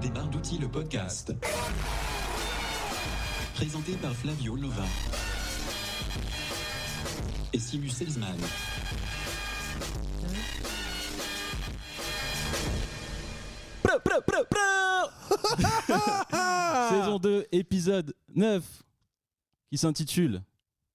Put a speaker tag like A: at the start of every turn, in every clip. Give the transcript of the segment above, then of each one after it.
A: Des barres d'outils, le podcast. Présenté par Flavio Lova. Et Simu Selzman.
B: Preu, preu, preu, preu Saison 2, épisode 9, qui s'intitule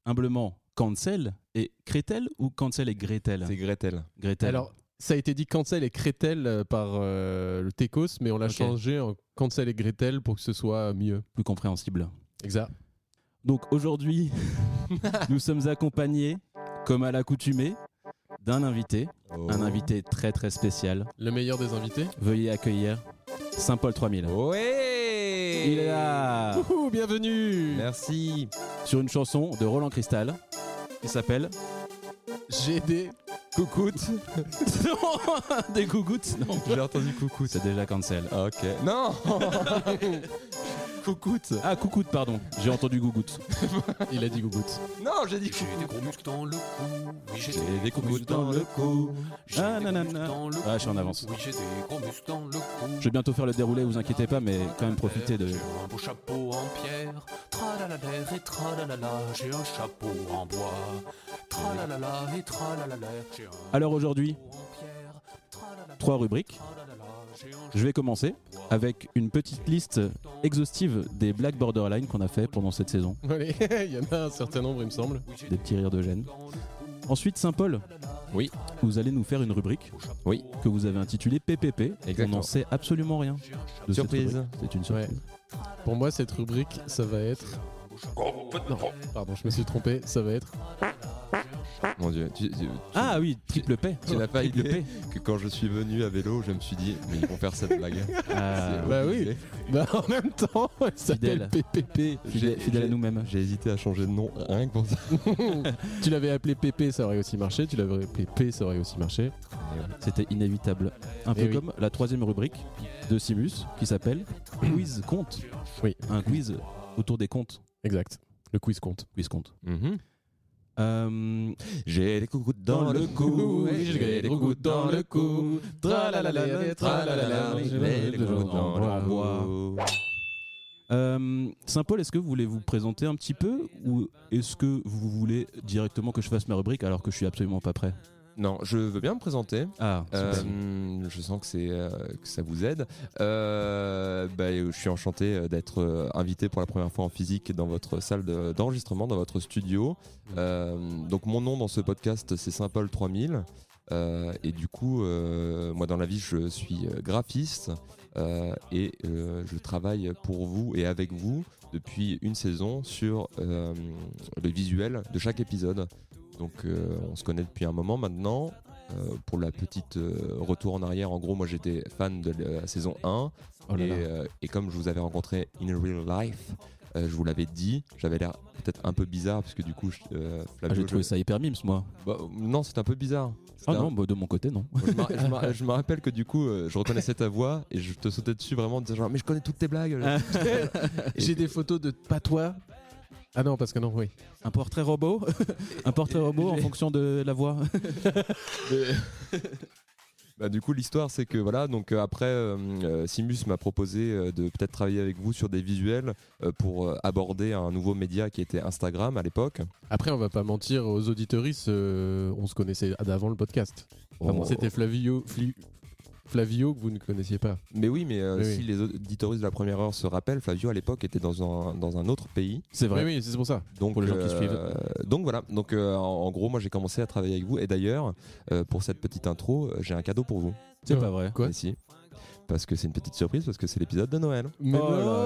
B: humblement Cancel et Gretel ou Cancel et Gretel
C: C'est Gretel.
B: Gretel.
D: Alors, ça a été dit Cancel et Crétel euh, par euh, le Tecos, mais on l'a
B: Ok.
D: changé en Cancel et Gretel pour que ce soit mieux.
B: plus compréhensible.
D: Exact.
B: Donc aujourd'hui, nous sommes accompagnés, comme à l'accoutumée, d'un invité,
D: Oh.
C: Oh.
B: un invité très très spécial.
D: Le meilleur des invités.
B: Veuillez accueillir Saint-Paul 3000.
C: Oh. Ouais
B: Il est là
D: Wouhou, bienvenue
C: Merci.
B: sur une chanson de Roland Cristal qui s'appelle
D: J'ai des...
C: Coucoute.
B: Des gougouttes Non,
C: J'ai entendu coucoute.
B: c'est déjà cancel.
C: Ah, Ok. Non Coucoute.
B: Ah, coucoute, pardon, j'ai entendu gougoute.
D: Il a dit Gougoute.
C: Non, j'ai dit
E: J'ai des gros muscles dans le cou. Oui, j'ai
B: J'ai des gros muscles dans le cou.
E: J'ai des
B: Ah,
E: gros
B: nanana.
E: muscles dans le
B: Ah, je suis en
E: cou.
B: avance.
E: Oui, j'ai des gros muscles dans le cou.
B: Je vais bientôt faire le déroulé, vous inquiétez pas, mais quand même profitez de.
E: J'ai un beau chapeau en pierre. Tralalalaire et tralalala. J'ai un chapeau en bois. Tralalala et tralalala. J'ai un
B: Alors aujourd'hui,
E: chapeau en pierre. Tralalala,
B: trois rubriques.
E: tralalala. J'ai un
B: Je vais commencer avec une petite liste exhaustive des blagues borderline qu'on a fait pendant cette saison.
D: Allez, il y en a un certain nombre, il me semble.
B: Des petits rires de gêne. Ensuite, Saint-Paul.
C: Oui.
B: Vous allez nous faire une rubrique.
C: Oui.
B: Que vous avez intitulée PPP. Et qu'on
C: Exactement.
B: n'en sait absolument rien. de cette
C: Surprise.
B: rubrique. C'est une surprise.
D: Pour moi, cette rubrique, ça va être... Non, pardon, je me suis trompé, ça va être...
C: Mon dieu. Tu, tu- tu-
B: Ah oui, triple P.
C: tu n'as pas
B: triple
C: idée
B: P.
C: que quand je suis venu à vélo, je me suis dit, mais ils vont faire cette blague.
B: Ah,
C: C'est
D: bah oui.
C: obligé.
D: Bah, en même temps, elle s'appelle PPP.
B: fidèle, fidèle à nous-mêmes.
C: J'ai hésité à changer de nom rien que pour ça.
D: Tu l'avais appelé PP, ça aurait aussi marché. Tu l'avais appelé P, ça aurait aussi marché.
B: C'était inévitable. Un
C: Eh
B: peu
D: oui.
B: comme la troisième rubrique de Simus qui s'appelle Quiz Compte.
D: Oui.
B: Un quiz autour des comptes.
D: Exact. Le quiz compte.
B: Quiz Compte. Euh,
C: J'ai des coucoutes dans le cou.
B: cou,
C: J'ai des coucoutes dans le cou. Tralalala, tralalala. J'ai des coucoutes dans le cou.
B: euh, Saint-Paul, est-ce que vous voulez vous présenter un petit peu ou est-ce que vous voulez directement que je fasse ma rubrique alors que je suis absolument pas prêt
C: Non, je veux bien me présenter.
B: Ah,
C: Euh, je sens que, c'est, euh, que ça vous aide. Euh, bah, je suis enchanté euh, d'être euh, invité pour la première fois en physique dans votre salle de- d'enregistrement, dans votre studio. Euh, donc mon nom dans ce podcast, c'est Saint-Paul 3000. Euh, et du coup, euh, moi dans la vie, je suis euh, graphiste euh, et euh, je travaille pour vous et avec vous depuis une saison sur euh, le visuel de chaque épisode. Donc euh, on se connaît depuis un moment maintenant. Euh, pour la petite euh, retour en arrière, en gros, moi j'étais fan de la saison 1
B: oh là
C: et,
B: là.
C: euh, et comme je vous avais rencontré in real life, euh, je vous l'avais dit, j'avais l'air peut-être un peu bizarre parce que du coup, je, euh,
B: Ah,
C: Flavio,
B: j'ai
C: je-
B: trouvé ça hyper mimes moi.
C: Bah, euh, non, c'est un peu bizarre.
B: Ah
C: C'était un-
B: non, bah, de mon côté non.
C: je me- je me- je me rappelle que du coup, euh, je reconnaissais ta voix et je te sautais dessus vraiment en disant genre, mais je connais toutes tes blagues.
D: J'ai des photos de pas toi. Ah non, parce que non, oui.
B: Un portrait robot Un portrait robot en fonction de la voix
C: Bah, du coup, l'histoire, c'est que voilà, donc euh, après, euh, euh, Simus m'a proposé euh, de peut-être travailler avec vous sur des visuels euh, pour euh, aborder un nouveau média qui était Instagram à l'époque.
D: Après, on va pas mentir aux auditeuristes, euh, on se connaissait d'avant le podcast. Enfin,
C: On-
D: C'était Flavio, Fli- Flavio que vous ne connaissiez pas.
C: Mais oui, mais euh,
D: Oui, oui.
C: si les auditeurs de la première heure se rappellent, Flavio à l'époque était dans un, dans un autre pays.
B: C'est vrai.
D: Oui, oui, c'est pour ça.
C: Donc,
B: Pour les gens qui
C: euh,
B: suivent.
C: Donc voilà, donc, euh, en, en gros, moi j'ai commencé à travailler avec vous. Et d'ailleurs, euh, pour cette petite intro, euh, j'ai un cadeau pour vous.
B: C'est pas vrai.
D: Quoi
C: Et si. Parce que c'est une petite surprise, parce que c'est l'épisode de Noël.
D: Mais
B: Oh
D: non.
B: là là.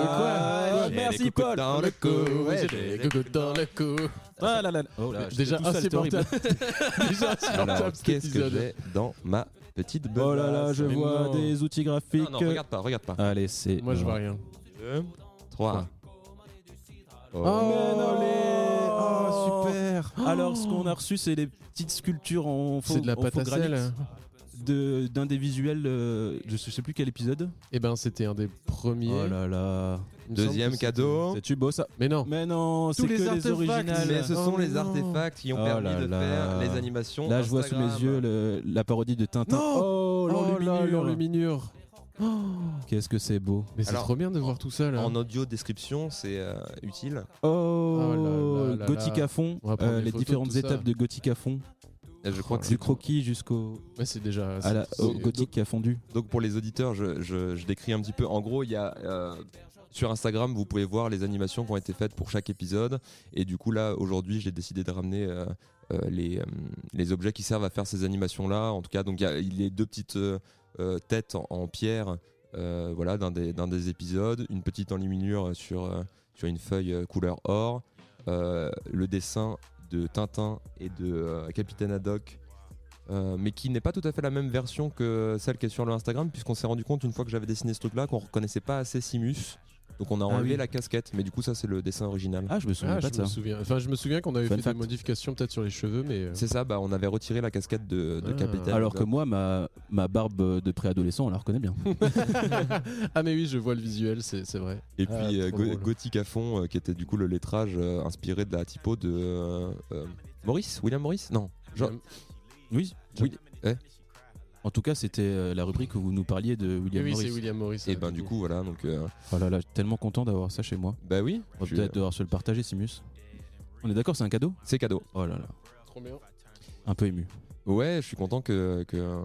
D: Mais quoi
B: Ah,
D: J'ai
B: Merci Paul
D: Dans le cou, ouais, j'ai des coucous dans le cou.
B: Ah là là. Oh là, j'étais
D: Déjà
B: tout seul, c'est
D: insupportable. Déjà
C: Alors,
D: insupportable cet
C: qu'est-ce que
D: épisode.
C: j'ai dans ma petite
B: horrible. Oh là là, je
D: Mais
B: vois
D: non.
B: des outils graphiques.
C: Non, non, regarde pas, regarde pas.
B: Allez, c'est.
D: Moi, je vois rien.
C: 2, 3. Oh.
B: Mais non, les- oh,
D: super
B: Alors, ce qu'on a reçu, c'est des petites sculptures en faux.
D: C'est de la
B: en
D: pâte
B: faux
D: à
B: granit
D: sel.
B: de- D'un des visuels, euh, je sais plus quel épisode.
D: Eh ben, c'était un des premiers.
B: Oh là là.
D: Il me semble
C: Deuxième
D: que c'était-
C: cadeau.
B: C'est-tu beau ça
D: Mais non.
B: Mais non, c'est que les originales.
C: Mais ce sont
D: Oh
C: les
D: non.
C: artefacts qui ont
B: Oh
C: permis
B: là
C: de
B: là.
C: faire les animations.
B: Là, je vois sous mes
C: Instagram.
B: yeux le- la parodie de Tintin.
D: Non
B: oh
D: oh là,
B: l'enluminure.
D: l'enluminure.
B: Qu'est-ce que c'est beau.
D: Mais c'est
C: Alors,
D: trop bien de voir tout hein. ça là.
C: En audio description, c'est euh, utile.
B: Oh,
D: là là là
B: Gothic
D: là.
B: à fond,
D: On va prendre
B: euh,
D: des
B: les
D: photos de
B: différentes
D: tout ça.
B: étapes de Gothic à fond,
C: Euh, Je crois que
B: du
C: c'est
B: croquis jusqu'au
D: Ouais, c'est déjà.
B: à la-
D: c'est-
B: au
D: c'est-
B: Gothic qui a fondu.
C: Donc pour les auditeurs, je, je- je décris un petit peu. En gros, il y a euh, sur Instagram, vous pouvez voir les animations qui ont été faites pour chaque épisode. Et du coup, là, aujourd'hui, j'ai décidé de ramener euh, euh, les, euh, les objets qui servent à faire ces animations-là. En tout cas, donc il y a les deux petites euh, euh, têtes en, en pierre, euh, voilà, d'un des, d'un des épisodes, une petite enluminure sur euh, sur une feuille euh, couleur or, euh, le dessin de Tintin et de euh, Capitaine Haddock. euh, mais qui n'est pas tout à fait la même version que celle qui est sur le Instagram, puisqu'on s'est rendu compte une fois que j'avais dessiné ce truc-là qu'on reconnaissait pas assez Simus, donc on a
B: Ah
C: enlevé
B: oui.
C: la casquette. Mais du coup, ça c'est le dessin original.
B: Ah, je me souviens
D: Ah,
B: pas de
D: je me
B: ça.
D: souviens. Enfin, je me souviens qu'on avait
B: Fun
D: fait
B: fact.
D: des modifications peut-être sur les cheveux, mais. euh,
C: C'est ça, bah, on avait retiré la casquette de, de
D: Ah.
C: Capitaine.
B: Alors que moi, ma, ma barbe de préadolescent, on la reconnaît bien.
D: ah mais oui, je vois le visuel, c'est c'est vrai.
C: Et
D: Ah,
C: puis euh,
D: trop
C: Go-
D: drôle.
C: Gothic à fond, euh, qui était du coup le lettrage euh, inspiré de la typo de euh, euh, Maurice William Maurice Non.
D: Ah,
C: Jean-
B: Oui.
C: Oui. Ouais.
B: En tout cas, c'était euh, la rubrique où vous nous parliez de William
D: oui, c'est
B: Morris.
D: William Morris.
C: Et ben du coup voilà donc euh,
B: Oh là là, tellement content d'avoir ça chez moi.
C: bah oui
B: On va
C: je- euh,
B: peut-être devoir se le partager, Simus. On est d'accord, c'est un cadeau
C: c'est cadeau.
B: Oh là là,
D: Trop bien.
B: Oh, un peu ému.
C: Ouais je suis content que, que euh,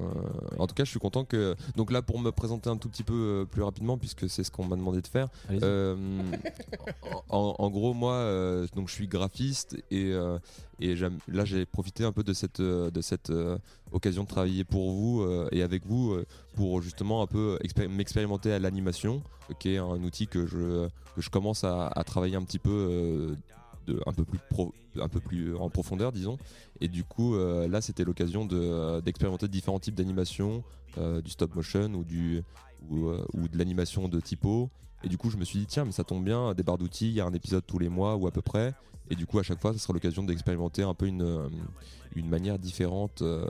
C: en tout cas je suis content que donc là pour me présenter un tout petit peu euh, plus rapidement puisque c'est ce qu'on m'a demandé de faire
B: Allez-y.
C: Euh, en, en gros, moi, euh, donc je suis graphiste et, euh, et j'aime- là j'ai profité un peu de cette, euh, de cette euh, occasion de travailler pour vous euh, et avec vous euh, pour justement un peu expé- m'expérimenter à l'animation, euh, qui est un outil que je, que je commence à, à travailler un petit peu. euh, de, un, peu plus pro- un peu plus en profondeur disons et du coup euh, là c'était l'occasion de- euh, d'expérimenter différents types d'animation euh, du stop motion ou, du, ou, euh, ou de l'animation de typo et du coup, je me suis dit, tiens, mais ça tombe bien, des barres d'outils, il y a un épisode tous les mois ou à peu près. Et du coup, à chaque fois, ça sera l'occasion d'expérimenter un peu une, euh, une manière différente euh,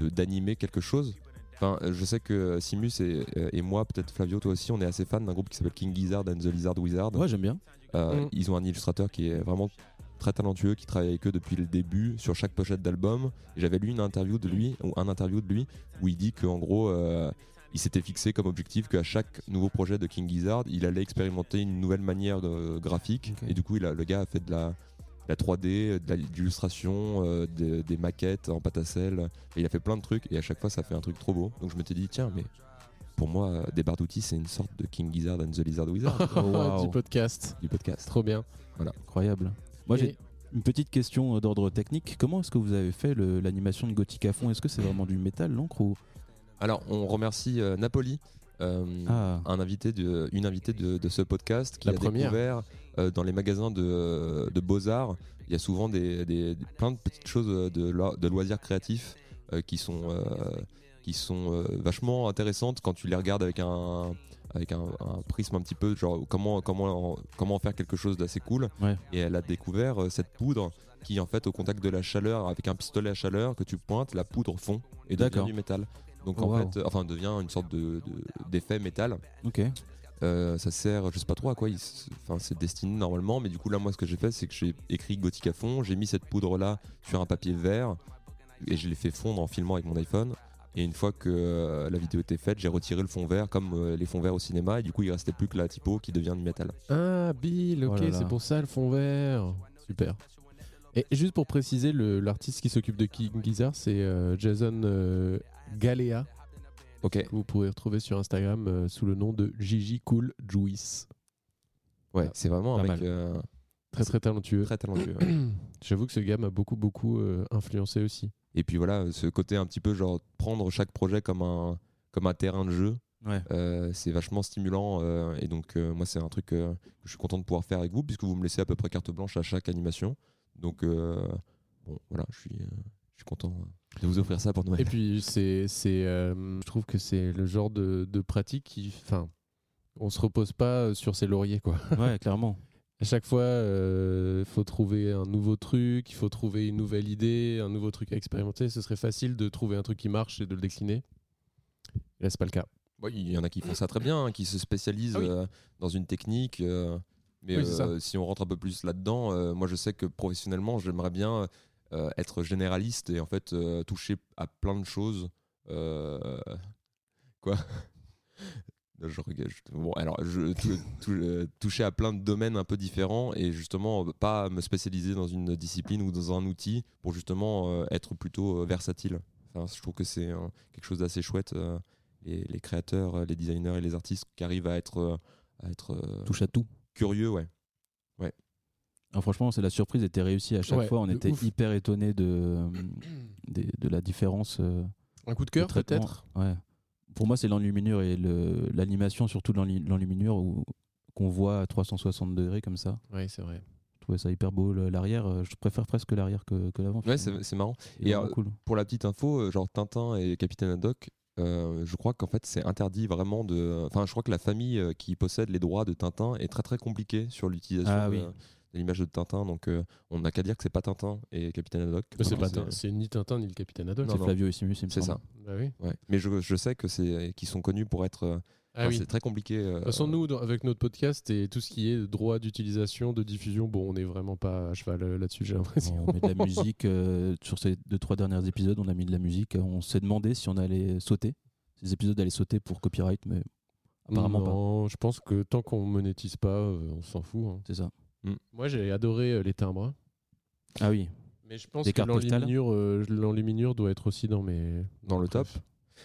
C: de- d'animer quelque chose. Enfin, euh, je sais que Simus et, euh, et moi, peut-être Flavio, toi aussi, on est assez fan d'un groupe qui s'appelle King Gizzard and the Lizard Wizard.
B: Ouais, j'aime bien.
C: Euh,
D: Mm.
C: Ils ont un illustrateur qui est vraiment très talentueux, qui travaille avec eux depuis le début sur chaque pochette d'album. Et J'avais lu une interview de lui, ou un interview de lui, où il dit qu'en gros, euh, il s'était fixé comme objectif qu'à chaque nouveau projet de King Gizzard, il allait expérimenter une nouvelle manière euh, graphique.
B: Ok.
C: Et du coup, il a- le gars a fait de la, de la 3D, de la- de l'illustration, euh, de- des maquettes en pâte à sel. Et il a fait plein de trucs, et à chaque fois, ça fait un truc trop beau. Donc je m'étais dit, tiens, mais. Pour moi, euh, des barres d'outils, c'est une sorte de King Gizzard and the Lizard Wizard
B: Wow.
D: du podcast.
C: du podcast.
D: Trop bien.
B: Incroyable. Moi, j'ai
D: Et-
B: une petite question euh, d'ordre technique. Comment est-ce que vous avez fait le- l'animation de Gothic à fond Est-ce que c'est vraiment du métal, l'encre ou...
C: Alors, on remercie euh, Napoli, euh,
B: Ah,
C: un invité de, une invitée de, de ce podcast qui
D: La
C: a
D: première.
C: découvert euh, dans les magasins de, de beaux-arts. Il y a souvent des, des- des- plein de petites choses de, lo- de loisirs créatifs euh, qui sont, euh, qui sont euh, vachement intéressantes quand tu les regardes avec un avec un, un prisme un petit peu genre comment comment comment faire quelque chose d'assez cool
B: Ouais.
C: et elle a découvert euh, cette poudre qui en fait au contact de la chaleur avec un pistolet à chaleur que tu pointes la poudre fond et devient
B: D'accord.
C: du métal donc
B: Oh,
C: en
B: wow.
C: fait euh, enfin devient une sorte de de- d'effet métal
B: ok.
C: euh, ça sert, je sais pas trop à quoi, il s- enfin c'est destiné normalement, mais du coup là moi ce que j'ai fait c'est que j'ai écrit Gothic à fond, j'ai mis cette poudre là sur un papier vert et je l'ai fait fondre en filmant avec mon iPhone. Et une fois que euh, la vidéo était faite, j'ai retiré le fond vert comme euh, les fonds verts au cinéma et du coup il restait plus que la typo qui devient du métal.
D: Ah, Bill, ok,
B: Oh là là.
D: c'est pour ça le fond vert. Super. Et juste pour préciser, le- l'artiste qui s'occupe de King Gizzard, c'est euh, Jason euh, Galea,
C: Ok.
D: que vous pourrez retrouver sur Instagram euh, sous le nom de Gigi Cool Juice.
C: Ouais, c'est vraiment un
B: Pas
C: mec euh,
D: Très très talentueux.
C: très talentueux. ouais.
D: J'avoue que ce gars m'a beaucoup beaucoup euh, influencé aussi.
C: Et puis voilà, ce côté un petit peu genre prendre chaque projet comme un comme un terrain de jeu.
B: Ouais.
C: Euh, c'est vachement stimulant euh, et donc euh, moi c'est un truc euh, que je suis content de pouvoir faire avec vous puisque vous me laissez à peu près carte blanche à chaque animation. Donc euh, bon voilà, je suis euh, je suis content euh, de vous offrir ça pour Noël.
D: Et puis c'est c'est euh, je trouve que c'est le genre de, de pratique qui enfin on se repose pas euh, sur ses lauriers quoi.
B: Ouais, clairement.
D: À chaque fois, euh, faut trouver un nouveau truc, il faut trouver une nouvelle idée, un nouveau truc à expérimenter. Ce serait facile de trouver un truc qui marche et de le décliner. Et Là, c'est pas le cas.
C: Ouais, Il y en a qui font ça très bien, hein, qui se spécialisent
D: Ah oui.
C: euh, dans une technique. euh, mais
D: Oui, c'est
C: euh, si on rentre un peu plus là-dedans, euh, moi je sais que professionnellement, j'aimerais bien euh, être généraliste et en fait euh, toucher à plein de choses. euh, Quoi je, regarde- je- bon, alors, je tou- tou- euh, touchais à plein de domaines un peu différents et justement euh, pas me spécialiser dans une discipline ou dans un outil pour justement euh, être plutôt euh, versatile. Enfin, je trouve que c'est euh, quelque chose d'assez chouette. euh, les, les créateurs, euh, les designers et les artistes qui arrivent à être, euh, à être euh,
B: Touche à tout.
C: curieux, ouais.
B: Alors Ah, franchement, c'est la surprise était réussie à chaque
D: Ouais,
B: fois. On
D: de
B: était
D: ouf.
B: hyper étonnés de, des- de, la différence. euh,
D: Un coup de
B: de
D: cœur
B: traitement.
D: peut-être
B: Ouais. Pour moi, c'est l'enluminure et le- l'animation, surtout de l'enlu- l'enluminure, où- qu'on voit à 360 degrés comme ça.
D: Oui, c'est vrai.
B: Je trouvais ça hyper beau. le- L'arrière, euh, je préfère presque l'arrière que, que l'avant.
C: Ouais,
B: finalement.
C: c'est c'est marrant.
B: Il est
C: et
B: vraiment
C: alors-
B: cool.
C: Pour la petite info, euh, genre Tintin et Capitaine Haddock, euh, je crois qu'en fait c'est interdit vraiment de. Enfin, je crois que la famille euh, qui possède les droits de Tintin est très très compliquée sur l'utilisation
B: Ah
C: de,
B: oui.
C: de l'image de Tintin. Donc euh, on n'a qu'à dire que c'est pas Tintin et Capitaine Haddock.
D: C'est
C: Enfin,
D: pas Tin- c'est ni Tintin ni le Capitaine Haddock.
C: Non,
B: C'est
C: non.
B: Flavio et Simus, il me
C: C'est
B: semble.
C: ça.
D: Bah oui.
C: Ouais. Mais je, je sais que c'est qu'ils sont connus pour être. euh,
D: Ah
C: enfin,
D: oui.
C: C'est très compliqué. euh,
D: De toute façon, nous, dans- avec notre podcast et tout ce qui est droit d'utilisation, de diffusion, bon, on n'est vraiment pas à cheval euh, là-dessus, j'ai l'impression.
B: On met de la musique euh, sur ces deux trois derniers épisodes. On a mis de la musique. On s'est demandé si on allait sauter. Ces épisodes allaient sauter pour copyright, mais apparemment pas.
D: non, je pense que tant qu'on monétise pas, euh, on s'en fout. hein.
B: C'est ça.
D: Moi, j'ai adoré euh, les timbres.
B: Ah oui.
D: Mais je pense
B: Les
D: que
B: cartes postales.
D: l'enluminure, euh, l'enluminure doit être aussi dans mes.
C: Dans le top.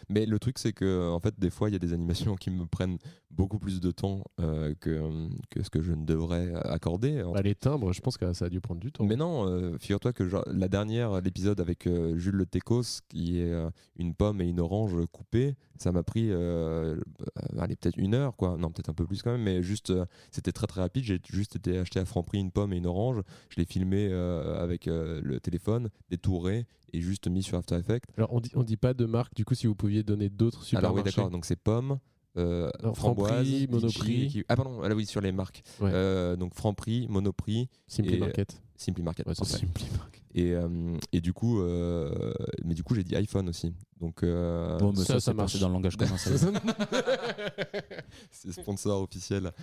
C: Mais le truc, c'est que en fait, des fois, il y a des animations qui me prennent beaucoup plus de temps euh, que, que ce que je ne devrais accorder. En
D: Bah, les timbres, je pense que ça a dû prendre du temps.
C: Mais non, euh, figure-toi que genre, la dernière, l'épisode avec euh, Jules Le Técos, qui est euh, une pomme et une orange coupées, ça m'a pris euh, euh, allez, peut-être une heure, quoi. Non, peut-être un peu plus quand même, mais juste, euh, c'était très très rapide. J'ai juste été acheter à Franprix une pomme et une orange. Je l'ai filmé euh, avec euh, le téléphone, détouré et juste mis sur After Effects.
D: Alors, on dit, on dit pas de marque, du coup, si vous pouviez donner d'autres
C: Alors oui,
D: supermarchés.
C: d'accord, donc c'est pomme. Euh,
D: Non,
C: framboise,
D: Franprix,
C: litchi,
D: Monoprix.
C: qui- Ah pardon, ah oui, sur les marques.
D: Ouais.
C: Euh, donc Franprix, Monoprix,
D: Simply
C: Et- euh,
D: Market.
C: Simply Market.
D: Ouais, c'est
C: parfait.
D: ça.
C: Et, euh, et du coup, euh, mais du coup, j'ai dit iPhone aussi. Donc, euh,
B: Bon, mais
D: ça,
B: ça,
D: ça
B: c'est
D: marche.
B: passé dans le langage commun. ça y est.
C: c'est sponsor officiel.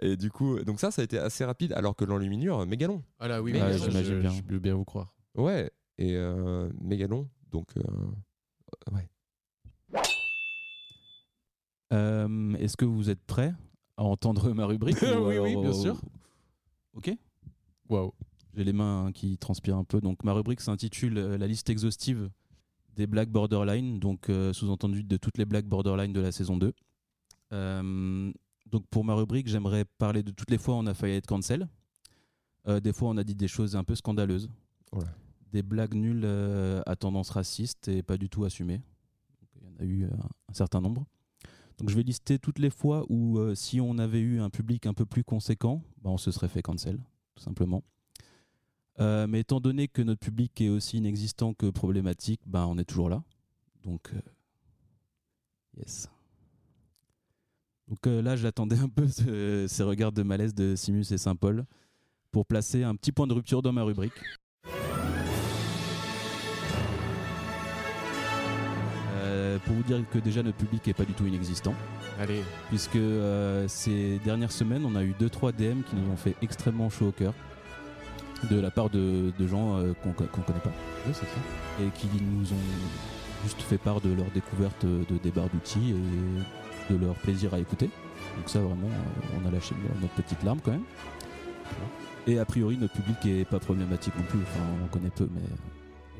C: Et du coup, donc ça, ça a été assez rapide, alors que l'enluminure, euh, méga long.
D: Ah là, oui,
C: Ouais,
D: oui, ça,
B: j'imagine
D: je-
B: bien.
D: Je peux bien vous croire.
C: Ouais, et euh, méga long. Donc, euh, ouais.
B: Euh, Est-ce que vous êtes prêts à entendre ma rubrique ou
D: Oui, oui,
B: alors- euh,
D: bien sûr.
B: Ok.
D: Waouh.
B: J'ai les mains hein, qui transpirent un peu. Donc ma rubrique s'intitule euh, La liste exhaustive des blagues borderline, donc euh, sous-entendu de toutes les blagues borderline de la saison 2. Euh, donc pour ma rubrique, j'aimerais parler de toutes les fois où on a failli être cancel. Euh, des fois, on a dit des choses un peu scandaleuses.
C: Oh là.
B: Des blagues nulles euh, à tendance raciste et pas du tout assumées. Donc, Il y en a eu euh, un certain nombre. Donc je vais lister toutes les fois où euh, si on avait eu un public un peu plus conséquent, bah, on se serait fait cancel, tout simplement. Euh, mais étant donné que notre public est aussi inexistant que problématique, ben on est toujours là. Donc, euh, yes. Donc euh, là, je l'attendais un peu, ce- ces regards de malaise de Simus et Saint-Paul, pour placer un petit point de rupture dans ma rubrique. Euh, pour vous dire que déjà notre public est pas du tout inexistant
D: Allez.
B: puisque euh, ces dernières semaines, on a eu 2-3 DM qui nous ont fait extrêmement chaud au cœur de la part de, de gens euh, qu'on qu'on connaît pas
D: Oui, c'est ça.
B: et qui nous ont juste fait part de leur découverte euh, de des barres d'outils et de leur plaisir à écouter. Donc ça vraiment, euh, on a lâché notre petite larme quand même. Et a priori, notre public est pas problématique non plus. Enfin, on en connaît peu, mais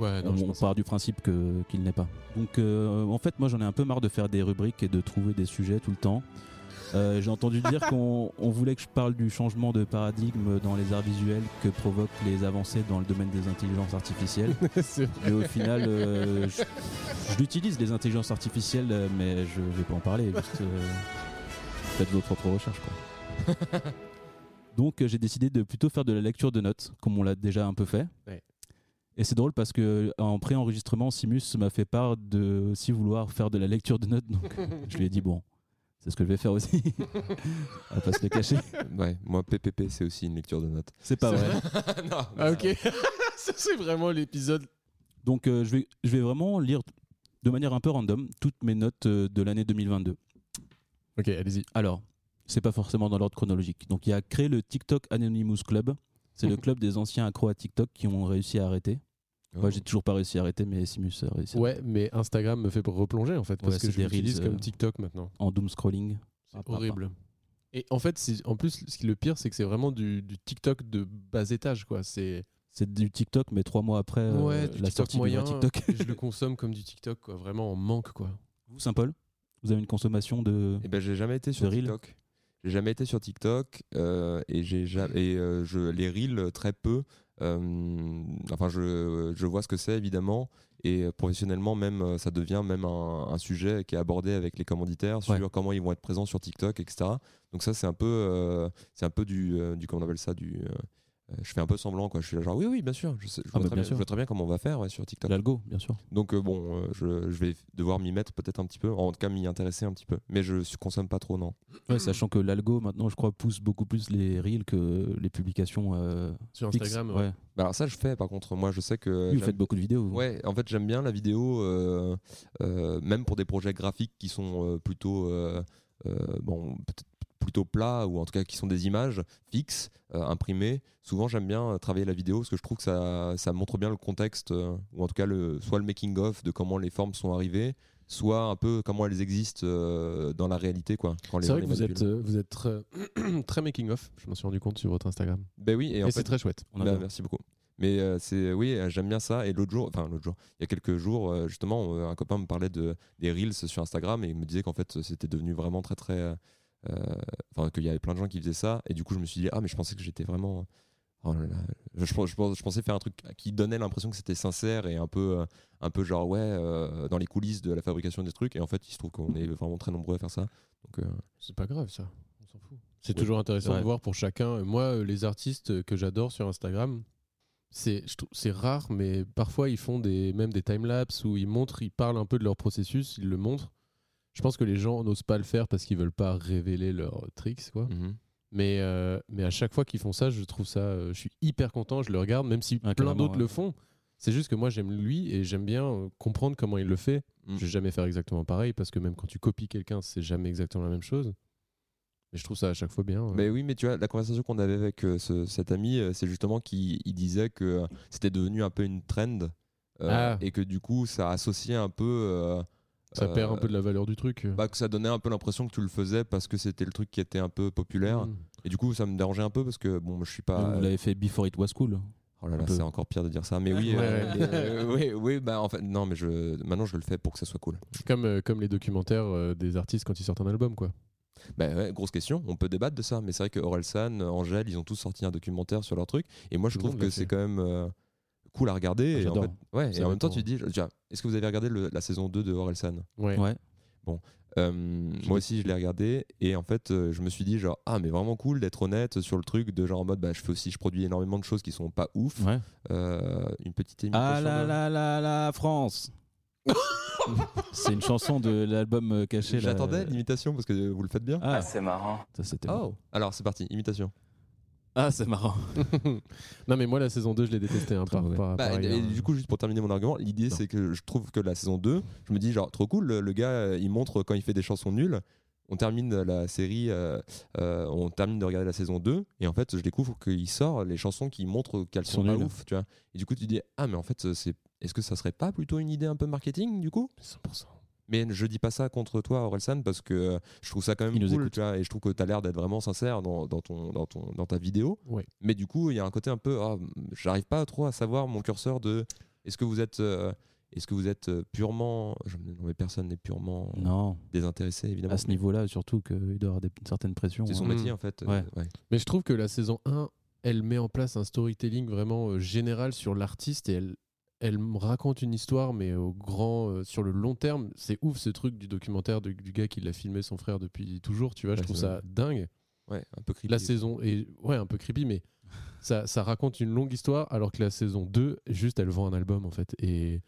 D: Ouais, non,
B: on,
D: je
B: on
D: pense-
B: part du principe que- qu'il n'est pas. Donc euh, en fait, moi j'en ai un peu marre de faire des rubriques et de trouver des sujets tout le temps. Euh, J'ai entendu dire qu'on on voulait que je parle du changement de paradigme dans les arts visuels que provoquent les avancées dans le domaine des intelligences artificielles.
D: C'est-
B: Mais au final, euh, je, je l'utilise les intelligences artificielles, euh, mais je vais pas en parler. juste, euh, faites vos propres recherches. quoi. Donc euh, j'ai décidé de plutôt faire de la lecture de notes, comme on l'a déjà un peu fait.
D: Ouais.
B: Et c'est drôle parce que euh, en pré-enregistrement, Simus m'a fait part de aussi vouloir faire de la lecture de notes, donc je lui ai dit bon, c'est ce que je vais faire aussi. On va pas se le cacher.
C: ouais. Moi, PPP, c'est aussi une lecture de notes.
B: C'est pas vrai.
C: non,
D: Ah, ok. ça, c'est vraiment l'épisode.
B: Donc euh, je, vais, je vais vraiment lire de manière un peu random toutes mes notes euh, de l'année 2022.
D: Ok, allez-y.
B: Alors, c'est pas forcément dans l'ordre chronologique. Donc, il y a
D: Mhm.
B: créé le TikTok Anonymous Club. C'est le club des anciens accros à TikTok qui ont réussi à arrêter. Moi, j'ai toujours pas réussi à arrêter, mais Simus a réussi.
D: Oh. Ouais, mais Instagram me fait replonger en fait parce
B: Ouais,
D: que
B: c'est
D: je
B: des
D: l'utilise
B: reels, euh,
D: comme TikTok maintenant.
B: En doom scrolling. Ah,
D: C'est horrible. Et en fait, c'est- en plus, ce qui est le pire, c'est que c'est vraiment du, du TikTok de bas étage, quoi. C'est
B: C'est du TikTok, mais trois mois après euh,
D: ouais, du
B: la
D: TikTok
B: sortie
D: moyen.
B: du vrai
D: et
B: TikTok.
D: je le consomme comme du TikTok, quoi. Vraiment en manque, quoi.
B: Vous, Saint-Paul, vous avez une consommation Euh, de.
C: Et ben j'ai jamais été sur
B: Reel.
C: TikTok. J'ai jamais été sur TikTok euh, et j'ai ja- et euh, je les reels euh, très peu. Euh, enfin, je, je vois ce que c'est évidemment et euh, professionnellement même euh, ça devient même un, un sujet qui est abordé avec les commanditaires sur
B: Ouais.
C: comment ils vont être présents sur TikTok, etc. Donc ça c'est un peu euh, c'est un peu du euh, du comment on appelle ça du euh, euh, je fais un peu semblant quoi. Je suis là genre oui oui bien sûr. Je, sais- je
B: Ah,
C: vois,
B: bah, bien
C: très bien
B: sûr.
C: je vois très bien comment on va faire ouais, sur TikTok.
B: L'algo, bien sûr.
C: Donc euh, bon, euh, je, je vais devoir m'y mettre peut-être un petit peu, en tout cas m'y intéresser un petit peu. Mais je ne consomme pas trop, non.
D: Ah.
B: Ouais, sachant que l'algo, maintenant, je crois, pousse beaucoup plus les reels que les publications. euh,
D: Sur
B: fixes.
D: Instagram, ouais.
B: ouais.
C: Bah alors ça je fais par contre, moi je sais que...
B: Oui, vous
C: j'aime-
B: faites beaucoup de vidéos. vous.
C: Ouais, en fait j'aime bien la vidéo, euh, euh, même pour des projets graphiques qui sont euh, plutôt... euh, euh, bon, peut-être plutôt plats ou en tout cas qui sont des images fixes, euh, imprimées. Souvent j'aime bien euh, travailler la vidéo parce que je trouve que ça, ça montre bien le contexte, euh, ou en tout cas le, soit le making-of de comment les formes sont arrivées, soit un peu comment elles existent euh, dans la réalité. quoi. quand les
D: C'est vrai que
C: gens les
D: vous
C: manipulent.
D: êtes, euh, vous êtes très, très making of. Je m'en suis rendu compte sur votre Instagram.
C: Ben oui, et
D: Et,
C: en fait...
D: c'est très chouette.
B: On a
C: Bah,
B: bien.
C: merci beaucoup. Mais euh, c'est oui, euh, j'aime bien ça. Et l'autre jour, enfin l'autre jour, il y a quelques jours, euh, justement, euh, un copain me parlait de des reels sur Instagram et il me disait qu'en fait, c'était devenu vraiment très très, euh, euh, enfin qu'il y avait plein de gens qui faisaient ça. Et du coup, je me suis dit ah mais je pensais que j'étais vraiment, oh là là. Je, je, je- je pensais faire un truc qui donnait l'impression que c'était sincère et un peu euh, un peu genre ouais euh, dans les coulisses de la fabrication des trucs. Et en fait, il se trouve qu'on est vraiment très nombreux à faire ça. Donc euh,
D: C'est pas grave ça. On s'en fout. C'est
C: Ouais.
D: toujours intéressant
B: Ouais.
D: de voir pour chacun. Et Moi, euh, les artistes euh, que j'adore sur Instagram, c'est je trouve- c'est rare, mais parfois ils font des même des timelapses où ils montrent, ils parlent un peu de leur processus, ils le montrent. Je pense que les gens n'osent pas le faire parce qu'ils veulent pas révéler leurs tricks, quoi.
C: mhm.
D: Mais, euh, mais à chaque fois qu'ils font ça, je trouve ça, euh, je suis hyper content, je le regarde, même si
B: Ah,
D: plein
B: carrément,
D: d'autres
B: ouais.
D: le font. C'est juste que moi j'aime lui et j'aime bien euh, comprendre comment il le fait.
C: Mm.
D: Je vais jamais faire exactement pareil parce que même quand tu copies quelqu'un, c'est jamais exactement la même chose. Mais je trouve ça à chaque fois bien. euh.
C: Mais oui, mais tu vois, la conversation qu'on avait avec euh, ce- cet ami, euh, c'est justement qu'il il disait que euh, c'était devenu un peu une trend euh,
D: Ah. et
C: et que du coup, ça associait un peu. euh,
D: ça
C: euh,
D: perd un peu de la valeur du truc. euh.
C: bah, que ça donnait un peu l'impression que tu le faisais parce que c'était le truc qui était un peu populaire.
D: Mm.
C: Et du coup, ça me dérangeait un peu parce que bon, je suis pas.
D: bah,
B: Vous
D: euh,
B: l'avez fait before it was cool.
C: Oh là
B: un
C: là,
B: peu.
C: c'est encore pire de dire ça. Mais oui,
D: Ouais,
C: euh,
D: ouais.
C: euh, oui, oui, bah en fait, non, mais je, maintenant, je le fais pour que ça soit cool.
D: Comme, euh, comme les documentaires euh, des artistes quand ils sortent un album, quoi.
C: Bah ouais, grosse question, on peut débattre de ça, mais c'est vrai que Orelsan, Angèle, ils ont tous sorti un documentaire sur leur truc, et moi je
D: Tout le
C: trouve
D: monde l'a
C: que
D: fait.
C: c'est quand même euh, cool à regarder.
D: Ah,
C: et en,
D: j'adore.
C: fait- ouais,
D: Ça
C: et en même temps,
D: dépend.
C: tu te dis, je- tiens, est-ce que vous avez regardé le- la saison 2 de Orelsan
D: Ouais.
B: Ouais.
C: Euh,
D: Je
C: Moi aussi, je l'ai regardé, et en fait, euh, je me suis dit, genre, ah, mais vraiment cool d'être honnête sur le truc, de genre en mode, bah, je fais aussi, je produis énormément de choses qui sont pas ouf.
B: Ouais.
C: Euh, une petite imitation.
B: Ah là
C: de-
B: là là là, France C'est une chanson de l'album euh, caché. là.
C: J'attendais l'imitation parce que vous le faites bien.
B: Ah,
E: c'est marrant.
B: ça c'était bon.
C: Oh. Alors, c'est parti, imitation.
B: Ah, c'est marrant.
D: non, mais moi, la saison 2, je l'ai détesté. hein,
B: Très
D: par-
B: mauvais.
D: par-
C: Bah,
D: par
C: et, et
D: ailleurs,
C: du coup, juste pour terminer mon argument, l'idée
B: Non.
C: c'est que je trouve que la saison 2, je me dis genre trop cool, le, le gars euh, il montre quand il fait des chansons nulles. On termine la série, euh, euh, on termine de regarder la saison 2, et en fait je découvre qu'il sort les chansons qui montrent qu'elles
B: Qui
C: sont,
B: sont
C: pas
B: nulles.
C: ouf, tu vois. Et du coup tu dis, ah mais en fait c'est. Est-ce que ça serait pas plutôt une idée un peu marketing du coup
D: euh, 100%.
C: Mais je dis pas ça contre toi Orelsan parce que euh, je trouve ça quand même
B: Il nous
C: cool,
B: écoute.
C: tu vois, et je trouve que tu as l'air d'être vraiment sincère dans, dans ton, dans, ton, dans ta vidéo.
D: Ouais.
C: Mais du coup, il y a un côté un peu, ah, j'arrive pas trop à savoir mon curseur de, est-ce que vous êtes, euh, est-ce que vous êtes euh, purement, je- non mais personne n'est purement
B: Non,
C: désintéressé évidemment.
B: à ce niveau-là, surtout qu'il doit avoir des, une certaine pression.
C: C'est son
B: hein.
C: métier en fait.
B: Ouais.
C: euh, ouais.
D: Mais je trouve que la saison 1, elle met en place un storytelling vraiment euh, général sur l'artiste et elle, elle me raconte une histoire, mais au grand, euh, sur le long terme. C'est ouf ce truc du documentaire du, du gars qui l'a filmé son frère depuis toujours, tu vois. je
C: Ouais,
D: trouve
C: c'est
D: ça
C: vrai.
D: dingue.
C: Ouais, un peu creepy.
D: La saison est, ouais, un peu creepy, mais ça, ça raconte une longue histoire, alors que la saison 2, juste, elle vend un album en fait. Et,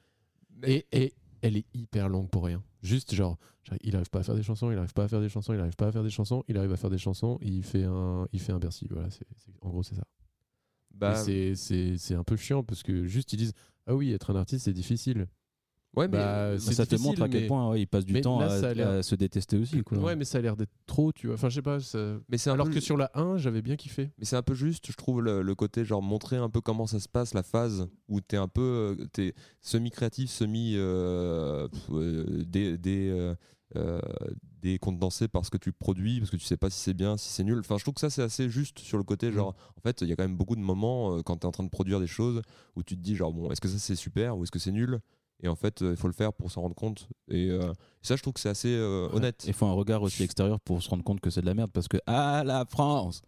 C: Mais-
D: et, et elle est hyper longue pour rien. Juste genre, genre, il arrive pas à faire des chansons, il arrive pas à faire des chansons, il arrive pas à faire des chansons, il arrive à faire des chansons, il fait un, il fait un Bercy. Voilà, c'est- c'est- en gros c'est ça.
C: Bah,
D: Et c'est- c'est c'est un peu chiant parce que juste ils disent ah oui être un artiste c'est difficile.
C: Ouais, mais
D: Bah, c'est
B: ça te
D: difficile,
B: montre à quel
D: mais-
B: point ouais, il passe du
D: mais
B: temps
D: là,
B: à,
D: ça a l'air-
B: à se détester aussi. Quoi.
D: Ouais, mais ça a l'air d'être trop, tu vois. Enfin, je sais pas. ça-
C: mais c'est un
D: Alors
C: peu-
D: que sur la 1, j'avais bien kiffé.
C: Mais c'est un peu juste, je trouve, le, le côté genre montrer un peu comment ça se passe, la phase où t'es un peu euh, t'es semi-créatif, semi euh, pff, euh, dé- dé- euh, euh, décondensé par ce que tu produis, parce que tu sais pas si c'est bien, si c'est nul. Enfin, je trouve que ça c'est assez juste sur le côté genre, en fait, il y a quand même beaucoup de moments euh, quand t'es en train de produire des choses où tu te dis genre bon, est-ce que ça c'est super ou est-ce que c'est nul Et en fait, euh, il faut le faire pour s'en rendre compte. Et euh, ça, je trouve que c'est assez euh, honnête.
B: Il faut un regard aussi extérieur pour se rendre compte que c'est de la merde parce que ah la France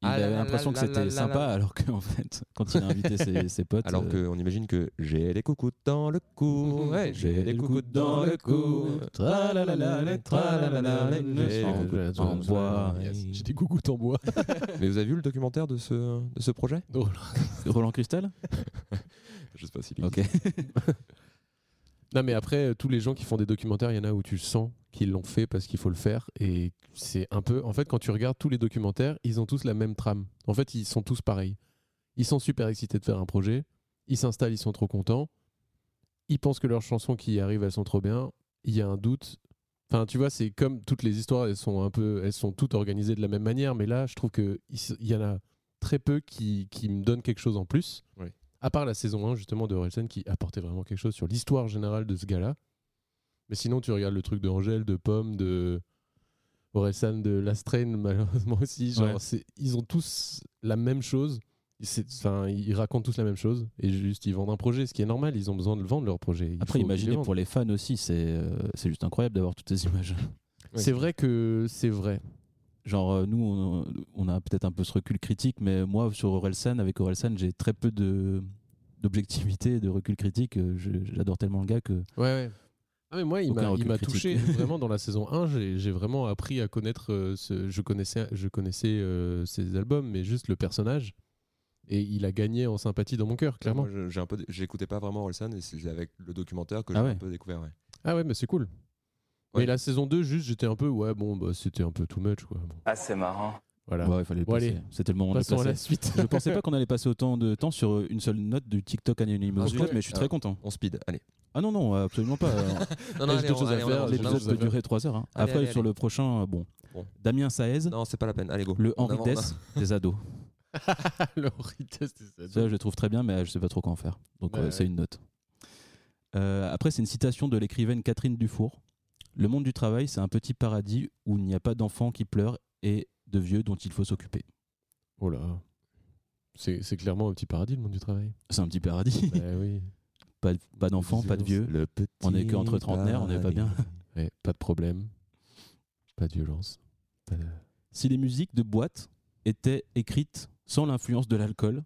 B: il
C: Ah là
B: avait
C: là
B: l'impression
C: là
B: que
C: là
B: c'était
C: là
B: sympa
C: là.
B: alors qu'en fait quand il a invité ses, ses potes
C: Alors
B: euh,
C: qu'on imagine que j'ai les coucous dans le cou. ouais,
B: j'ai des coups dans le cou tralalala, tralalala,
C: J'ai
B: en-
C: des
D: coups
B: en bois
D: euh, Yes. J'ai des gougouttes en bois.
C: Mais vous avez vu le documentaire de ce, de ce projet
D: Non,
B: Roland Cristal
C: Je sais pas s'il
B: ok
D: Non, mais après, euh, tous les gens qui font des documentaires, il y en a où tu sens qu'ils l'ont fait parce qu'il faut le faire. Et c'est un peu. En fait, quand tu regardes tous les documentaires, ils ont tous la même trame. En fait, ils sont tous pareils. Ils sont super excités de faire un projet. Ils s'installent, ils sont trop contents. Ils pensent que leurs chansons qui y arrivent, elles sont trop bien. Il y a un doute. Enfin, tu vois, c'est comme toutes les histoires, elles sont un peu, elles sont toutes organisées de la même manière. Mais là, je trouve que il s- il y en a très peu qui, qui me donnent quelque chose en plus.
C: Ouais.
D: À part la saison 1 justement de Orelsan qui apportait vraiment quelque chose sur l'histoire générale de ce gars-là. Mais sinon, tu regardes le truc de Angèle, de Pomme, de Orelsan, de Last Train, malheureusement aussi. Genre,
B: Ouais.
D: c'est- ils ont tous la même chose. C'est- Enfin, ils racontent tous la même chose et juste ils vendent un projet, ce qui est normal. Ils ont besoin de vendre leur projet. Il faut
B: après
D: qu'ils le
B: imaginez
D: vendent.
B: pour les fans aussi c'est euh, c'est juste incroyable d'avoir toutes ces images
C: Ouais.
D: C'est vrai que c'est vrai.
B: genre euh, nous on, on a peut-être un peu ce recul critique mais moi sur Orelsan avec Orelsan j'ai très peu de d'objectivité de recul critique Euh, je- j'adore tellement le gars que
D: Ouais, ouais. Ah mais moi, il
B: Aucun
D: m'a il
B: recul
D: m'a
B: critique.
D: touché vraiment dans la saison 1. J'ai j'ai vraiment appris à connaître. euh, ce, je connaissais, je connaissais euh, ses albums, mais juste le personnage. Et il a gagné en sympathie dans mon cœur, clairement.
C: Moi, je- j'ai un peu, j'écoutais pas vraiment Orelsan et c'est avec le documentaire que
B: Ah
C: j'ai
B: ouais.
C: un peu découvert. ouais.
D: Ah ouais, mais c'est cool.
C: Ouais.
D: Mais la saison 2, juste, j'étais un peu. Ouais, bon, bah, c'était un peu too much, quoi. Bon,
E: Ah, c'est marrant.
D: voilà.
B: Ouais, il fallait le
D: Bon,
B: passer.
D: allez.
B: c'était le moment de le
D: Passons à
B: passer
D: la suite.
B: Je pensais pas qu'on allait passer autant de temps sur une seule note du TikTok Anonymous
C: Ah,
B: Club,
C: ouais.
B: mais je suis très content.
C: On speed, allez.
B: Ah non, non, absolument pas.
C: Non,
D: non, j'ai allez, d'autres on- choses à allez, on faire, avance,
B: L'épisode
D: avance,
B: peut
D: avance.
B: durer 3 heures. hein.
C: Allez,
B: Après,
C: allez,
B: sur
C: allez.
B: le prochain, euh, bon.
C: Bon.
B: Damien Saez,
C: Non, c'est pas la peine, allez go.
B: le
C: On
B: Henri
C: avance,
B: Dess des ados.
D: Le retest, c'est ça.
B: Ça, je le trouve très bien, mais euh, je sais pas trop quoi en faire. Donc,
D: Bah,
B: euh, c'est
D: ouais.
B: une note. Euh, après, c'est une citation de l'écrivaine Catherine Dufour. Le monde du travail, c'est un petit paradis où il n'y a pas d'enfants qui pleurent et de vieux dont il faut s'occuper.
D: Oh là. C'est c'est clairement un petit paradis, le monde du travail.
B: C'est un petit paradis.
D: bah oui.
B: pas pas d'enfants, pas de vieux.
C: Le petit
B: On est que entre trentenaires, on est pas bien.
D: Ouais, pas de problème. Pas de violence. Pas de-
B: si les musiques de boîte étaient écrites sans l'influence de l'alcool,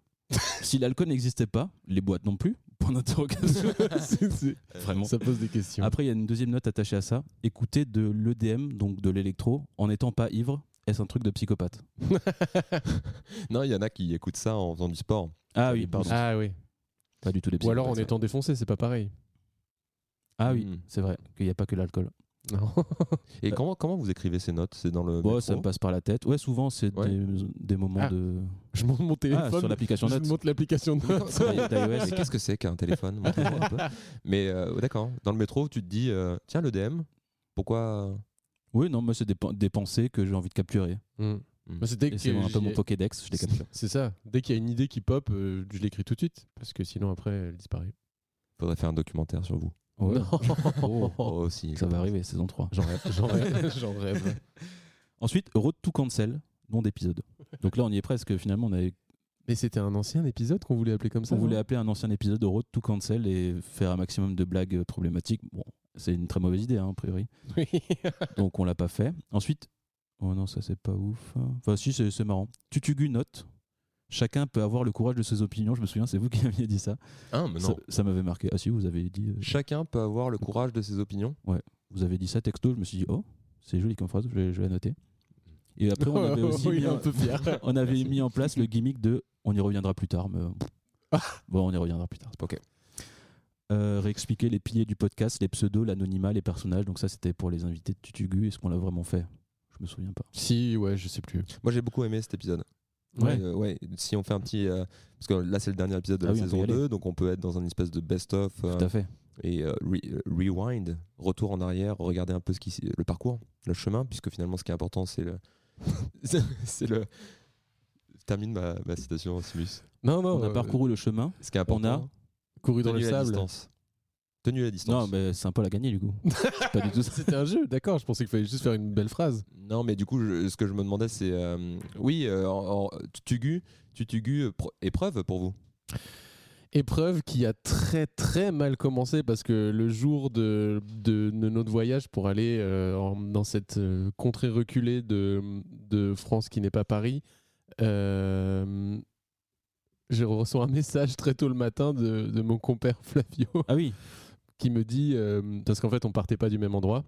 B: si l'alcool n'existait pas, les boîtes non plus, point d'interrogation.
D: C'est- c'est-
B: Vraiment.
D: Euh, Ça pose des questions.
B: Après, il y a une deuxième note attachée à ça. Écouter de l'EDM, donc de l'électro, en n'étant pas ivre, est-ce un truc de psychopathe
C: Non, il y en a qui écoutent ça en faisant du sport.
B: Ah oui, pardon.
D: Ah oui.
B: Pas du tout les
D: Ou alors Hmm. en
B: psychopathes.
D: étant défoncé, c'est pas pareil.
B: Ah oui,
C: Mm.
B: c'est vrai qu'il n'y a pas que l'alcool.
D: Non.
C: Et
B: Euh.
C: comment, comment vous écrivez ces notes C'est dans le.
B: Bon,
C: métro
B: ça me passe par la tête. Ouais, souvent, c'est
C: Ouais.
B: des, des moments
D: Ah.
B: de.
D: Je monte mon
B: Ah,
D: téléphone.
B: sur l'application
D: je
B: notes.
D: monte l'application de notes.
B: Sur l'iOS.
C: Mais qu'est-ce que c'est qu'un téléphone Montrez-moi un peu. Mais euh, d'accord, dans le métro, tu te dis euh, tiens, le DM, pourquoi
B: Oui, non, moi, c'est des, pen- des pensées que j'ai envie de capturer.
D: Hmm.
C: Hmm.
D: Moi, c'est dès
B: Et c'est
D: que
B: un peu
D: j'y
B: mon
D: ai-
B: Pokédex, je les capture.
D: C'est ça. Dès qu'il y a une idée qui pop, euh, je l'écris tout de suite. Parce que sinon, après, elle disparaît.
C: Faudrait faire un documentaire sur vous.
B: Ouais.
D: Non.
B: Oh,
C: Oh, si.
B: ça va arriver, saison 3.
D: J'en rêve. J'en rêve. J'en rêve.
B: Ensuite, Road to Cancel, nom d'épisode. Donc là, on y est presque. Finalement, on, avait-
D: Mais c'était un ancien épisode qu'on voulait appeler comme ça.
B: on
D: non
B: voulait appeler un ancien épisode de Road to Cancel et faire un maximum de blagues euh, problématiques. Bon, c'est une très mauvaise idée, hein, a priori.
D: Oui.
B: Donc on l'a pas fait. Ensuite, oh non, ça c'est pas ouf. hein. Enfin, si, c'est c'est marrant. Tutugu note. Chacun peut avoir le courage de ses opinions. Je me souviens, c'est vous qui aviez dit ça.
C: Hein, mais
B: Ça,
C: non.
B: ça m'avait marqué. Ah si, vous avez dit, euh,
C: Chacun peut avoir le courage de ses opinions.
B: vous avez dit ça texto. Je me suis dit, oh, c'est joli comme phrase. Je vais, je vais la noter. Et après, on avait aussi
D: Oh, Oui,
B: mis
D: un
B: un-
D: peu fier.
B: On avait
C: Merci.
B: mis en place le gimmick de on y reviendra plus tard, mais euh, bon, on y reviendra plus tard. c'est pas
C: Ah. Ok.
B: Euh, réexpliquer les piliers du podcast, les pseudos, l'anonymat, les personnages. Donc ça, c'était pour les invités de Tutugu. Est-ce qu'on l'a vraiment fait Je me souviens pas.
D: Si, ouais, je sais plus.
C: Moi, j'ai beaucoup aimé cet épisode.
B: Ouais.
C: Euh, ouais, si on fait un petit. euh, parce que là, c'est le dernier épisode de
B: Ah
C: la
B: oui, on peut
C: saison
B: y aller.
C: 2, donc on peut être dans un espèce de best-of. euh,
B: Tout à fait.
C: et euh, re- euh, rewind, retour en arrière, regarder un peu ce qui, s- le parcours, le chemin, puisque finalement ce qui est important c'est le. c'est le. Je termine ma, ma citation, Simus.
D: Non, non,
B: On a
D: euh,
B: parcours le chemin.
C: Ce qui est important,
B: a
D: couru dans
C: tenue
D: le
C: à
D: sable.
C: distance. Tenue à
B: Non,
C: distance.
B: mais Saint-Paul a gagné du coup. C'est pas du tout ça.
D: C'était un jeu, d'accord. Je pensais qu'il fallait juste faire une belle phrase.
C: Non, mais du coup, je- ce que je me demandais, c'est. euh, oui, euh, en- en- Tutugu, Tutugu, euh, pro- épreuve pour vous
D: Épreuve qui a très très mal commencé parce que le jour de, de, de notre voyage pour aller euh, en- dans cette euh, contrée reculée de, de France qui n'est pas Paris, euh, je reçois un message très tôt le matin de, de mon compère Flavio
B: Ah oui,
D: qui me dit euh, parce qu'en fait on partait pas du même endroit.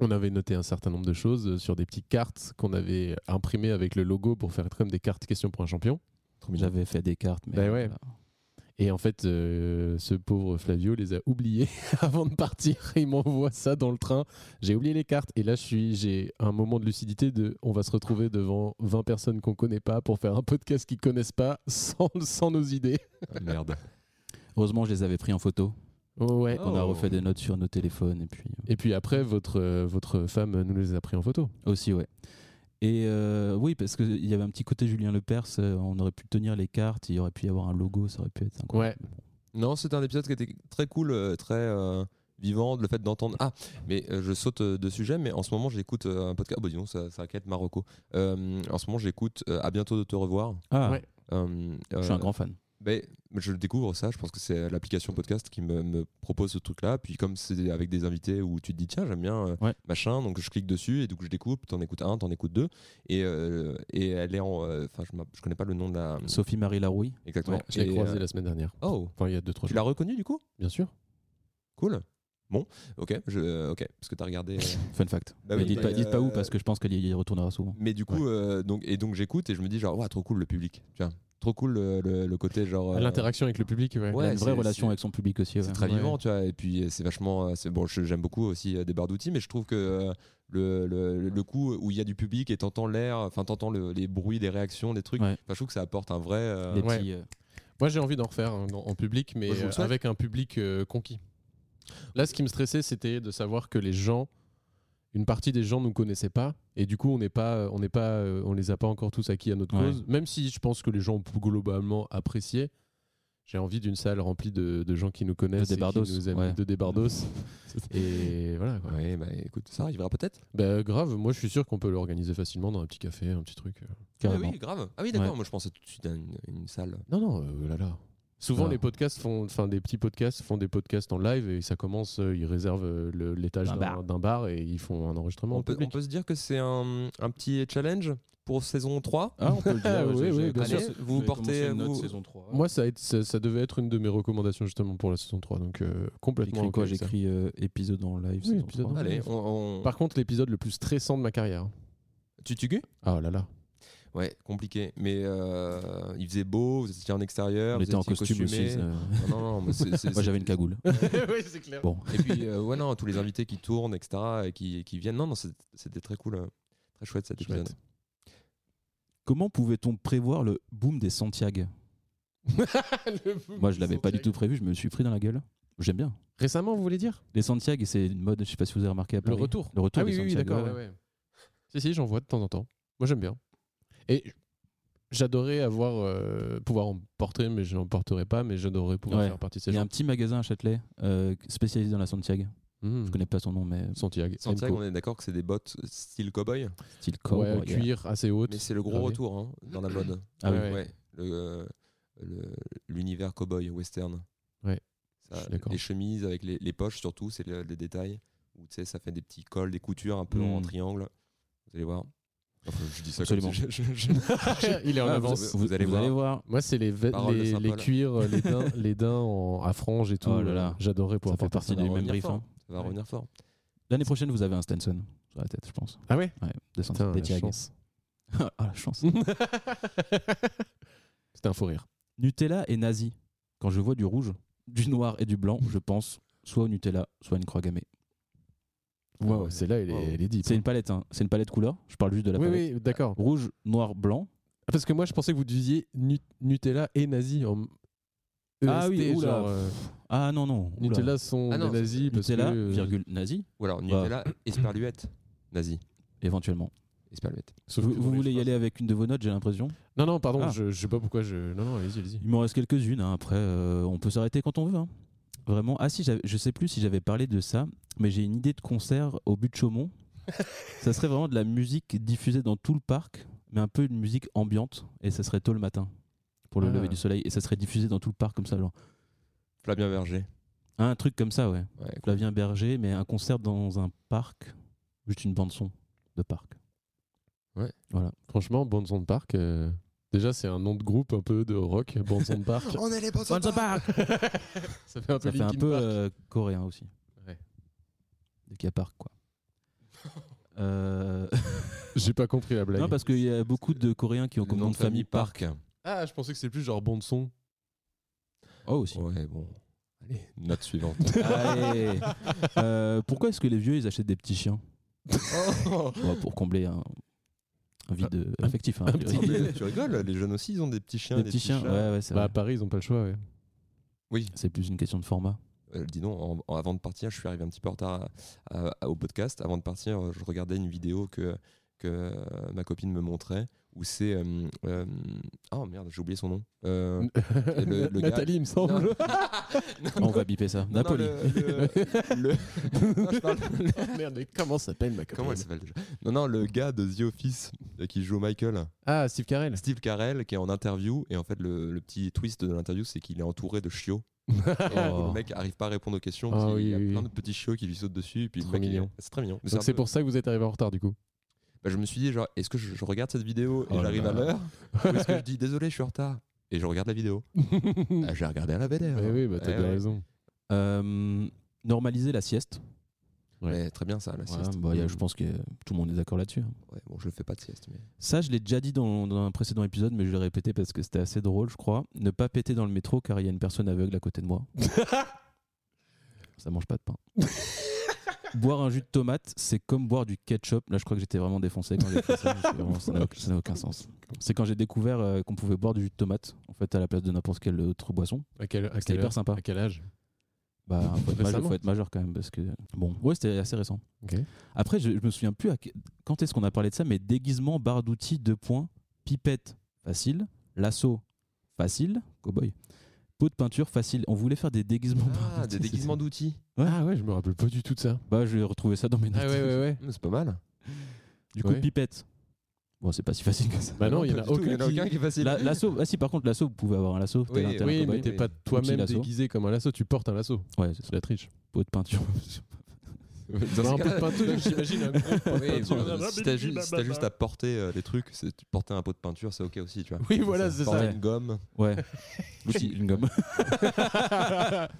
D: On avait noté un certain nombre de choses euh, sur des petites cartes qu'on avait imprimées avec le logo pour faire comme des cartes questions pour un champion.
B: j'avais fait des cartes. Mais
C: Ben
D: Bah ouais. Et en fait, euh, ce pauvre Flavio les a oubliés avant de partir. Il m'envoie ça dans le train. J'ai oublié les cartes. Et là, je suis, j'ai un moment de lucidité de on va se retrouver devant 20 personnes qu'on connaît pas pour faire un podcast qu'ils connaissent pas sans, sans nos idées.
C: Ah, Merde.
B: Heureusement, je les avais pris en photo.
D: ouais.
B: On a
C: Oh.
B: refait des notes sur nos téléphones et puis euh,
D: Et puis après, votre, euh, votre femme nous les a pris en photo.
B: aussi, ouais. Et euh, oui, parce qu'il y avait un petit côté Julien Lepers, euh, on aurait pu tenir les cartes, il y aurait pu y avoir un logo, ça aurait pu être incroyable.
C: Non, c'était un épisode qui était très cool, euh, très euh, vivant, le fait d'entendre. Ah, mais euh, je saute euh, de sujet, mais en ce moment j'écoute euh, un podcast. Ah, bah, dis donc, ça, ça inquiète Marocco. Euh, en ce moment j'écoute euh, À bientôt de te revoir.
B: Ah,
D: Ouais.
C: Euh,
B: je suis un
C: euh,
B: grand fan.
C: ben, je le découvre ça, je pense que c'est l'application podcast qui me, me propose ce truc-là. Puis comme c'est avec des invités où tu te dis tiens j'aime bien euh,
B: Ouais.
C: machin, donc je clique dessus et donc je découpe, t'en écoutes un, t'en écoutes deux. Et, euh, et elle est en... euh, Enfin je, m'a- je connais pas le nom de la...
B: Sophie-Marie Larouille.
C: Exactement.
D: Ouais, je l'ai
C: Et,
D: croisé
C: euh,
D: la semaine dernière.
C: Oh,
D: Enfin, il y a 2-3
C: tu
D: jours.
C: l'as reconnu du coup
D: Bien sûr.
C: Cool. Bon, ok, je, ok, parce que t'as regardé... euh,
B: Fun fact.
C: Bah
B: mais
C: oui,
B: dites,
C: mais
B: pas, dites pas où
C: euh,
B: parce que je pense qu'elle y y retournera souvent.
C: Mais du coup, euh, donc, et donc j'écoute et je me dis genre, ouais, trop cool le public. Tiens, trop cool le, le- le côté genre... euh,
D: L'interaction avec le public, ouais.
B: Elle a
C: ouais,
B: une vraie
C: c'est-
B: relation
C: c'est-
B: avec son public aussi.
C: c'est
B: ouais.
C: très
D: Ouais.
C: vivant tu vois et puis euh, c'est vachement euh, c'est bon je- j'aime beaucoup aussi euh, des barres d'outils mais je trouve que euh, le, le, le coup où il y a du public et t'entends l'air enfin t'entends le- les bruits des réactions des trucs
B: Ouais.
C: Enfin, je trouve que ça apporte un vrai euh,
B: Des
D: Ouais.
B: petits, euh,
D: Moi, j'ai envie d'en refaire hein, en, en public, mais
C: Moi, je vous le
D: euh,
C: souhaite.
D: avec un public euh, conquis. Là, ce qui me stressait, c'était de savoir que les gens, une partie des gens, nous connaissaient pas, et du coup, on n'est pas, on n'est pas, euh, on les a pas encore tous acquis à notre
B: Ouais.
D: cause. Même si je pense que les gens ont globalement apprécié. J'ai envie d'une salle remplie de, de gens qui nous connaissent,
B: De
D: et qui
B: débardos,
D: nous aiment,
B: ouais.
D: de débardos. et voilà. quoi.
C: ouais bah écoute ça arrivera peut-être
D: Bah, grave, moi, je suis sûr qu'on peut l'organiser facilement dans un petit café, un petit truc. euh.
C: ah
B: carrément.
C: oui grave ah oui d'accord
B: Ouais.
C: moi je pensais tout de suite à une, une salle
D: Non, non, euh, là, là. Souvent,
B: Ah.
D: les podcasts font, enfin, des petits podcasts font des podcasts en live et ça commence, euh, ils réservent euh, le- l'étage
B: D'un
D: d'un
B: bar.
D: d'un bar. et ils font un enregistrement. en
C: on peut, on
D: public.
C: peut se dire que c'est un, un petit challenge pour saison 3
B: Ah, on peut le dire.
D: Ah, oui,
B: j'ai-
D: oui,
B: j'ai-
D: bien
B: Allez,
C: sûr.
B: je
C: Vous
B: vais
C: portez-
B: commencer une note
C: vous-
B: saison 3.
D: Moi, ça, a été- ça, ça devait être une de mes recommandations justement pour la saison 3, donc euh, complètement.
B: J'écris quoi
D: ok avec ça.
B: J'écris euh, épisode en live.
D: Oui,
B: saison 3.
D: épisode en live.
C: allez on, on...
D: Par contre, l'épisode le plus stressant de ma carrière.
C: tu tugu
D: Ah là là.
C: ouais compliqué mais euh, il faisait beau vous étiez en extérieur
B: On
C: vous
B: était en
C: étiez
B: costume aussi.
C: costumé.
B: ça-
C: Non, non, non, mais c'est- c'est-
B: Moi, j'avais une cagoule.
D: oui, c'est clair.
B: Bon,
C: Et puis, euh, ouais, non, tous les invités qui tournent, etc., et qui, qui viennent. Non, non, c'est- c'était très cool. euh, Très chouette cet épisode.
D: Chouette.
B: comment pouvait-on prévoir le boom des Santiago Moi, je l'avais pas du tout prévu. Je me suis pris dans la gueule. J'aime bien.
D: Récemment, vous voulez dire
B: Les Santiago, c'est une mode. Je sais pas si vous avez remarqué à
D: Le
B: Paris.
D: retour.
B: Le retour.
D: Ah oui,
B: des
D: oui, oui,
B: Santiago,
D: d'accord.
B: ouais.
D: ouais, ouais. Si, si, j'en vois de temps en temps. Moi, j'aime bien. Et j'adorais avoir, euh, pouvoir en porter, mais je n'en porterai pas, mais j'adorerais pouvoir
B: Ouais.
D: faire partie de ces
B: Il y a
D: gens.
B: un petit magasin à Châtelet euh, spécialisé dans la Santiago.
D: Mmh.
B: Je connais pas son nom, mais
D: Santiago.
C: Santiago,
D: Emco.
C: on est d'accord que c'est des bottes style cowboy,
B: style corps.
D: Ouais, cuir assez haute.
C: mais c'est le gros
D: Ah oui.
C: retour hein, dans la mode.
B: Ah oui.
D: Ouais.
C: Ouais, le, euh, le- l'univers cowboy western.
D: Ouais.
C: Ça,
D: Je suis d'accord.
C: les chemises avec les, les poches surtout, c'est le- les détails où tu sais, ça fait des petits cols, des coutures un peu en
D: Hmm.
B: Mm.
C: triangle. Vous allez voir. Enfin, je dis ça
B: Absolument.
C: comme si je- je- je-
D: Il est en
C: Ah,
D: avance.
C: vous- allez voir.
D: Moi, c'est les, ve-
C: Parole de
D: les,
C: Saint
D: les
C: Paul.
D: cuirs, euh, les dins, les dins en, à franges et tout.
B: Oh là là.
D: J'adorais
B: Ça
D: pouvoir
B: fait
D: faire
B: partie
D: partie
B: du
D: de
B: même
C: revenir
B: brief.
C: fort.
B: hein.
C: Ça va
D: Ouais.
C: revenir fort.
B: L'année prochaine, vous avez un Stenson sur la tête, je pense.
D: Ah ouais
B: Ouais, de
D: Putain,
B: Santiago.
D: la chance.
B: Ah, la chance.
D: C'était un fou rire.
B: Nutella et nazi. Quand je vois du rouge, du noir et du blanc, je pense soit au Nutella, soit à une croix gammée.
D: Waouh, c'est là, il est,
C: Waouh.
D: il est deep.
B: C'est une palette, hein. c'est une palette couleur. Je parle juste de la
D: Oui,
B: palette.
D: oui, d'accord.
B: Rouge, noir, blanc.
D: Parce que moi, je pensais que vous disiez Nu- Nutella et nazi en.
B: Ah
D: EST,
B: oui, oula.
D: genre, euh,
B: Ah non, non. oula.
D: Nutella sont
C: Ah non,
D: des nazis parce
B: Nutella,
D: que euh,
B: virgule nazi,
C: Ou
D: Bah.
C: alors Nutella, esperluette. Nazi,
B: éventuellement.
C: esperluette.
D: sauf
B: Vous,
D: que dans
B: vous
D: les
B: voulez y
D: phrases-
B: aller avec une de vos notes, j'ai l'impression
D: Non, non, pardon,
B: Ah.
D: je, je sais pas pourquoi je. Non, non, allez-y, allez-y.
B: Il m'en reste quelques-unes. hein. Après, euh, on peut s'arrêter quand on veut. hein. Vraiment. Ah si, j'avais- je sais plus si j'avais parlé de ça, mais j'ai une idée de concert au but de Chaumont. ça serait vraiment de la musique diffusée dans tout le parc, mais un peu une musique ambiante, et ça serait tôt le matin pour le
D: Ah.
B: lever du soleil, et ça serait diffusé dans tout le parc comme ça, genre
C: Flavien Verger.
B: un truc comme ça, ouais.
C: Ouais, cool.
B: Flavien Berger, mais un concert dans un parc, juste une bande son de parc.
D: Franchement, Bonson de Park, euh, déjà, c'est un nom de groupe un peu de rock, Bonson de Park.
C: On est les bons
B: Bonne parc.
D: ça fait un peu
B: Ça fait un
D: Linkin
B: peu
D: Park.
B: euh, coréen aussi.
D: Ouais.
B: De Kia Park, quoi. Euh,
D: J'ai pas compris la blague.
B: Non, parce qu'il y a beaucoup de Coréens qui ont comme nom de famille Park.
D: Ah, je pensais que c'est plus genre Bonson.
B: Oh, aussi.
C: Ouais, bon. Allez, note suivante.
B: Allez. Euh, pourquoi est-ce que les vieux ils achètent des petits chiens
C: Oh,
B: Bon, Pour combler un, un vide euh, affectif. hein,
D: un
B: je
D: petit-
B: dirais.
D: mais
C: tu rigoles, les jeunes aussi, ils ont des petits chiens.
B: des petits chiens, ouais, ouais, c'est
D: Bah, à
B: vrai.
D: Paris, ils ont pas le choix, ouais.
B: C'est plus une question de format.
C: Euh, dis donc, en- en- avant de partir, je suis arrivé un petit peu en retard à- à- au podcast. Avant de partir, euh, je regardais une vidéo que, que euh, ma copine me montrait où c'est. euh, euh, oh merde, j'ai oublié son nom. Euh, le- le gars-
D: Nathalie, il me semble.
C: non,
B: On va biper ça.
C: non,
B: Napoli.
C: le- le- le- non, je parle-
D: Oh, Merde, mais comment s'appelle ma
C: Comment elle s'appelle déjà Non, non, le gars de The Office euh, qui joue Michael,
D: Ah, Steve Carell.
C: Steve Carell, qui est en interview. Et en fait, le, le petit twist de l'interview, c'est qu'il est entouré de chiots. Et du coup,
B: Oh.
C: Le mec arrive pas à répondre aux questions.
D: Ah
C: parce qu'il
D: oui,
C: y a
D: oui,
C: plein
D: oui.
C: de petits chiots qui lui sautent dessus. Et puis le
D: Trop
C: mec, il est-
D: mignon.
C: C'est très mignon. Mais
D: Donc
C: c'est
D: c'est
C: un peu-
D: pour ça que vous êtes arrivé en retard, du coup.
C: Bah, je me suis dit, genre, est-ce que je, je regarde cette vidéo et
D: Oh là
C: j'arrive à
D: là.
C: l'heure Ou est-ce que je dis, désolé, je suis en retard Et je regarde la vidéo. Ah, J'ai regardé à la VDR.
D: Eh oui, bah t'as
C: Eh
D: bien
C: ouais.
D: raison.
B: Euh, normaliser la sieste.
D: Ouais.
C: Mais très bien ça, la
B: Voilà,
C: sieste. Mm.
B: bah, y a- je pense que tout le monde est d'accord là-dessus. hein.
C: Ouais, bon, je fais pas de sieste, mais.
B: Ça, je l'ai déjà dit dans, dans un précédent épisode, mais je vais le répéter parce que c'était assez drôle, je crois. Ne pas péter dans le métro car il y a une personne aveugle à côté de moi. Ça mange pas de pain. boire un jus de tomate, c'est comme boire du ketchup. Là, je crois que j'étais vraiment défoncé quand j'ai fait ça. parce que vraiment, ça n'a aucun- ça n'a aucun sens. C'est quand j'ai découvert euh, qu'on pouvait boire du jus de tomate, en fait, à la place de n'importe quelle autre boisson.
D: À quel, à
B: C'était
D: quelle
B: hyper
D: heure
B: sympa.
D: À quel âge
B: Bah, faut être, majeur,
D: Récemment
B: faut être majeur quand même parce que bon, ouais, c'était assez récent.
D: Ok.
B: Après, je, je me souviens plus à que- quand est-ce qu'on a parlé de ça, mais déguisement, barre d'outils, deux points, pipette, facile, lasso, facile, cowboy, pot de peinture, facile. On voulait faire des déguisements.
D: bah,
B: barre
C: Ah,
B: d'outils,
C: des déguisements d'outils.
D: Ah ouais, je me rappelle pas du tout de ça.
B: c'était- Bah, je vais retrouver ça dans mes notes.
D: Ah ouais, ouais, ouais.
C: Hum, C'est pas mal.
B: Du coup,
D: Ouais.
B: pipette. Bon, c'est pas si facile que ça.
D: Bah non, il y en
C: pas
D: a
C: du tout,
D: aucun
C: y en a aucun
D: qui...
C: qui est facile.
B: La- Lasso, ah si, par contre, lasso, vous pouvez avoir un lasso. tel
C: Oui,
B: un- tel un
D: Oui,
B: cowboy.
D: mais t'es pas
B: Petit
D: toi-même
B: lasso.
D: déguisé comme un lasso, tu portes un lasso.
B: Ouais, c'est
D: C'est
B: ça.
D: de la triche.
B: Pot de peinture.
C: Dans ces
D: Bah, un peu
C: cas-là,
D: de peinture, j'imagine. hein. un gros pot de
C: Oui,
D: peinture.
C: bon, si t'as juste, si t'as juste à porter euh, les trucs, c'est- tu- porter un pot de peinture, c'est ok aussi, tu vois.
D: Oui, voilà, c'est
C: Porter
D: ça.
B: Ouais.
C: une gomme.
B: Ouais. L'outil, une gomme.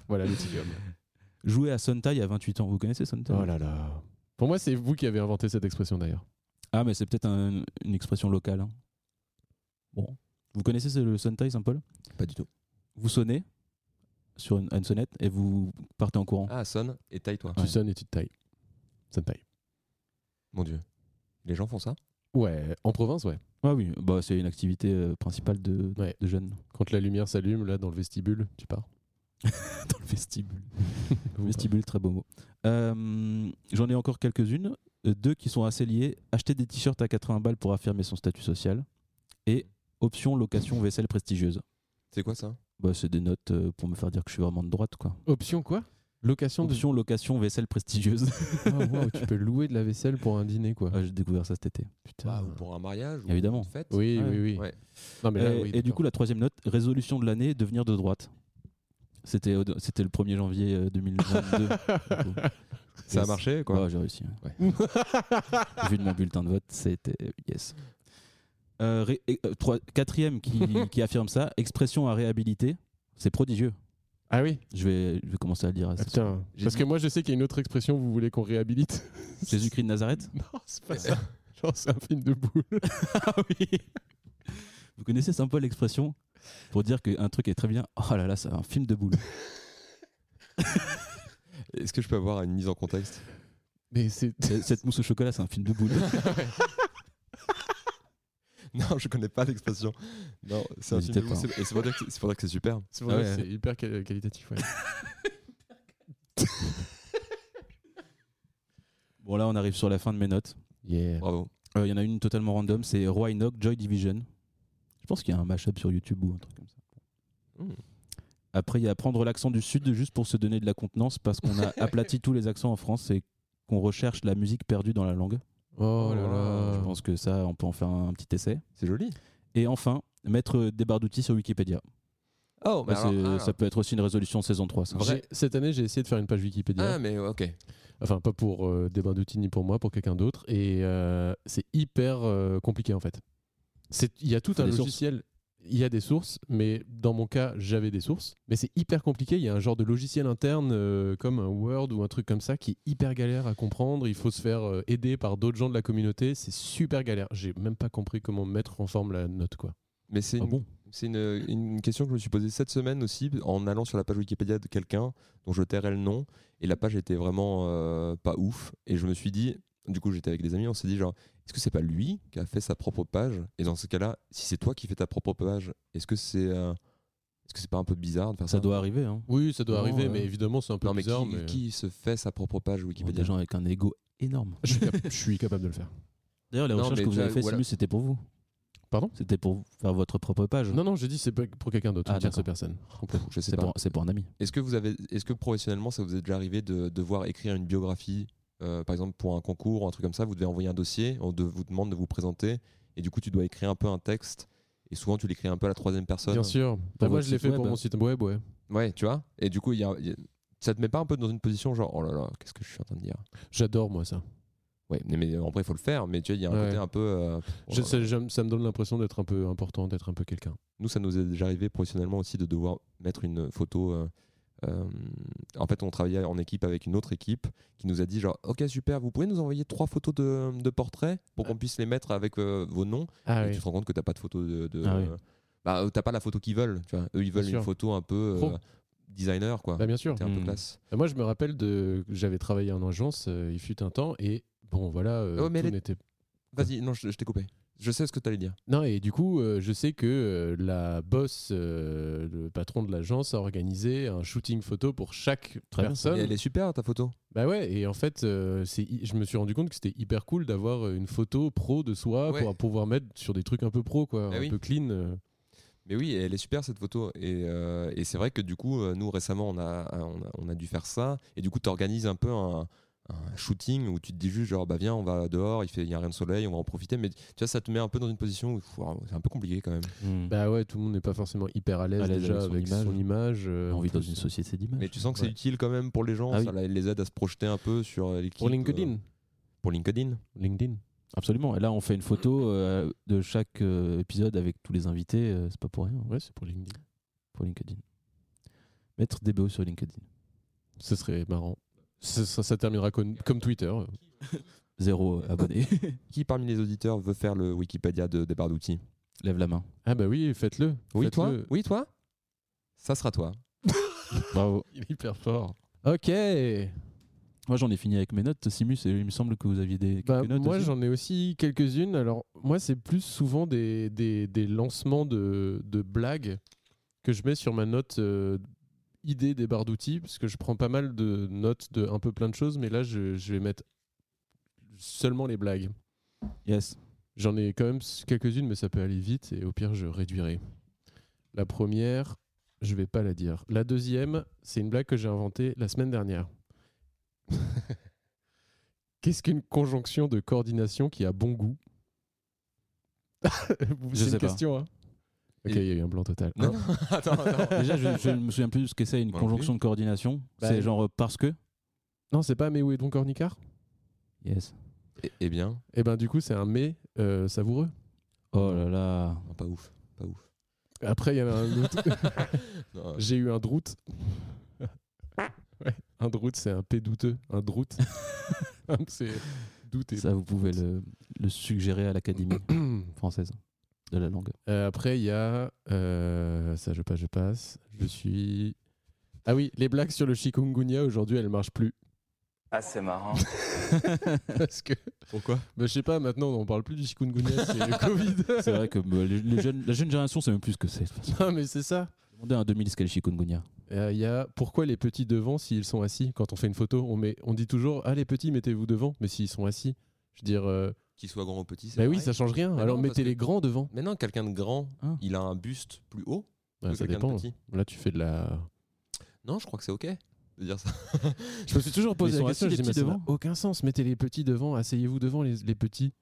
D: voilà le petit gomme.
B: Jouer à Sontai à 28 ans. Vous connaissez Sontai
D: Oh là là. Pour moi, c'est vous qui avez inventé cette expression d'ailleurs.
B: Ah, mais c'est peut-être un- une expression locale. hein. Bon. Vous connaissez ce- le Suntai Saint-Paul
C: Pas du tout.
B: Vous sonnez sur une, à une sonnette et vous partez en courant.
C: Ah, sonne et taille-toi.
D: Tu sonnes et tu te tailles. Ça te taille.
C: Mon dieu. Les gens font ça
D: Ouais, en province, ouais.
B: Ah oui, bah, c'est une activité euh, principale de,
D: Ouais.
B: de jeunes
D: Quand la lumière s'allume, là, dans le vestibule, tu pars.
B: dans le vestibule.
D: Ou
B: Vestibule, très beau mot. Euh, J'en ai encore quelques-unes. Euh, Deux qui sont assez liées. Acheter des t-shirts à 80 balles pour affirmer son statut social. Et option location vaisselle prestigieuse.
C: C'est quoi ça
B: Bah, c'est des notes euh, pour me faire dire que je suis vraiment de droite. quoi.
D: pas. Option quoi Location de.
B: Option location vaisselle prestigieuse.
D: Ah, waouh, tu peux louer de la vaisselle pour un dîner, quoi.
B: Ah, J'ai découvert ça cet été.
D: Putain.
C: Ah, Ou pour un mariage ou
B: Évidemment.
C: Une fête
D: Oui,
B: Ouais.
D: oui, oui.
C: Ouais.
D: Non, mais là,
B: et
D: oui,
B: et du
D: d'accord.
B: coup, la troisième note, résolution de l'année, devenir de droite. C'était, au- c'était le 1er janvier euh, 2022. Du coup,
C: Ça a
B: yes.
C: marché, quoi.
B: Ouais, j'ai réussi. Vu de mon bulletin de vote, c'était yes. Euh, ré- et, euh, trois- quatrième qui, qui affirme ça, expression à réhabiliter, c'est prodigieux.
D: Ah oui
B: Je vais, je vais commencer à le dire à
D: Ah,
B: ça.
D: putain.
C: J'ai
D: Parce
C: dit-
D: que moi, je sais qu'il y a une autre expression, vous voulez qu'on réhabilite
B: Jésus-Christ de Nazareth
D: Non, Oh, c'est pas ça. Genre, c'est un film de boule.
B: Ah oui Vous connaissez sympa l'expression pour dire qu'un truc est très bien Oh là là, c'est un film de boule.
C: Est-ce que je peux avoir une mise en contexte
D: Mais c'est.
B: C'est- Cette mousse au chocolat, c'est un film de boule.
C: Non, je connais pas l'expression. Non, c'est un
B: N'hésitez
C: film
B: pas.
C: de- c'est- Et c'est pour dire que c'est- c'est pour dire que c'est super.
D: C'est pour
B: Ah
D: ça
B: ouais.
D: que c'est hyper quali- qualitatif, ouais.
B: Bon, là, on arrive sur la fin de mes notes.
D: Yeah.
C: Bravo.
B: Euh, Il y en a une totalement random, c'est Roy Knock, Joy Division. Je pense qu'il y a un mashup sur YouTube ou un truc comme ça.
C: Hmm.
B: Après, il y a prendre l'accent du Sud juste pour se donner de la contenance parce qu'on a aplati tous les accents en France et qu'on recherche la musique perdue dans la langue. Euh,
D: Oh là
C: Euh.
D: là.
B: Je pense que ça, on peut en faire un petit essai.
C: C'est joli.
B: Et enfin, mettre des barres d'outils sur Wikipédia.
C: Oh,
B: Bah, c'est- Ça peut être aussi une résolution saison 3. ça.
C: Vrai.
D: J'ai- Cette année, j'ai essayé de faire une page Wikipédia.
C: Ah, mais ok.
D: Enfin, pas pour euh, des bains d'outils ni pour moi, pour quelqu'un d'autre. Et euh, c'est hyper euh, compliqué en fait. C'est- Il y a tout
B: Faut
D: un
B: des sources.
D: logiciel. Il y a des sources, mais dans mon cas, j'avais des sources. Mais c'est hyper compliqué. Il y a un genre de logiciel interne euh, comme un Word ou un truc comme ça qui est hyper galère à comprendre. Il faut se faire euh, aider par d'autres gens de la communauté. C'est super galère. J'ai même pas compris comment mettre en forme la note quoi.
C: Mais c'est
D: Ah
C: une,
D: bon
C: c'est une, une question que je me suis posée cette semaine aussi en allant sur la page Wikipédia de quelqu'un dont je tairais le nom et la page était vraiment euh, pas ouf et je me suis dit du coup j'étais avec des amis on s'est dit genre est-ce que c'est pas lui qui a fait sa propre page et dans ce cas-là si c'est toi qui fais ta propre page est-ce que c'est euh, est-ce que c'est pas un peu bizarre de faire ça,
B: Ça doit arriver. Hein.
D: Oui, ça doit
C: Non,
D: arriver,
C: euh,
D: mais évidemment, c'est un peu
C: non mais,
D: bizarre.
C: qui,
D: mais-
C: qui se fait sa propre page Wikipédia
B: Oh, Des gens avec un ego énorme.
D: Je, suis cap- je suis capable de le faire.
B: D'ailleurs, les
C: Non,
B: recherches
C: mais
B: que vous
C: déjà,
B: avez faites,
C: voilà.
B: Simus, c'était pour vous.
D: Pardon
B: C'était pour faire votre propre page.
D: Non, non, j'ai dit c'est pas pour quelqu'un d'autre.
B: Ah,
D: on tire ces
B: d'accord.
D: personnes.
C: Pff, je sais
B: c'est
C: pas
B: pour, c'est pour un ami.
C: Est-ce que vous avez, est-ce que professionnellement, ça vous est déjà arrivé de devoir écrire une biographie, euh, par exemple pour un concours, un truc comme ça, vous devez envoyer un dossier, on de- vous demande de vous présenter, et du coup tu dois écrire un peu un texte, et souvent tu l'écris un peu à la troisième personne.
D: Bien sûr.
B: Pour
D: Bah, moi,
B: votre
D: je l'ai
B: site
D: fait pour
B: web.
D: mon site web, ouais.
C: Ouais, tu vois. Et du coup, il y a- il y a- ça te met pas un peu dans une position genre, oh là là, qu'est-ce que je suis en train de dire.
D: J'adore, moi, ça.
C: Ouais, mais, mais en vrai, il faut le faire, mais tu vois, il y a un
D: Ouais.
C: côté un peu. euh,
D: Je-
C: oh là
D: ça,
C: là.
D: j'aime- ça me donne l'impression d'être un peu important, d'être un peu quelqu'un.
C: Nous, ça nous est déjà arrivé professionnellement aussi de devoir mettre une photo. euh, euh, en fait, on travaillait en équipe avec une autre équipe qui nous a dit genre, ok super, vous pouvez nous envoyer trois photos de, de portraits pour qu'on puisse les mettre avec euh, vos noms.
D: Ah
C: Et tu te rends compte que t'as pas de photo de, de-
B: Ah oui.
C: euh, bah, euh, t'as pas la photo qu'ils veulent. Tu vois, eux ils veulent
D: Bien
C: une
D: sûr.
C: photo un peu euh,
D: Pro.
C: designer quoi.
D: Bah, bien sûr.
C: T'es un peu
B: Hmm.
C: classe.
D: Bah, Moi, je me rappelle de. J'avais travaillé en agence, euh, il fut un temps, et bon, voilà. euh,
C: Oh, mais
D: tout
C: elle est-
D: n'était-
C: Vas-y, non, je, je t'ai coupé. Je sais ce que t'allais dire.
D: Non, et du coup, euh, je sais que euh, la boss, euh, le patron de l'agence, a organisé un shooting photo pour chaque
B: Très bien,
D: personne.
C: Mais elle est super ta photo.
D: Bah ouais, et en fait, euh, c'est hy- je me suis rendu compte que c'était hyper cool d'avoir euh, une photo pro de soi
C: Ouais.
D: pour pouvoir mettre sur des trucs un peu pro, quoi,
C: Bah
D: un
C: oui.
D: peu clean. euh.
C: Mais oui, elle est super cette photo. Et, euh, et c'est vrai que du coup, euh, nous récemment, on a, on a, on a dû faire ça. Et du coup, tu organises un peu un, un shooting où tu te dis juste, genre, bah viens, on va dehors, il fait, il y a rien de soleil, on va en profiter. Mais tu vois, ça te met un peu dans une position où pff, waouh, c'est un peu compliqué quand même.
B: Hmm.
D: Bah ouais, tout le monde n'est pas forcément hyper à l'aise
B: À l'aise
D: déjà
B: avec son
D: avec
B: image.
D: son image. euh,
B: on vit
D: en
B: dans
D: plus.
B: une société d'images.
C: Mais tu sens que c'est
B: Ouais.
C: utile quand même pour les gens.
B: Ah oui.
C: ça la- les aide à se projeter un peu sur euh, l'équipe.
D: Pour
C: euh,
D: LinkedIn.
C: pour LinkedIn.
D: LinkedIn.
B: Absolument. Et là, on fait une photo euh, de chaque euh, épisode avec tous les invités. euh, c'est pas pour rien,
D: Ouais, c'est pour LinkedIn.
B: pour LinkedIn. Mettre des BO sur LinkedIn.
D: Ce serait marrant. Ça, ça- ça terminera con- comme Twitter.
B: Zéro euh, abonné.
C: Qui parmi les auditeurs veut faire le Wikipédia de des barres d'outils
B: Lève la main.
D: Ah bah oui, faites-le.
C: Oui,
D: Faites-le.
C: toi Oui, toi Ça sera toi.
B: Bravo.
D: Il est hyper fort. Ok.
B: Moi, j'en ai fini avec mes notes, Simus, et il me semble que vous aviez des
D: Bah,
B: quelques notes.
D: moi,
B: aussi.
D: j'en ai aussi quelques-unes. Alors, moi, c'est plus souvent des, des, des lancements de, de blagues que je mets sur ma note euh, idée des barres d'outils, parce que je prends pas mal de notes de un peu plein de choses, mais là, je, je vais mettre seulement les blagues.
B: Yes.
D: J'en ai quand même s- quelques-unes, mais ça peut aller vite et au pire, je réduirai. La première, je vais pas la dire. La deuxième, c'est une blague que j'ai inventée la semaine dernière. Qu'est-ce qu'une conjonction de coordination qui a bon goût
B: Je
D: C'est
B: sais
D: une
B: pas.
D: question, hein Ok, il y a eu un blanc total.
C: Non, non, attends, attends.
B: Déjà, je, je ne me souviens plus de ce que c'est une
C: Moi non
B: conjonction de coordination.
D: Bah,
B: c'est
D: oui.
B: genre euh, parce que.
D: Non, c'est pas mais où est donc Ornicard
B: Yes.
C: Eh- Eh bien,
D: Eh ben du coup, c'est un mais euh, savoureux.
B: Oh là là.
C: non, pas ouf. Pas ouf.
D: Après, il y en a un autre.
C: Non, euh,
D: J'ai eu un droute. Ouais, un droute, c'est un P douteux. Un droute. c'est douter.
B: Ça, vous pouvez le, le suggérer à l'Académie française de la langue.
D: Euh, après, il y a. euh, ça, je passe, je passe. Je suis. Ah oui, les blagues sur le chikungunya, aujourd'hui, elles marchent plus.
F: Ah, c'est marrant.
D: Parce que.
C: Pourquoi
D: Bah, je sais pas, maintenant, on parle plus du chikungunya, c'est le Covid.
B: C'est vrai que bah, les- les jeunes- la jeune génération sait même plus ce que c'est. de toute façon.
D: Non, mais c'est ça.
B: Demandez à un 2000 ce qu'est le chikungunya.
D: Euh, Il y a pourquoi les petits devant s'ils sont assis quand on fait une photo on, met, on dit toujours Ah, les petits, mettez-vous devant, mais s'ils sont assis, je veux dire, euh,
C: Qu'il soit grand ou petit, c'est
D: bah oui,
C: pareil.
D: ça change rien.
C: Mais
D: Alors
C: non, parce
D: mettez les
C: que-
D: grands devant.
C: Mais non, quelqu'un de grand,
B: Ah.
C: il a un buste plus haut
D: Ouais,
C: que
D: ça
C: quelqu'un
D: dépend.
C: de petit.
D: Là, tu fais de la.
C: Non, je crois que c'est ok de dire ça.
D: Je me suis toujours
B: Mais
D: posé
B: ils
D: la
B: sont
D: question.
B: assis,
D: Je dis,
B: les
D: mais
B: petits
D: ça n'a
B: devant
D: aucun sens. Mettez les petits devant, asseyez-vous devant les, les petits.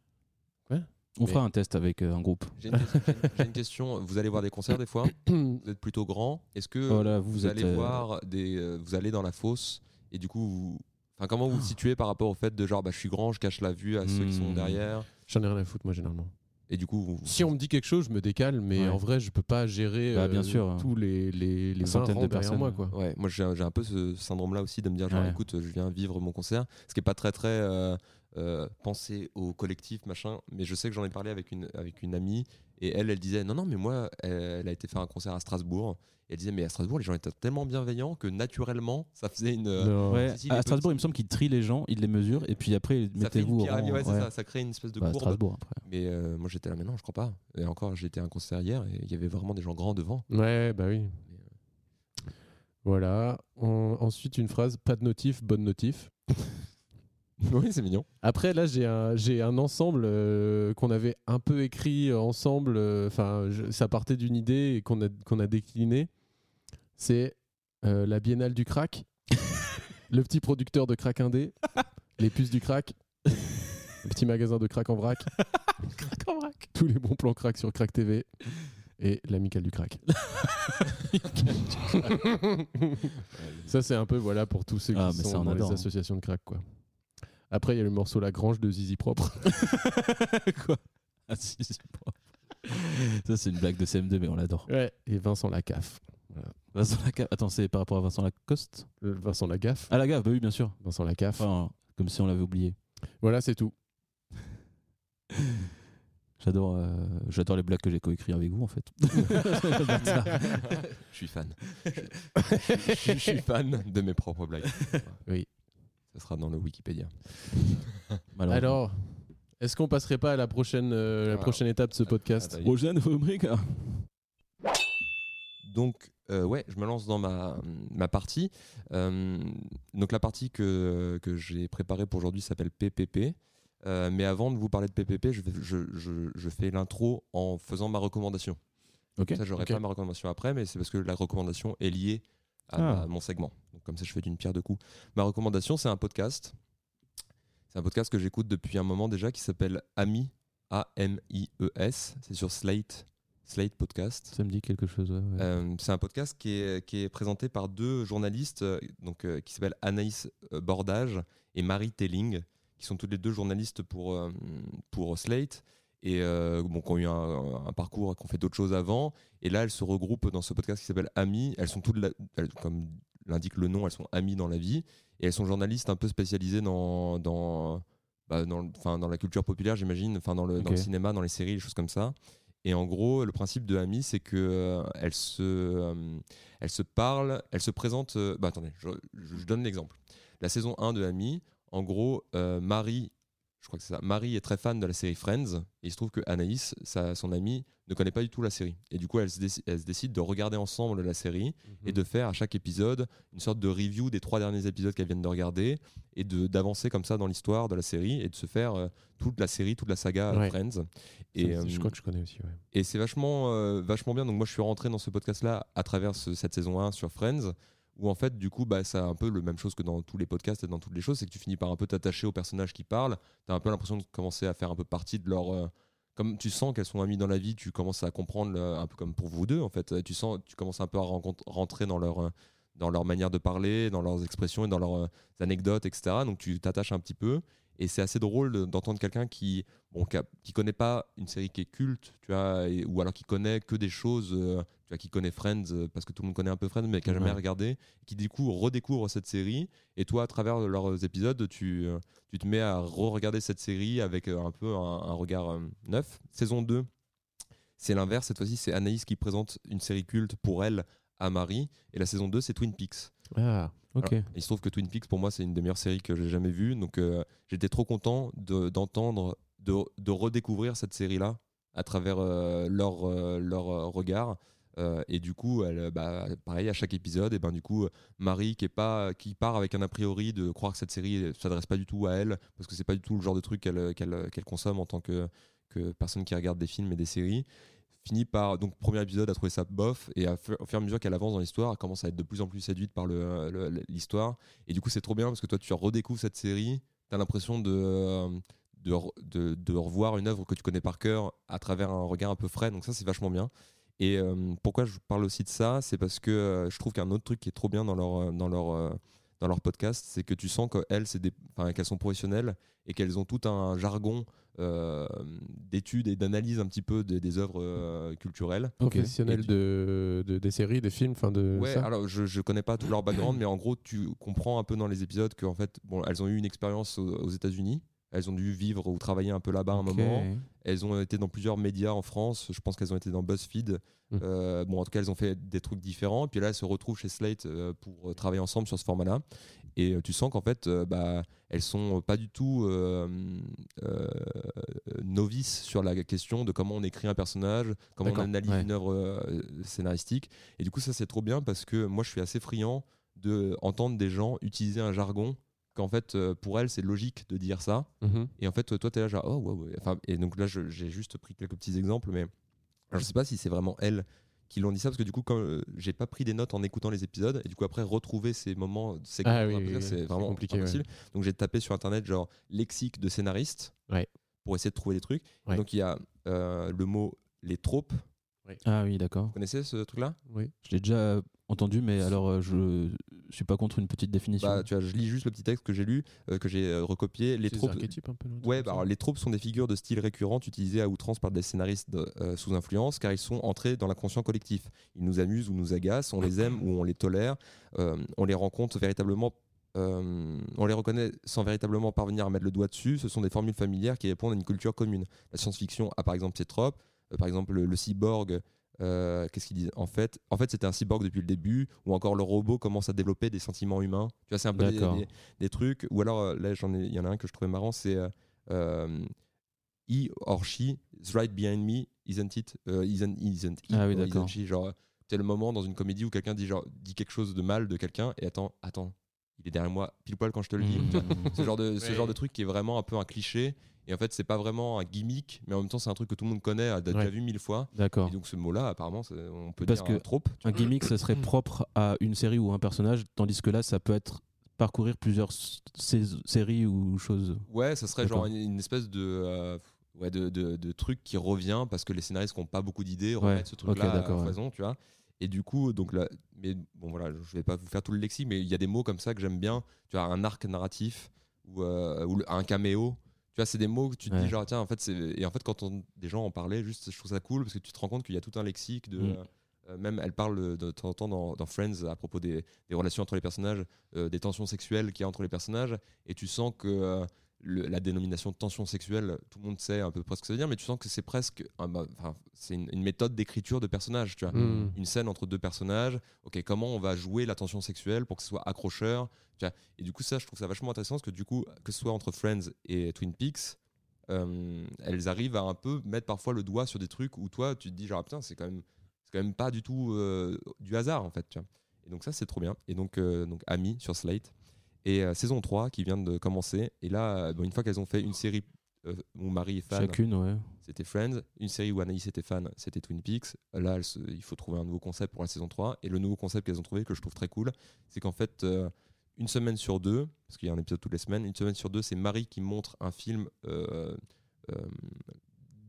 B: On fera un test avec euh, un groupe.
C: J'ai une, question- j'ai une- j'ai une question. Vous allez voir des concerts des fois Vous êtes plutôt grand. Est-ce que
B: Voilà, vous,
C: vous,
B: êtes,
C: allez
B: euh,
C: voir des, euh, vous allez dans la fosse et du coup, vous, enfin, comment vous vous situez par rapport au fait de genre, bah, je suis grand, je cache la vue à ceux qui sont
B: Hmm.
C: derrière
D: J'en ai rien à foutre, moi, généralement.
C: Et du coup, vous-
D: Si on me dit quelque chose, je me décale, mais
B: Ouais.
D: en vrai, je peux pas gérer
B: Bah, bien
D: euh,
B: sûr.
D: tous les, les, les
B: Une centaine
D: 20 rangs
B: de
D: derrière moi.
B: personnes.
D: Quoi.
C: Ouais, moi j'ai un j'ai un peu ce syndrome-là aussi de me dire genre
B: Ouais.
C: écoute, je viens vivre mon concert, ce qui est pas très très euh, euh, pensé au collectif machin, mais je sais que j'en ai parlé avec une avec une amie et elle elle disait non non mais moi elle, elle a été faire un concert à Strasbourg et elle disait mais à Strasbourg les gens étaient tellement bienveillants que naturellement ça faisait une euh,
D: Non.
B: Ouais,
C: Si, si, les
B: à Strasbourg, il me semble qu'ils trient les gens, ils les mesurent et puis après,
C: ça fait une
B: mettez-vous au rang.
C: pyramide, ouais, c'est
B: ouais.
C: ça, ça crée une espèce de
B: Bah, à
C: courbe.
B: Strasbourg après.
C: Mais euh, moi j'étais là mais non je crois pas. Et encore j'étais à un concert hier et il y avait vraiment des gens grands devant.
D: Ouais, bah oui. Voilà. En- ensuite, une phrase pas de notif, bonne notif.
C: oui c'est mignon.
D: Après, là, j'ai un, j'ai un ensemble euh, qu'on avait un peu écrit euh, ensemble. euh, Enfin, je- ça partait d'une idée et qu'on a, qu'on a décliné. C'est euh, la biennale du crack, le petit producteur de crack indé, les puces du crack, le petit magasin de crack en vrac, tous les bons plans crack sur Crack TV et l'amicale du crack. ça, c'est un peu voilà pour tous ceux qui
B: Ah, mais
D: sont
B: ça, on
D: dans
B: adore,
D: les
B: hein.
D: associations de crack, quoi. Après, il y a le morceau La Grange de Zizi Propre.
B: Quoi Ah, si, c'est pas- Ça, c'est une blague de CM2, mais on l'adore.
D: Ouais. Et Vincent Lacaffe.
B: Vincent Lacaffe. Attends, c'est par rapport à Vincent Lacoste
D: Euh, Vincent Lagaffe.
B: Ah, la gaffe, bah oui, bien sûr.
D: Vincent Lacaffe.
B: Enfin, comme si on l'avait oublié.
D: Voilà, c'est tout.
B: J'adore, euh, j'adore les blagues que j'ai coécrites avec vous, en fait. J'adore ça.
C: Je suis fan. Je, je- je- je suis fan de mes propres blagues.
D: Oui.
C: Ça sera dans le Wikipédia.
B: Malheureusement.
D: Alors, est-ce qu'on passerait pas à la prochaine, euh, la
C: Alors,
D: prochaine étape de ce podcast
C: attends,
B: Prochaine rubrique.
C: Donc, euh, ouais, je me lance dans ma, ma partie. Euh, donc, la partie que, que j'ai préparée pour aujourd'hui s'appelle PPP. Euh, mais avant de vous parler de PPP, je, vais- je- je- je fais l'intro en faisant ma recommandation.
B: Ok.
C: Comme ça, j'aurai
D: ok.
C: pas ma recommandation après, mais c'est parce que la recommandation est liée à
B: Ah.
C: ma- mon segment. Donc, comme ça, je fais d'une pierre deux coups. Ma recommandation, c'est un podcast. C'est un podcast que j'écoute depuis un moment déjà qui s'appelle Ami, A-M-I-E-S. E C'est sur Slate, Slate Podcast.
B: Ça me dit quelque chose. ouais, ouais.
C: Euh, c'est un podcast qui est, qui est présenté par deux journalistes euh, donc, euh, qui s'appellent Anaïs euh, Bordage et Marie Telling, qui sont toutes les deux journalistes pour, euh, pour Slate et euh, bon, qui ont eu un, un parcours, qui ont fait d'autres choses avant. Et là, elles se regroupent dans ce podcast qui s'appelle Amies. Elles sont toutes, la- elles- comme l'indique le nom, elles sont amies dans la vie. Et elles sont journalistes un peu spécialisées dans, dans, bah, dans, le- 'fin, dans la culture populaire, j'imagine, enfin dans, le- dans le
B: Ok.
C: cinéma, dans les séries, les choses comme ça. Et en gros, le principe de Amis, c'est que euh, elles se, euh, elles se parlent, elles se présentent. euh, bah, attendez, je, je- je donne l'exemple. La saison 1 de Amis, en gros, euh, Marie, je crois que c'est ça, Marie est très fan de la série Friends, et il se trouve que Anaïs, sa- son amie, ne connaît pas du tout la série. Et du coup, elles se, déci- elles se décident de regarder ensemble la série
D: Mhm.
C: et de faire à chaque épisode une sorte de review des trois derniers épisodes qu'elles viennent de regarder et de d'avancer comme ça dans l'histoire de la série et de se faire euh, toute la série, toute la saga euh,
D: Ouais.
C: Friends.
D: Ça,
C: Et,
D: c'est- Je
C: euh,
D: crois que je connais aussi. ouais.
C: et c'est vachement, euh, vachement bien. Donc moi, je suis rentré dans ce podcast-là à travers ce- cette saison 1 sur Friends, où en fait, du coup, bah, c'est un peu le même chose que dans tous les podcasts et dans toutes les choses, c'est que tu finis par un peu t'attacher aux personnages qui parlent. T'as un peu l'impression de commencer à faire un peu partie de leur... euh, comme tu sens qu'elles sont amies dans la vie, tu commences à comprendre, euh, un peu comme pour vous deux, en fait. Euh, Tu sens, tu commences un peu à rencontre- rentrer dans leur... euh, dans leur manière de parler, dans leurs expressions et dans leurs euh, anecdotes, etc. Donc tu t'attaches un petit peu. Et c'est assez drôle de- d'entendre quelqu'un qui, bon, qui, a- qui connaît pas une série qui est culte, tu vois, et- ou alors qui connaît que des choses, euh, tu vois, qui connaît Friends, euh, parce que tout le monde connaît un peu Friends, mais qui a jamais
B: Ouais.
C: regardé, qui du coup redécouvre cette série, et toi, à travers leurs épisodes, tu, euh, tu te mets à re-regarder cette série avec euh, un peu un, un regard euh, neuf. Saison 2, c'est l'inverse, cette fois-ci, c'est Anaïs qui présente une série culte pour elle à Marie, et la saison 2, c'est Twin Peaks.
D: Ah,
B: ok.
C: Alors, il se trouve que Twin Peaks, pour moi, c'est une des meilleures séries que j'ai jamais vues. Donc, euh, j'étais trop content de- d'entendre, de, de redécouvrir cette série-là à travers euh, leur, euh, leur euh, regard. Euh, et du coup, elle, bah, pareil, à chaque épisode, et ben, du coup, Marie qui, est pas, qui part avec un a priori de croire que cette série ne s'adresse pas du tout à elle, parce que c'est pas du tout le genre de truc qu'elle qu'elle- qu'elle consomme en tant que, que personne qui regarde des films et des séries, finit par, donc premier épisode, à trouver ça bof, et à fe- au fur et à mesure qu'elle avance dans l'histoire, elle commence à être de plus en plus séduite par le- le- l'histoire. Et du coup, c'est trop bien, parce que toi, tu redécouvres cette série, tu as l'impression de... euh, de, re- de- de revoir une œuvre que tu connais par cœur à travers un regard un peu frais, donc ça c'est vachement bien. Et euh, pourquoi je vous parle aussi de ça, c'est parce que euh, je trouve qu'un autre truc qui est trop bien dans leur, euh, dans leur, euh, dans leur podcast, c'est que tu sens qu'elles c'est des- enfin, qu'elles sont professionnelles et qu'elles ont tout un jargon euh, d'études et d'analyse un petit peu des, des œuvres euh, culturelles.
D: Professionnel
C: Et tu-
D: de, de- des séries, des films, enfin de
C: Ouais,
D: Euh, ça.
C: alors je, je connais pas tout leur background, mais en gros, tu comprends un peu dans les épisodes qu'en fait, bon, elles ont eu une expérience aux, aux États-Unis, elles ont dû vivre ou travailler un peu là-bas un
D: Ok.
C: moment, elles ont été dans plusieurs médias en France. Je pense qu'elles ont été dans BuzzFeed.
D: Mhm.
C: Euh, bon, en tout cas, elles ont fait des trucs différents. Puis là, elles se retrouvent chez Slate euh, pour euh, travailler ensemble sur ce format-là. Et euh, tu sens qu'en fait, euh, bah, elles sont pas du tout euh, euh, novices sur la question de comment on écrit un personnage, comment on
D: D'accord,
C: analyse
D: ouais.
C: une œuvre euh, scénaristique. Et du coup, ça, c'est trop bien parce que moi, je suis assez friand de entendre des gens utiliser un jargon qu'en fait, euh, pour elles, c'est logique de dire ça.
D: Mhm.
C: Et en fait, toi, t'es là, genre, oh, ouais, ouais. Enfin, et donc là, je- j'ai juste pris quelques petits exemples, mais alors, je sais pas si c'est vraiment elles qui l'ont dit ça, parce que du coup, quand euh, j'ai pas pris des notes en écoutant les épisodes, et du coup, après, retrouver ces moments, ces
D: Ah
C: moments
D: oui,
C: d'improvisation,
D: oui, oui,
C: c'est
D: c'est
C: vraiment
D: compliqué,
C: compliqué. Donc, j'ai tapé sur internet, genre, lexique de scénariste,
D: Ouais.
C: pour essayer de trouver des trucs.
D: Ouais.
C: Donc, il y a euh, le mot les tropes. Vous
B: Ah oui, d'accord.
C: connaissez ce truc-là
D: Oui.
B: Je l'ai déjà euh, entendu, mais alors euh, je suis pas contre une petite définition.
C: bah, tu vois, Je lis juste le petit texte que j'ai lu, euh, que j'ai euh, recopié. Les
D: C'est des
C: tropes,
D: archétypes un peu, non, un truc
C: Ouais,
D: comme
C: bah
D: ça.
C: alors les tropes sont des figures de style récurrentes utilisées à outrance par des scénaristes de- euh, sous influence car ils sont entrés dans l'inconscient collectif. Ils nous amusent ou nous agacent, on les aime ou on les tolère, euh, on les rencontre véritablement. euh, on les reconnaît sans véritablement parvenir à mettre le doigt dessus. Ce sont des formules familières qui répondent à une culture commune. La science-fiction a par exemple ses tropes. Euh, par exemple, le, le cyborg, euh, qu'est-ce qu'ils disent En fait, en fait c'était un cyborg depuis le début. Ou encore, le robot commence à développer des sentiments humains. Tu vois, c'est un peu des,
B: D'accord.
C: des- des trucs. Ou alors, euh, là, j'en ai- il y en a un que je trouvais marrant, c'est euh, euh, he or she is right behind me, isn't it Euh, Isn't, isn't he
B: Ah oui,
C: or isn't
B: d'accord.
C: she Genre, euh, c'est le moment dans une comédie où quelqu'un dit, genre, dit quelque chose de mal de quelqu'un et attends, attends, il est derrière moi, pile poil quand je te le
B: Mm.
C: dis. Tu vois, ce genre de ce
D: Ouais.
C: genre de truc qui est vraiment un peu un cliché et en fait c'est pas vraiment un gimmick mais en même temps c'est un truc que tout le monde connaît a déjà
D: Ouais.
C: vu mille fois
B: D'accord.
C: et donc ce mot là apparemment c'est- on peut
B: Parce
C: dire
B: que-
C: un trope
B: Un gimmick, ça serait propre à une série ou un personnage, tandis que là, ça peut être parcourir plusieurs s- sais- séries ou choses.
C: ouais ça serait genre
B: D'accord.
C: une, une espèce de euh, ouais de, de- de truc qui revient parce que les scénaristes qui ont pas beaucoup d'idées
B: Ouais,
C: remettent ce truc
B: ok,
C: là
B: d'accord,
C: à
B: ouais.
C: foison tu vois et du coup donc là mais bon voilà je vais pas vous faire tout le lexique mais il y a des mots comme ça que j'aime bien tu vois un arc narratif ou, euh, ou le- un caméo tu vois c'est des mots que tu te
B: Ouais.
C: dis genre tiens en fait c'est et en fait quand on- des gens en parlaient juste je trouve ça cool parce que tu te rends compte qu'il y a tout un lexique de
B: Mm.
C: euh, euh, même elle parle de, de temps en temps dans, dans Friends à propos des, des relations entre les personnages euh, des tensions sexuelles qu'il y a entre les personnages et tu sens que euh, le- la dénomination de tension sexuelle, tout le monde sait à peu près ce que ça veut dire, mais tu sens que c'est presque, un- bah, enfin, c'est une, une méthode d'écriture de personnage, tu vois.
D: Mhm.
C: Une scène entre deux personnages, ok, comment on va jouer la tension sexuelle pour que ce soit accrocheur, tu vois. Et du coup, ça, je trouve ça vachement intéressant parce que du coup, que ce soit entre Friends et Twin Peaks, euh, elles arrivent à un peu mettre parfois le doigt sur des trucs où toi, tu te dis genre, ah, putain, c'est quand même, c'est quand même pas du tout euh, du hasard en fait, tu vois. Et donc ça, c'est trop bien. Et donc, euh, donc Ami sur Slate et euh, saison 3 qui vient de commencer. Et là, euh, bon, une fois qu'elles ont fait une série euh, où Marie est fan,
B: Chacune, ouais.
C: c'était Friends, une série où Anaïs était fan, c'était Twin Peaks. Là, elles se- il faut trouver un nouveau concept pour la saison 3. Et le nouveau concept qu'elles ont trouvé, que je trouve très cool, c'est qu'en fait, euh, une semaine sur deux, parce qu'il y a un épisode toutes les semaines, une semaine sur deux, c'est Marie qui montre un film euh, euh,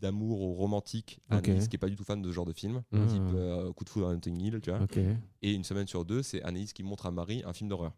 C: d'amour au romantique à
B: Ok.
C: Anaïs, qui est pas du tout fan de ce genre de film,
B: Mhm.
C: type euh, Coup de foudre à Notting Hill, tu vois.
B: Ok.
C: Et une semaine sur deux, c'est Anaïs qui montre à Marie un film d'horreur.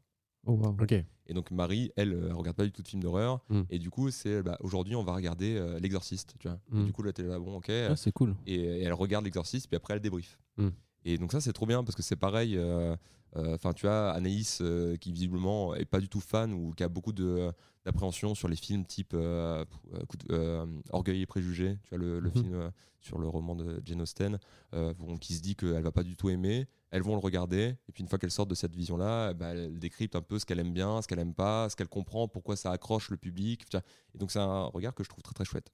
B: Oh, wow.
D: Ok.
C: Et donc Marie, elle, euh, elle regarde pas du tout de films d'horreur.
D: Mm.
C: Et du coup, c'est bah, aujourd'hui, on va regarder euh, L'Exorciste. Tu vois. Et
D: Mm.
C: du coup, là, t'es là, bon, ok.
B: Ah, c'est cool.
C: Et, et elle regarde L'Exorciste, puis après, elle débrief.
D: Mm.
C: Et donc ça, c'est trop bien parce que c'est pareil. euh, euh, Enfin, tu vois, Anaïs, euh, qui visiblement est pas du tout fan ou qui a beaucoup de d'appréhension sur les films type euh, p- euh, coup de- euh, Orgueil et préjugés. Tu vois le, le
D: Mhm.
C: film euh, sur le roman de Jane Austen, euh, bon, qui se dit qu'elle va pas du tout aimer. Elles vont le regarder et puis une fois qu'elles sortent de cette vision-là, eh ben, elles décryptent un peu ce qu'elle aime bien, ce qu'elle aime pas, ce qu'elle comprend, pourquoi ça accroche le public. tu vois. Et donc c'est un regard que je trouve très très chouette.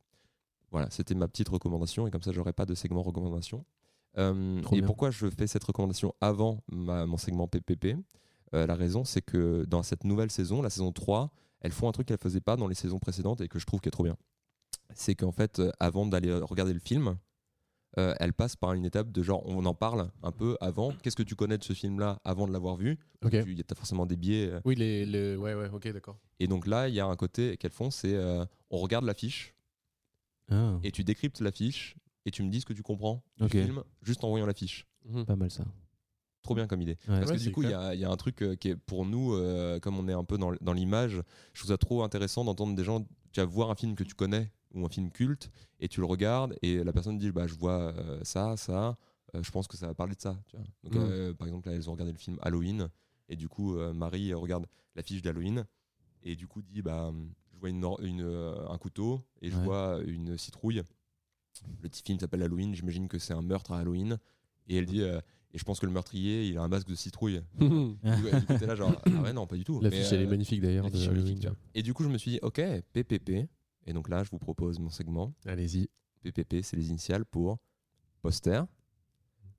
C: Voilà, c'était ma petite recommandation et comme ça j'aurais pas de segment recommandation. Euh,
D: Trop
C: et
D: bien.
C: pourquoi je fais cette recommandation avant ma- mon segment PPP Euh, La raison, c'est que dans cette nouvelle saison, la saison 3, elles font un truc qu'elles ne faisaient pas dans les saisons précédentes et que je trouve qui est trop bien. C'est qu'en fait, euh, avant d'aller regarder le film, euh, elles passent par une étape de genre, on en parle un peu avant. Qu'est-ce que tu connais de ce film-là avant de l'avoir vu
D: Ok.
C: Tu- Il y a forcément des biais. euh,
D: Oui, les, les- ouais, ouais, ok, d'accord.
C: et donc là, il y a un côté qu'elles font, c'est euh, on regarde l'affiche
B: Ah,
C: et tu décryptes l'affiche et tu me dis ce que tu comprends du
B: Ok.
C: film juste en voyant l'affiche.
D: Hmm.
B: pas mal ça.
C: Trop bien comme idée.
B: Ouais.
C: Parce
D: Ouais,
C: que
D: c'est
C: du coup, il y, a il y a un truc euh, qui est pour nous, euh, comme on est un peu dans, l- dans l'image, je trouve ça trop intéressant d'entendre des gens. Tu vas voir un film que tu connais ou un film culte et tu le regardes et la personne dit bah, Je vois euh, ça, ça, euh, je pense que ça va parler de ça. tu vois. Donc,
D: Mm.
C: euh, par exemple, là, elles ont regardé le film Halloween et du coup, euh, Marie euh, regarde l'affiche d'Halloween et du coup dit bah, Je vois une, or- une, euh, un couteau et je
B: Ouais.
C: vois une citrouille. Le petit film s'appelle Halloween, j'imagine que c'est un meurtre à Halloween. Et elle dit euh, Et je pense que le meurtrier, il a un masque de citrouille. Du coup, du coup, t'es là genre ah ouais non pas du tout.
D: L'affiche,
C: Mais,
D: elle est
C: euh,
D: magnifique d'ailleurs.
C: l'affiche
D: de
C: est magnifique, hein.
D: Halloween.
C: tu vois. Et du coup je me suis dit ok PPP et donc là je vous propose mon segment
D: Allez-y.
C: PPP c'est les initiales pour poster,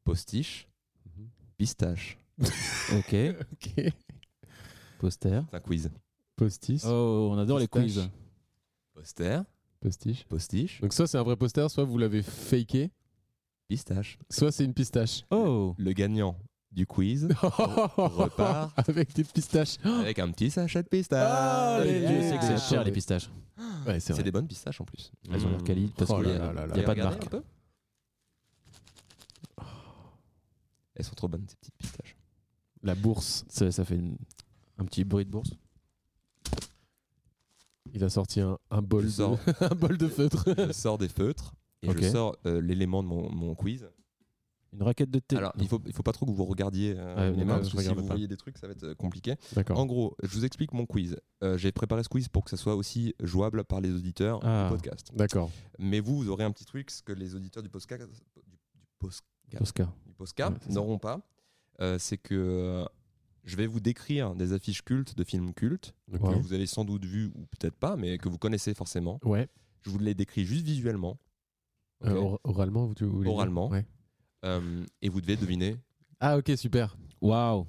C: postiche,
D: Mhm.
C: pistache.
B: Ok,
D: Ok.
B: poster.
C: C'est un quiz.
D: Postis.
B: Oh, on adore les
D: Pistache.
B: quiz.
C: Poster,
D: Postiche.
C: postiche,
D: Donc soit c'est un vrai poster, soit vous l'avez faké,
C: pistache.
D: soit c'est une pistache.
B: Oh,
C: Le gagnant du quiz repart.
D: Avec des pistaches.
C: avec un petit sachet de pistache.
D: Allez,
B: Dieu sait que c'est
D: Ah,
B: cher les
D: oui.
B: pistaches.
D: Ouais, c'est
C: c'est
D: vrai.
C: des bonnes pistaches en plus.
B: Elles ont
C: Mm.
B: leur qualité parce
D: Oh
B: qu'il y
D: là
B: a,
D: là là
B: il y a pas
D: là.
B: de
C: Regardez
B: marque.
C: un peu. Oh. Elles sont trop bonnes ces petites pistaches.
D: La bourse.
B: Ça, ça fait une- un petit bruit de bourse.
D: Il a sorti un, un bol
C: Je sors.
D: de un bol de feutre.
C: je sors des feutres et
D: Ok.
C: je sors euh, l'élément de mon, mon quiz.
B: Une raquette de thé.
C: Alors, il faut, il faut pas trop que vous regardiez euh,
D: Ouais,
C: mes
D: non,
C: mains,
D: je
C: parce que si
D: regarde
C: vous
D: pas.
C: voyez des trucs, ça va être euh, compliqué. En
D: D'accord.
C: gros, je vous explique mon quiz. Euh, J'ai préparé ce quiz pour que ça soit aussi jouable par les auditeurs
B: Ah.
C: du podcast.
D: D'accord.
C: Mais vous, vous aurez un petit truc ce que les auditeurs du podcast, du, du pos-
B: Tosca.
C: du podcast
B: Ouais, c'est ça.
C: n'auront pas. Euh, C'est que euh, je vais vous décrire des affiches cultes de films cultes
D: Ok.
C: que vous avez sans doute vu ou peut-être pas, mais que vous connaissez forcément.
D: Ouais.
C: Je vous les décris juste visuellement.
B: oh.
D: Euh,
C: Ok
D: or- oralement, vous, tu vous voulez dire
C: Oralement.
D: Ouais.
C: Euh, et vous devez deviner.
D: Ah ok super.
B: Waouh.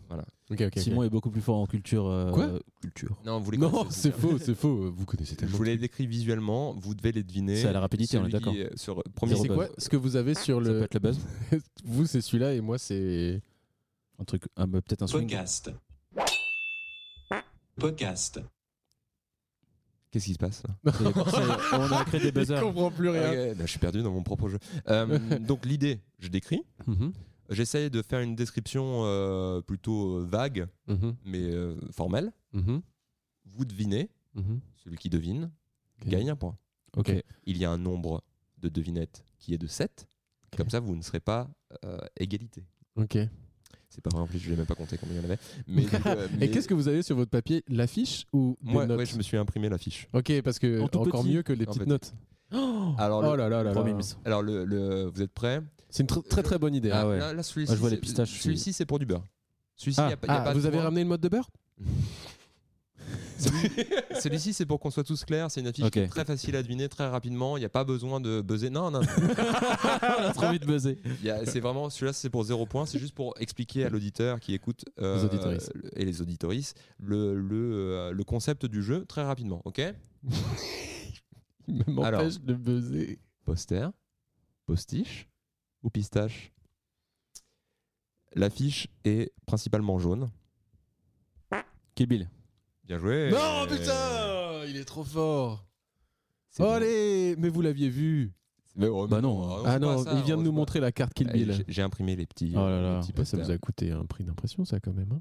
D: Ok ok.
B: Simon est beaucoup plus fort en culture. euh,
D: Quoi
B: Culture.
C: Non, vous les
D: Non
C: connaissez,
D: c'est
C: vous.
D: faux c'est faux. Vous connaissez
C: Je
D: tellement.
C: vous les décris visuellement, vous devez les deviner.
B: C'est à la rapidité, on est
C: Celui
B: d'accord.
C: qui est Sur
D: Mais
C: premier
D: c'est
B: Zéro
D: quoi
B: buzz.
D: ce que vous avez sur
B: Ça peut
D: le
B: être le buzz.
D: vous c'est celui-là et moi c'est
B: Un truc, ah, bah, peut-être un swing.
A: Podcast. Podcast.
C: Qu'est-ce qui se passe là
B: C'est- c'est- On a créé des buzzers.
D: comprends plus
C: Ok, bah, Je suis perdu dans mon propre jeu. Euh, donc l'idée, je décris.
D: Mhm,
C: J'essaye de faire une description euh, plutôt euh, vague,
D: mhm,
C: mais euh, formelle.
D: mhm,
C: Vous devinez,
D: mhm.
C: celui qui devine
D: Ok.
C: gagne un point.
B: Ok.
C: Il y a un nombre de devinettes qui est de 7.
D: Ok.
C: Comme ça, vous ne serez pas euh, égalité.
D: Ok.
C: C'est pas vrai en plus, je l'ai même pas compté combien il y en avait. Mais, du coup, euh, mais-
D: Et qu'est-ce que vous avez sur votre papier L'affiche ou des
C: Moi,
D: notes
C: ouais, je me suis imprimé l'affiche.
D: Ok, parce que
B: En tout
D: encore
B: petit.
D: mieux que les
C: En
D: petites
C: petit.
D: notes.
C: Alors,
D: oh
C: le-
D: là là là
B: Trois
D: là.
B: mimes.
C: alors le, le- vous êtes prêts
D: C'est une tr- très très bonne idée.
B: Ah ouais.
C: Là, là, celui-ci,
B: Moi, je vois
C: c'est-
B: les pistaches, je
C: Celui-ci, c'est pour du beurre. Celui-ci,
B: Ah.
C: y a pas- y a
D: Ah,
C: pas de
D: vous avez
C: point.
D: ramené une mode de beurre
C: Celui-ci, c'est pour qu'on soit tous clairs. C'est une affiche
B: Ok.
C: qui est très facile à deviner, très rapidement. Il n'y a pas besoin de buzzer. Non, non. non.
B: On a trop envie de buzzer.
C: Il y a- c'est vraiment celui-là, c'est pour zéro point. C'est juste pour expliquer à l'auditeur qui écoute euh,
D: Les auditorices.
C: le- et les auditoristes le, le, euh, le concept du jeu très rapidement. Ok.
D: Il
C: Alors.
D: m'empêche de buzzer.
C: Poster, postiche ou pistache. L'affiche est principalement jaune.
B: Kill Bill.
C: Bien joué.
D: Non, putain Il est trop fort
C: C'est bon.
D: Allez Mais vous l'aviez vu
C: Mais oh,
B: Bah
C: mais
B: non.
C: on
D: Ah
C: joue pas à
D: non,
C: ça,
D: il vient de
C: on Bah,
D: nous
C: joue pas.
D: montrer la carte Kill
C: Allez,
D: Bill.
C: j'ai- J'ai imprimé les petits.
D: Oh là
C: les
D: là,
C: petits
D: bah, ça
C: posters.
D: vous a coûté un prix d'impression, ça, quand même. hein.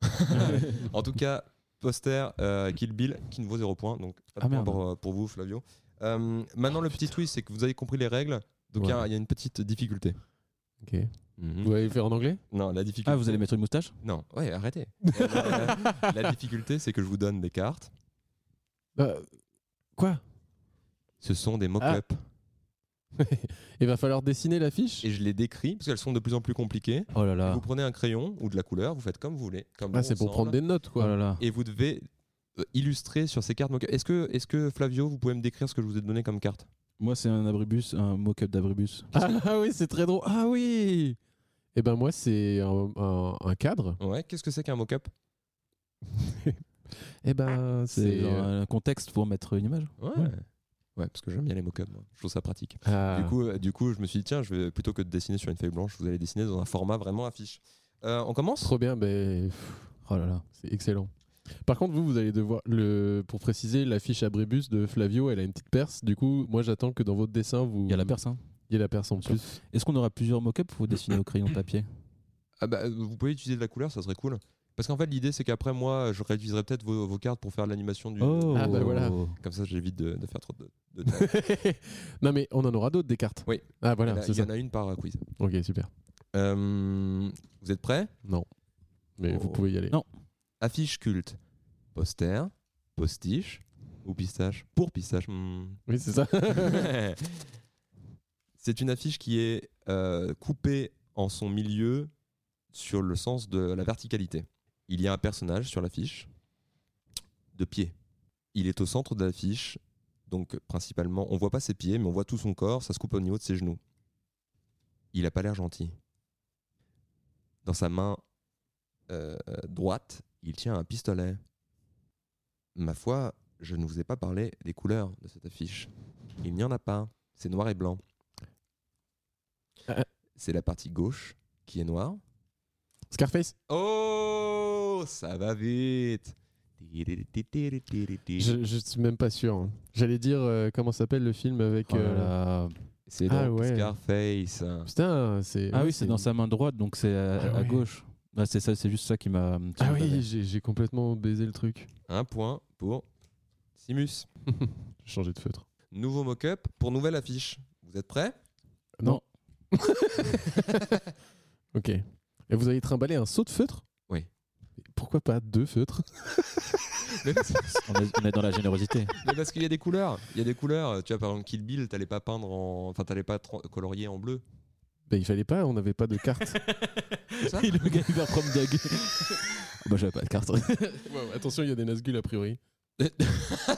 C: Non. en tout cas, poster euh, Kill Bill qui ne vaut 0 point. Donc, pas de
B: Ah,
C: point
B: merde.
C: pour, euh, pour vous, Flavio. Euh, maintenant, le petit twist, c'est que vous avez compris les règles. Donc, il y a-
D: Ouais.
C: il y, a une petite difficulté. Mhm.
D: Ok. Vous allez le faire en anglais
C: Non, la difficulté.
B: Ah, vous allez mettre une moustache
C: Non, ouais, arrêtez. la, la- la difficulté, c'est que je vous donne des cartes.
D: Euh, Quoi
C: Ce sont
D: Ah.
C: des mock-ups.
D: Il va falloir dessiner l'affiche
C: Et je les décris parce qu'elles sont de plus en plus compliquées.
B: Oh là là.
C: Vous prenez un crayon ou de la couleur, vous faites comme vous voulez. Comme
D: Ah,
C: bon
D: c'est pour
C: semble.
D: prendre des notes,
B: Oh
D: quoi.
B: là là.
C: et vous devez euh, illustrer sur ces cartes. mock-up. Est-ce que, est que Flavio, vous pouvez me décrire ce que je vous ai donné comme carte
B: Moi, c'est un abribus, un mock-up d'abribus.
D: Ah, ah oui, c'est très drôle. Ah oui Eh ben moi, c'est un, un- un cadre.
C: Ouais, qu'est-ce que c'est qu'un mock-up
D: Eh ben,
B: C'est
D: c'est...
B: genre un contexte pour mettre une image.
C: ouais. Ouais, parce que j'aime bien les mock-ups, moi. je trouve ça pratique.
D: Ah.
C: Du, coup, euh, du coup, je me suis dit, tiens, je vais, plutôt que de dessiner sur une feuille blanche, vous allez dessiner dans un format vraiment affiche. Euh, on commence
D: Trop bien, ben, pff,
B: Oh là là.
D: c'est excellent. Par contre, vous, vous allez devoir, le, pour préciser, l'affiche abribus de Flavio, elle a une petite perce. Du coup, moi, j'attends que dans votre dessin, vous...
B: Il y a la perce. hein.
D: Il y a la perce en plus.
B: Est-ce qu'on aura plusieurs mock-ups ou dessiner au crayon de papier
C: Ah bah, euh, Vous pouvez utiliser de la couleur, ça serait cool. Parce qu'en fait, l'idée, c'est qu'après, moi, je réutiliserai peut-être vos, vos cartes pour faire de l'animation du.
B: Oh.
D: Ah bah voilà.
C: Comme ça, j'évite de, de faire trop de. de- de-
D: non, mais on en aura d'autres, des cartes.
C: Oui.
D: Ah,
C: Il y en
D: voilà,
C: a-
D: c'est
C: il y
D: ça.
C: en a une par euh, quiz.
D: Ok, super.
C: Euh, vous êtes prêts
D: Non. Mais vous
C: Oh.
D: pouvez y aller.
B: Non.
C: Affiche culte. Poster, postiche ou pistache Pour pistache. hmm.
D: Oui, c'est ça.
C: C'est une affiche qui est euh, coupée en son milieu sur le sens de la verticalité. Il y a un personnage sur l'affiche de pied. Il est au centre de l'affiche, donc principalement, on voit pas ses pieds, mais on voit tout son corps, ça se coupe au niveau de ses genoux. Il a pas l'air gentil. Dans sa main euh, droite, il tient un pistolet. Ma foi, je ne vous ai pas parlé des couleurs de cette affiche. Il n'y en a pas. C'est noir et blanc. Euh.
D: Ah.
C: C'est la partie gauche qui est noire.
D: Scarface
C: Oh, ça va vite.
D: je, je suis même pas sûr. hein. J'allais dire euh, comment s'appelle le film avec.
B: Oh là là.
D: euh,
C: C'est
D: Ah
C: dans
D: ouais.
C: Scarface.
D: Putain, c'est.
B: Ah
D: ouais,
B: oui, c'est dans sa main droite, donc c'est à,
D: Ah
B: à
D: ouais.
B: gauche. Bah, c'est ça, c'est juste ça qui m'a. qui
D: Ah
B: m'a
D: oui,
B: bavé.
D: j'ai j'ai complètement baisé le truc.
C: Un point pour Simus.
D: J'ai changé de feutre.
C: Nouveau mock-up pour nouvelle affiche. Vous êtes prêts
B: Non.
D: ok. Et vous avez trimballé un saut de feutre
C: Oui.
D: Pourquoi pas deux feutres
C: Mais parce-
B: on, est, on est dans la générosité.
C: mais parce qu'il y a des couleurs. Il y a des couleurs. Tu vois, par exemple, Kill Bill, t'allais pas peindre en. Enfin, t'allais pas tro- colorier en bleu.
D: Ben il fallait pas, on n'avait pas de carte.
C: ça
B: Il a gagné vers Prom Dog. bah, j'avais pas de carte.
D: Wow, attention, il y a des Nazgûl a priori.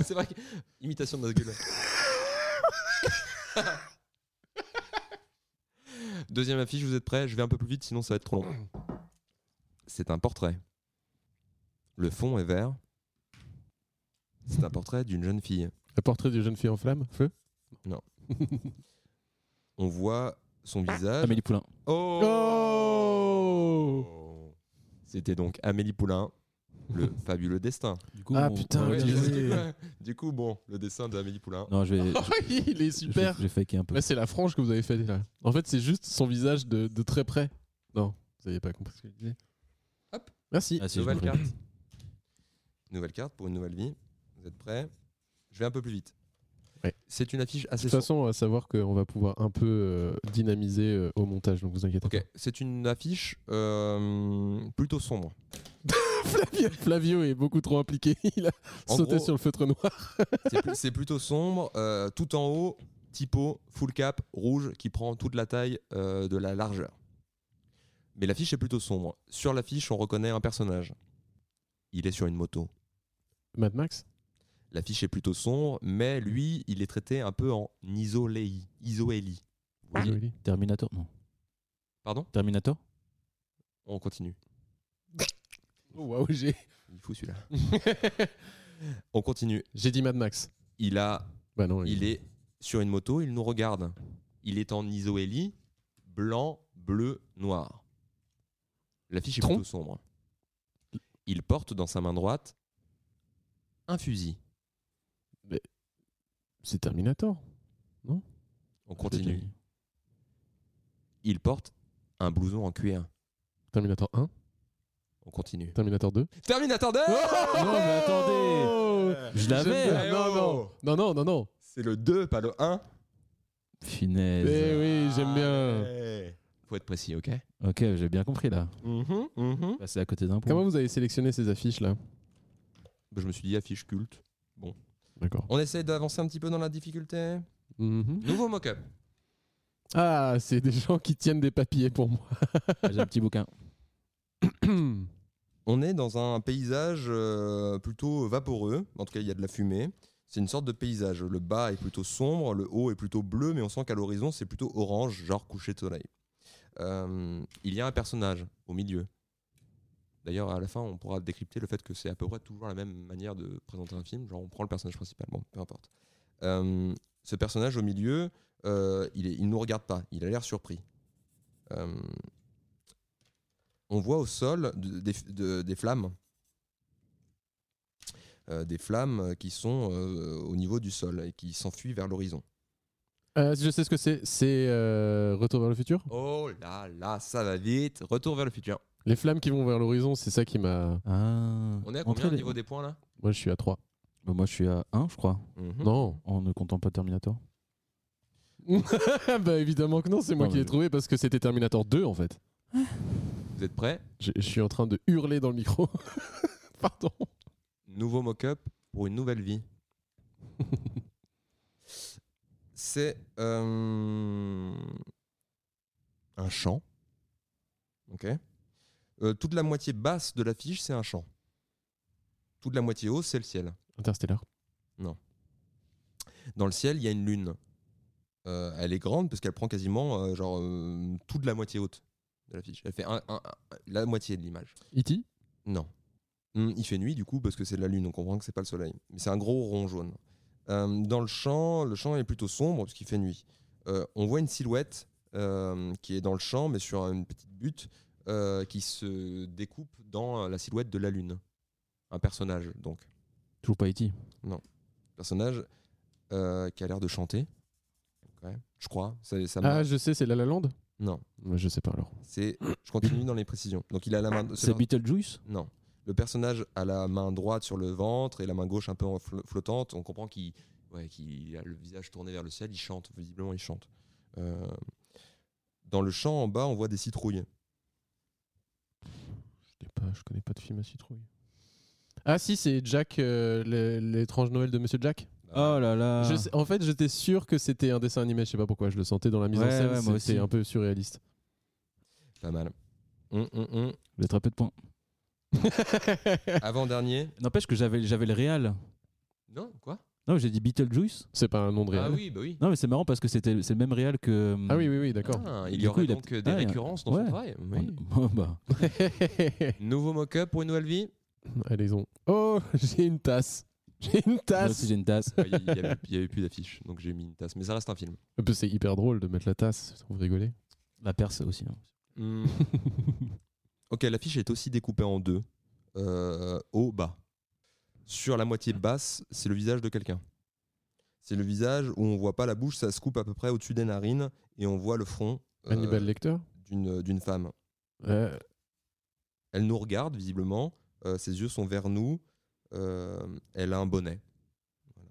C: C'est vrai que... Imitation de Nazgûl. Deuxième affiche, vous êtes prêts Je vais un peu plus vite, sinon ça va être trop long. C'est un portrait. Le fond est vert. C'est un portrait d'une jeune fille.
D: Le portrait d'une jeune fille en flamme, feu
C: On voit son visage.
B: Amélie Poulain.
C: Oh C'était donc Amélie Poulain, le fabuleux destin.
B: Du coup,
D: Ah,
B: on-
D: putain,
B: on va
D: oui, Ouais,
B: utiliser-
D: désolé.
C: Du coup, bon, le dessin d'Amélie Poulain.
B: Non, je vais.
D: Il est
B: je-
D: Oh, super
B: J'ai faké un peu.
D: Là, c'est la frange que vous avez faite là. En fait, c'est juste son visage de, de très près. Non, vous n'avez pas compris ce que je disais.
C: Hop.
D: Merci.
B: Ah, si, je
C: Nouvelle
B: me
C: carte.
B: rappelle.
C: Nouvelle carte pour une nouvelle vie. Vous êtes prêts Je vais un peu plus vite.
D: Ouais.
C: C'est une affiche
D: de
C: assez
D: toute
C: sombre.
D: façon, à savoir qu'on va pouvoir un peu euh, dynamiser euh, au montage, donc vous inquiétez
C: Ok, c'est une affiche euh, plutôt sombre.
D: pas. Flavio, Flavio est beaucoup trop impliqué. Il a
C: En
D: sauté
C: gros-
D: sur le feutre noir.
C: C'est pl- C'est plutôt sombre. euh, tout en haut, typo, full cap, rouge, qui prend toute la taille euh, de la largeur. Mais l'affiche est plutôt sombre. Sur l'affiche, on reconnaît un personnage. Il est sur une moto.
D: Mad Max
C: L'affiche est plutôt sombre, mais lui, il est traité un peu en isoléi. Isoéli. Vous voyez
D: Jolie.
B: Terminator Non.
C: Pardon
B: Terminator
C: On continue.
D: Oh, waouh, j'ai...
C: Il est fou celui-là. On continue.
D: j'ai dit Mad Max.
C: Il a,
D: Bah non,
C: il est sur une moto, il nous regarde. Il est en isoélie, blanc, bleu, noir. L'affiche est
D: Tron.
C: plutôt sombre. Il porte dans sa main droite un fusil.
D: C'est Terminator.
C: On continue. Il porte un blouson en cuir.
D: Terminator 1,
C: On continue.
D: Terminator 2.
C: Terminator 2
D: Oh
B: Non, mais attendez Je l'avais
C: Eh
D: Non, non,
C: oh
D: non, non, non, non.
C: C'est le 2, pas le 1.
B: Finesse.
D: Eh oui, j'aime
B: Ah,
D: bien.
C: bien. Faut être précis, ok
B: Ok, j'ai bien compris là.
C: Mhm, mhm.
B: Passé à côté d'un point.
D: Comment vous avez sélectionné ces affiches là
C: Bah, Je me suis dit affiche culte.
D: D'accord.
C: On essaie d'avancer un petit peu dans la difficulté. Nouveau mock-up.
D: Mhm. Ah, c'est des gens qui tiennent des papiers pour moi.
B: Ah, J'ai un petit bouquin.
C: On est dans un paysage euh, plutôt vaporeux. En tout cas, il y a de la fumée. C'est une sorte de paysage. Le bas est plutôt sombre, le haut est plutôt bleu, mais on sent qu'à l'horizon, c'est plutôt orange, genre coucher de soleil. Euh, il y a un personnage au milieu. D'ailleurs, à la fin, on pourra décrypter le fait que c'est à peu près toujours la même manière de présenter un film. Genre, on prend le personnage principal, bon, peu importe. Euh, ce personnage au milieu, euh, il, est, il nous regarde pas, il a l'air surpris. Euh, on voit au sol de- des, de- des flammes. Euh, des flammes qui sont euh, au niveau du sol et qui s'enfuient vers l'horizon.
D: Euh, je sais ce que c'est. C'est euh, Retour vers le futur.
C: Oh là là, ça va vite. Retour vers le futur.
D: Les flammes qui vont vers l'horizon, c'est ça qui m'a.
B: Ah.
C: On est à
B: Entre
C: combien au
B: les-
C: niveau des points là
D: Moi, je suis à 3.
B: Bah, Moi, je suis à 1, je crois,
C: Mhm.
D: Non.
B: en ne comptant pas Terminator.
D: bah évidemment que non, c'est moi
B: Non,
D: qui l'ai
B: mais-
D: trouvé parce que c'était Terminator 2 en fait.
C: Vous êtes prêts
D: Je, je suis en train de hurler dans le micro. Pardon.
C: Nouveau mock-up pour une nouvelle vie. C'est euh, un champ. Ok. Euh, toute la moitié basse de l'affiche, c'est un champ. Toute la moitié haut, c'est le ciel.
D: Interstellar.
C: Dans le ciel, il y a une lune. Euh, elle est grande parce qu'elle prend quasiment euh, genre euh, toute la moitié haute de l'affiche. Elle fait un- un- un- la moitié de l'image.
D: E.T.
C: Non. Hmm, il fait nuit du coup parce que c'est de la lune, on comprend que c'est pas le soleil. Mais c'est un gros rond jaune. Euh, dans le champ, le champ est plutôt sombre parce qu'il fait nuit. Euh, on voit une silhouette euh, qui est dans le champ mais sur une petite butte euh, qui se découpe dans la silhouette de la lune. Un personnage donc.
B: Toujours
D: E
B: pas E.T.
C: Personnage euh, qui a l'air de chanter. Ouais, je crois. Ça, ça me-
D: Ah, je sais, c'est La La Land.
C: Non.
D: Moi, Je sais pas alors.
C: C'est. Je continue dans les précisions. Donc il a la main.
B: C'est Beetlejuice
C: Non. Le personnage a la main droite sur le ventre et la main gauche un peu en flo- flottante. On comprend qu'il ouais, qu'il a le visage tourné vers le ciel. Il chante. Visiblement, il chante. Euh, Dans le champ en bas, on voit des citrouilles.
D: Je, sais pas, je connais pas de film à citrouille. Ah si, c'est Jack, euh, l'é- l'étrange Noël de Monsieur Jack.
C: Ah.
B: Oh là là
D: Je sais- en fait, j'étais sûr que c'était un dessin animé, je sais pas pourquoi, je le sentais dans la mise en
B: Ouais,
D: scène,
B: ouais, moi
D: c'était
B: aussi.
D: un peu surréaliste.
C: Pas mal. Hum, hum, hum.
B: Vous avez très peu de points.
C: Avant-dernier.
B: N'empêche que j'avais j'avais le Real.
C: Non, quoi
B: Non, j'ai dit Beetlejuice.
D: c'est pas un nom de réel.
C: Ah oui, bah oui.
B: Non, mais c'est marrant parce que c'était c'est le même Real que.
D: Ah oui, oui, oui, d'accord.
C: Ah,
B: Du
C: il y
B: coup,
C: aurait
B: il a
C: donc
B: peut-
C: euh, des
B: ah, il y a-
C: récurrences dans
B: ouais.
C: son travail.
B: On-
C: Oui.
B: Bon, bah.
C: Nouveau mock-up pour une nouvelle vie
D: Allez, ils ont. Oh, j'ai une tasse. J'ai une
B: Moi
D: tasse.
B: aussi, j'ai une tasse.
C: Ouais, Il n'y avait, il y avait plus d'affiche, donc j'ai mis une tasse. Mais ça reste un film.
D: Un peu, C'est hyper drôle de mettre la tasse. Vous rigolez
B: La Perse aussi. hein.
C: Hmm. ok, l'affiche est aussi découpée en deux, euh, haut, bas. Sur la moitié basse, c'est le visage de quelqu'un. C'est le visage où on voit pas la bouche, ça se coupe à peu près au-dessus des narines et on voit le front euh,
D: Hannibal Lecter
C: d'une d'une femme.
D: Euh,
C: Elle nous regarde visiblement, euh, ses yeux sont vers nous, euh, elle a un bonnet. Voilà.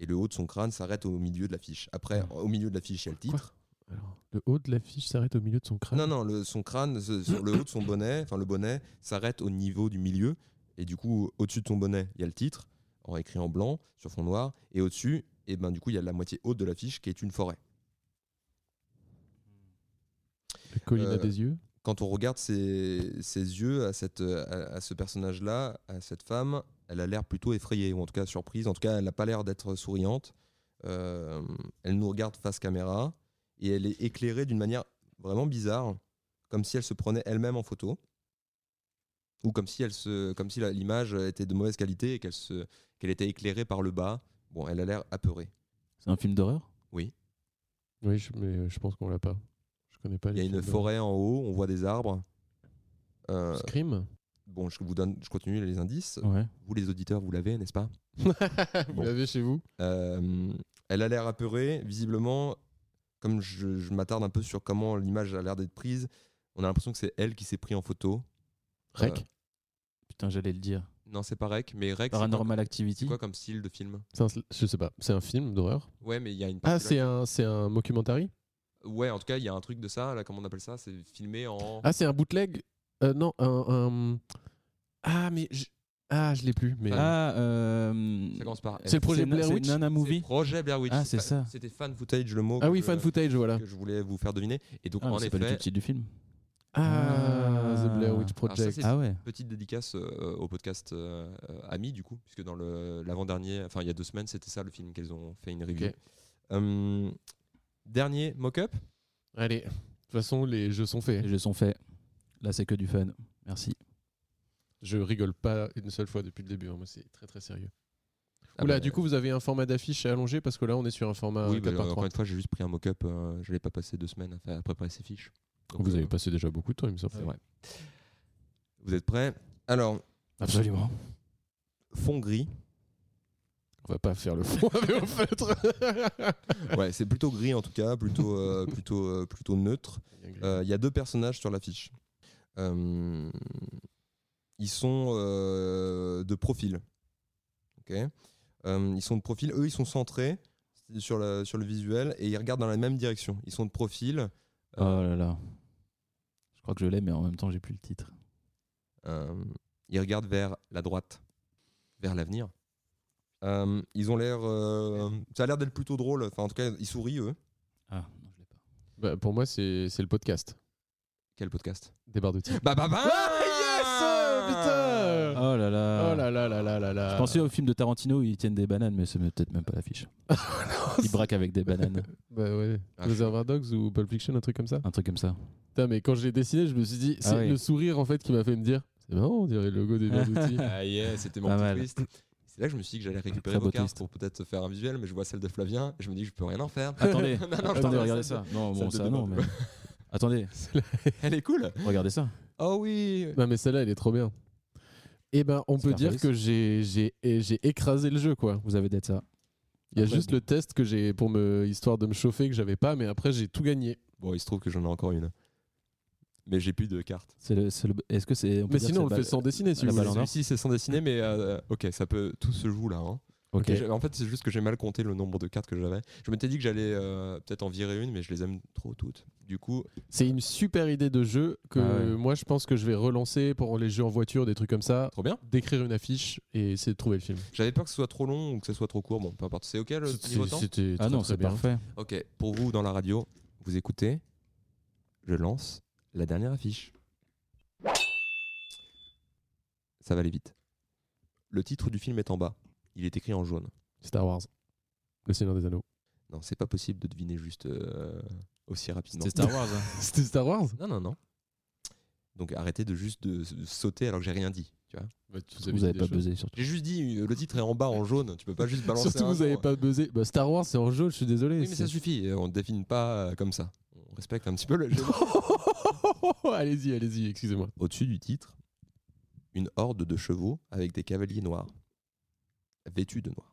C: Et le haut de son crâne s'arrête au milieu de l'affiche. Après, au milieu de l'affiche, il y a le titre.
D: alors, Le haut de l'affiche s'arrête au milieu de son crâne.
C: Non, non, le- son crâne, ce- sur le haut de son bonnet, enfin le bonnet s'arrête au niveau du milieu. Et du coup, au-dessus de ton bonnet, il y a le titre, en écrit en blanc, sur fond noir. Et au-dessus, et ben, du coup, il y a la moitié haute de l'affiche qui est une forêt.
D: La colline
C: Euh,
D: à des yeux.
C: Quand on regarde ses, ses yeux à, cette, à, à ce personnage-là, à cette femme, elle a l'air plutôt effrayée, ou en tout cas surprise. En tout cas, elle n'a pas l'air d'être souriante. Euh, elle nous regarde face caméra, et elle est éclairée d'une manière vraiment bizarre, comme si elle se prenait elle-même en photo, ou comme si elle se, comme si la- l'image était de mauvaise qualité et qu'elle se, qu'elle était éclairée par le bas. Bon, elle a l'air apeurée.
B: C'est un film d'horreur
D: Oui, je- mais euh, je pense qu'on l'a pas. Je connais pas
C: Il y
D: les
C: a une
D: films de-
C: forêt en haut, on voit des arbres. Euh,
D: Scream
C: bon, je vous donne, je continue les indices.
B: Ouais.
C: Vous les auditeurs, vous l'avez, n'est-ce pas
D: Vous l'avez chez vous
C: Euh, elle a l'air apeurée, visiblement, comme je, je m'attarde un peu sur comment l'image a l'air d'être prise, on a l'impression que c'est elle qui s'est pris en photo.
D: Rec
C: Euh,
B: Putain, j'allais le dire.
C: non, c'est pas Rec, mais Rec, c'est quoi-
B: Paranormal
C: c'est
B: Activity.
C: quoi comme style de film
D: C'est un sl- Je sais pas. C'est un film d'horreur
C: Ouais, mais il y a une
D: Ah,
C: partie-
D: c'est un, c'est un mockumentary
C: Ouais, en tout cas, il y a un truc de ça, là, comment on appelle ça C'est filmé en...
D: Ah, c'est un bootleg Euh, Non, un, un- Ah, mais. Je... Ah, je l'ai plus. Mais...
B: Ah, euh,
C: Ça commence par...
D: C'est le projet
B: c'est na-
D: Blair
B: c'est
D: Witch
B: Nana
C: C'est
B: Movie.
C: Projet Blair Witch.
B: Ah, c'est
C: fa-
B: ça.
C: C'était fan footage, le mot
D: Ah
C: euh, que
D: oui,
C: je-
D: fan footage, voilà.
C: que je voulais vous faire deviner. Et donc,
B: Ah, mais
C: en
B: c'est pas du tout le
C: effet,
B: titre du film.
D: Ah, The Blair Witch
C: Alors ça,
D: Project.
C: c'est-
B: Ah ouais.
C: Petite dédicace euh, au podcast euh, euh, Ami, du coup, puisque dans le- l'avant-dernier, enfin il y a deux semaines, c'était ça le film qu'elles ont fait une review.
D: Ok.
C: Euh, dernier mock-up.
D: Allez, de toute façon, les jeux sont faits.
B: Les jeux sont faits. Là, c'est que du fun. Merci.
D: Je rigole pas une seule fois depuis le début. hein. Moi, c'est très très sérieux.
C: Ah
D: Oula,
C: bah,
D: du coup, euh, vous avez un format d'affiche à allonger parce que là, on est sur un format
C: oui, bah,
D: 4 par
C: encore
D: 3
C: une fois, j'ai juste pris un mock-up. euh, je l'ai pas passé deux semaines à, faire- à préparer ces fiches. Donc,
D: Vous
C: euh,
D: avez passé déjà beaucoup de temps, il me semble.
C: c'est vrai. Vous êtes prêts Alors,
B: Absolument.
C: fond gris.
D: On va pas faire le fond avec au feutre.
C: ouais, c'est plutôt gris en tout cas, plutôt euh, plutôt euh, plutôt neutre. Euh, Il y a deux personnages sur l'affiche. Euh, ils sont euh, de profil. Ok. Euh, ils sont de profil. Eux, ils sont centrés sur, la- sur le visuel et ils regardent dans la même direction. Ils sont de profil.
B: Oh là là. Je crois que je l'ai, mais en même temps, j'ai plus le titre.
C: Euh, ils regardent vers la droite, vers l'avenir. Euh, ils ont l'air. euh, ça a l'air d'être plutôt drôle. Enfin, en tout cas, ils sourient eux.
B: Ah, non, je l'ai pas.
D: Bah, pour moi, c'est c'est le podcast.
C: Quel podcast
D: Des barres de tir.
C: Bah bah bah euh,
D: Ah, yes Putain
B: Oh là là.
D: Oh là là là là là là.
B: Je pensais au film de Tarantino où ils tiennent des bananes, mais c'est peut-être même pas l'affiche. ils braquent avec des bananes,
D: Bah ouais.
C: Ah,
D: Reservoir Dogs ou Pulp Fiction, un truc comme ça.
B: un truc comme ça.
D: Putain, mais quand je l'ai dessiné, je me suis dit, c'est
B: Ah oui.
D: le sourire en fait qui m'a fait me dire, c'est marrant, on dirait le logo des barres d'outils.
C: Ah yeah, c'était mon
B: Pas
C: petit
B: mal.
C: twist. C'est là que je me suis dit que j'allais récupérer
B: Très beau
C: vos cartes
B: twist.
C: pour peut-être faire un visuel, mais je vois celle de Flavien et je me dis que je peux rien en faire.
B: Attendez,
C: Non, non, je t'en
B: attendez,
C: prie,
B: regardez
C: celle
B: ça. Non, bon,
C: celle de
B: ça non,
C: Bob.
B: mais. Attendez,
C: Elle est cool.
B: regardez ça.
C: Oh oui.
D: non, mais celle-là, elle est trop bien. Eh ben, on
B: Super
D: peut dire
B: police.
D: que j'ai j'ai- eh, j'ai écrasé le jeu, quoi.
B: Vous avez d'être ça.
D: Il y a
B: Ah,
D: juste
B: ouais.
D: le test que j'ai pour me histoire de me chauffer que j'avais pas, mais après j'ai tout gagné.
C: Bon, il se trouve que j'en ai encore une. Mais j'ai plus de cartes.
B: C'est le, c'est le- Est-ce que c'est. on peut
D: Mais
B: dire
D: sinon, on
B: que
D: le
B: c'est
D: fait sans dessiner, si
B: la
D: vous
B: balle
D: voulez.
B: en or.
C: Celui-ci, c'est sans dessiner, mais euh, ok, ça peut tout se joue là. hein.
B: Ok.
C: Et j'ai- En fait, c'est juste que j'ai mal compté le nombre de cartes que j'avais. Je m'étais dit que j'allais euh, peut-être en virer une, mais je les aime trop toutes. Du coup,
D: C'est une super idée de jeu que
B: Ah ouais.
D: moi je pense que je vais relancer pour les jeux en voiture, des trucs comme ça,
C: trop bien.
D: d'écrire une affiche et essayer de trouver le film.
C: J'avais peur que ce soit trop long ou que ce soit trop court. Bon, peu importe. C'est ok le niveau temps
D: C'était
B: Ah
D: très,
B: non,
D: très
B: c'est
D: bien.
B: parfait.
C: Ok, pour vous dans la radio, vous écoutez, je lance la dernière affiche. Ça va aller vite. Le titre du film est en bas. Il est écrit en jaune.
D: Star Wars, Le Seigneur des Anneaux.
C: Non, c'est pas possible de deviner juste euh, aussi rapidement.
B: C'était Star Wars. hein.
D: C'était Star Wars
C: Non, non, non. Donc arrêtez de juste de, de sauter alors que j'ai rien dit. Tu vois.
B: Vous avez pas buzzé surtout.
C: J'ai juste dit euh, le titre est en bas en jaune. Tu peux pas juste balancer.
D: Surtout
C: un
D: vous avez
C: nom.
D: pas buzzé. Bah, Star Wars c'est en jaune, je suis désolé.
C: Oui, mais ça
D: c'est-
C: suffit. euh, On ne définit pas euh, comme ça. On respecte un petit peu le jeu.
D: allez-y, allez-y, excusez-moi.
C: Au-dessus du titre, une horde de chevaux avec des cavaliers noirs, vêtus de noir.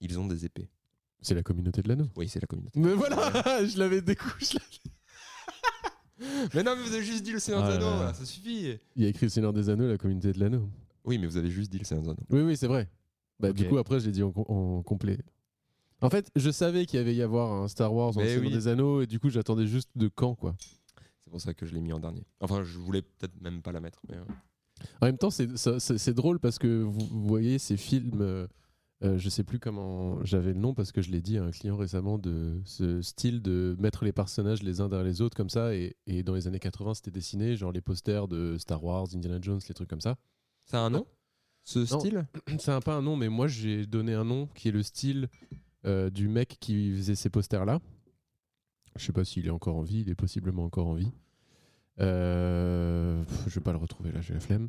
C: Ils ont des épées.
D: C'est la communauté de l'anneau.
C: Oui, c'est la communauté.
D: Mais voilà, je l'avais découvert.
C: Mais non, mais vous avez juste dit le Seigneur
B: Ah
C: des
B: là
C: Anneaux,
B: là.
C: là, ça suffit.
D: Il y a écrit Le Seigneur des Anneaux, la communauté de l'anneau.
C: Oui, mais vous avez juste dit le Seigneur des Anneaux.
D: Oui, oui, c'est vrai. Bah, Du
B: Ok.
D: coup, après, je l'ai dit en, com- en complet. En fait, je savais qu'il y avait y avoir un Star Wars en
C: Mais
D: Seigneur
C: oui.
D: des Anneaux, et du coup, j'attendais juste de quand, quoi.
C: C'est pour ça que je l'ai mis en dernier. Enfin, je voulais peut-être même pas la mettre. mais, euh,
D: En même temps, c'est- ça- c'est c'est drôle parce que vous vous voyez ces films. euh, euh, je sais plus comment j'avais le nom parce que je l'ai dit à un client récemment de ce style de mettre les personnages les uns derrière les autres comme ça et, et dans les années 80 c'était dessiné genre les posters de Star Wars, Indiana Jones, les trucs comme ça.
C: Ça a un nom Ce
D: Non.
C: style
D: C'est un, pas un nom mais moi j'ai donné un nom qui est le style euh, du mec qui faisait ces posters là. Je sais pas s'il est encore en vie, il est possiblement encore en vie. Euh, pff, je vais pas le retrouver là, j'ai la flemme.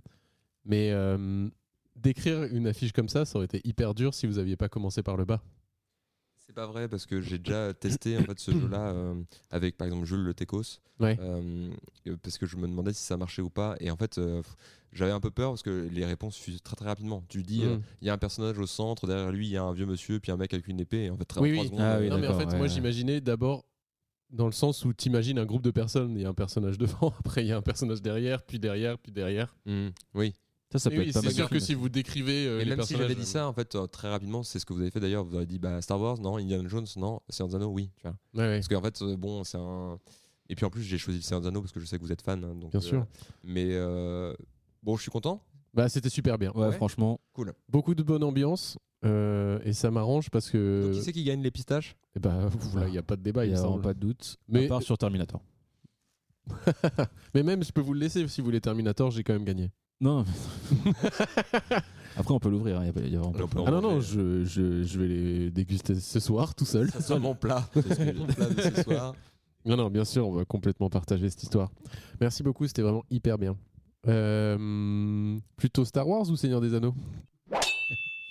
D: Mais euh, d'écrire une affiche comme ça, ça aurait été hyper dur si vous aviez pas commencé par le bas.
C: C'est pas vrai parce que j'ai déjà testé en fait ce jeu-là euh, avec par exemple Jules Le Tecos.
D: Ouais.
C: Euh, euh, parce que je me demandais si ça marchait ou pas. Et en fait, euh, pff, j'avais un peu peur parce que les réponses fusent très très rapidement. Tu
B: Mmh.
C: dis, euh,
D: Mm.
C: il y a un personnage au centre, derrière lui, il y a un vieux monsieur, puis un mec avec une épée. Et en fait, très
D: Oui,
C: en
D: oui.
C: trois secondes,
B: Ah oui,
C: euh,
D: non mais en
B: d'accord,
D: fait,
B: ouais,
D: moi
B: ouais.
D: j'imaginais d'abord dans le sens où t'imagines un groupe de personnes, il y a un personnage devant, après il y a un personnage derrière, puis derrière, puis derrière.
C: mm, oui.
B: Ça, ça
D: Mais
B: peut
D: oui,
B: être pas
D: c'est
B: mal.
D: sûr
B: de
D: que
B: films.
D: si vous décrivez euh,
C: et
D: les
C: même si
D: personnages,
C: j'avais dit ça, en fait, euh, très rapidement, c'est ce que vous avez fait d'ailleurs. Vous avez dit bah, Star Wars, non, Indiana Jones, non, Seigneur des Anneaux, oui. Tu vois.
D: Ouais, ouais.
C: Parce qu'en fait, euh, bon, c'est un. Et puis en plus, j'ai choisi le Seigneur des Anneaux parce que je sais que vous êtes fan. hein, donc,
D: Bien
C: euh,
D: sûr.
C: Mais euh, bon, je suis content.
D: Bah, c'était super bien.
B: Ouais,
C: Ouais.
B: franchement.
C: Cool.
D: Beaucoup de bonne ambiance. euh, et ça m'arrange parce que.
C: Donc, qui c'est qui gagne les pistaches
D: Eh bah, ouf, là, il n'y a pas de débat.
B: Il
D: Il
B: n'y
D: me
B: a vraiment
D: semble.
B: pas de doute.
D: Mais-
B: À part sur Terminator.
D: Mais même, je peux vous le laisser si vous voulez Terminator, j'ai quand même gagné.
B: Non. mais- Après, on peut l'ouvrir. hein, y a pas- y a vraiment pas de
C: peut
B: problème.
D: ah non,
C: manger,
D: non,
C: euh,
D: je, je, je vais les déguster ce soir tout seul.
C: Ça sera mon plat. mon plat de ce soir.
D: Non, non, bien sûr, on va complètement partager cette histoire. Merci beaucoup, c'était vraiment hyper bien. Euh, plutôt Star Wars ou Seigneur des Anneaux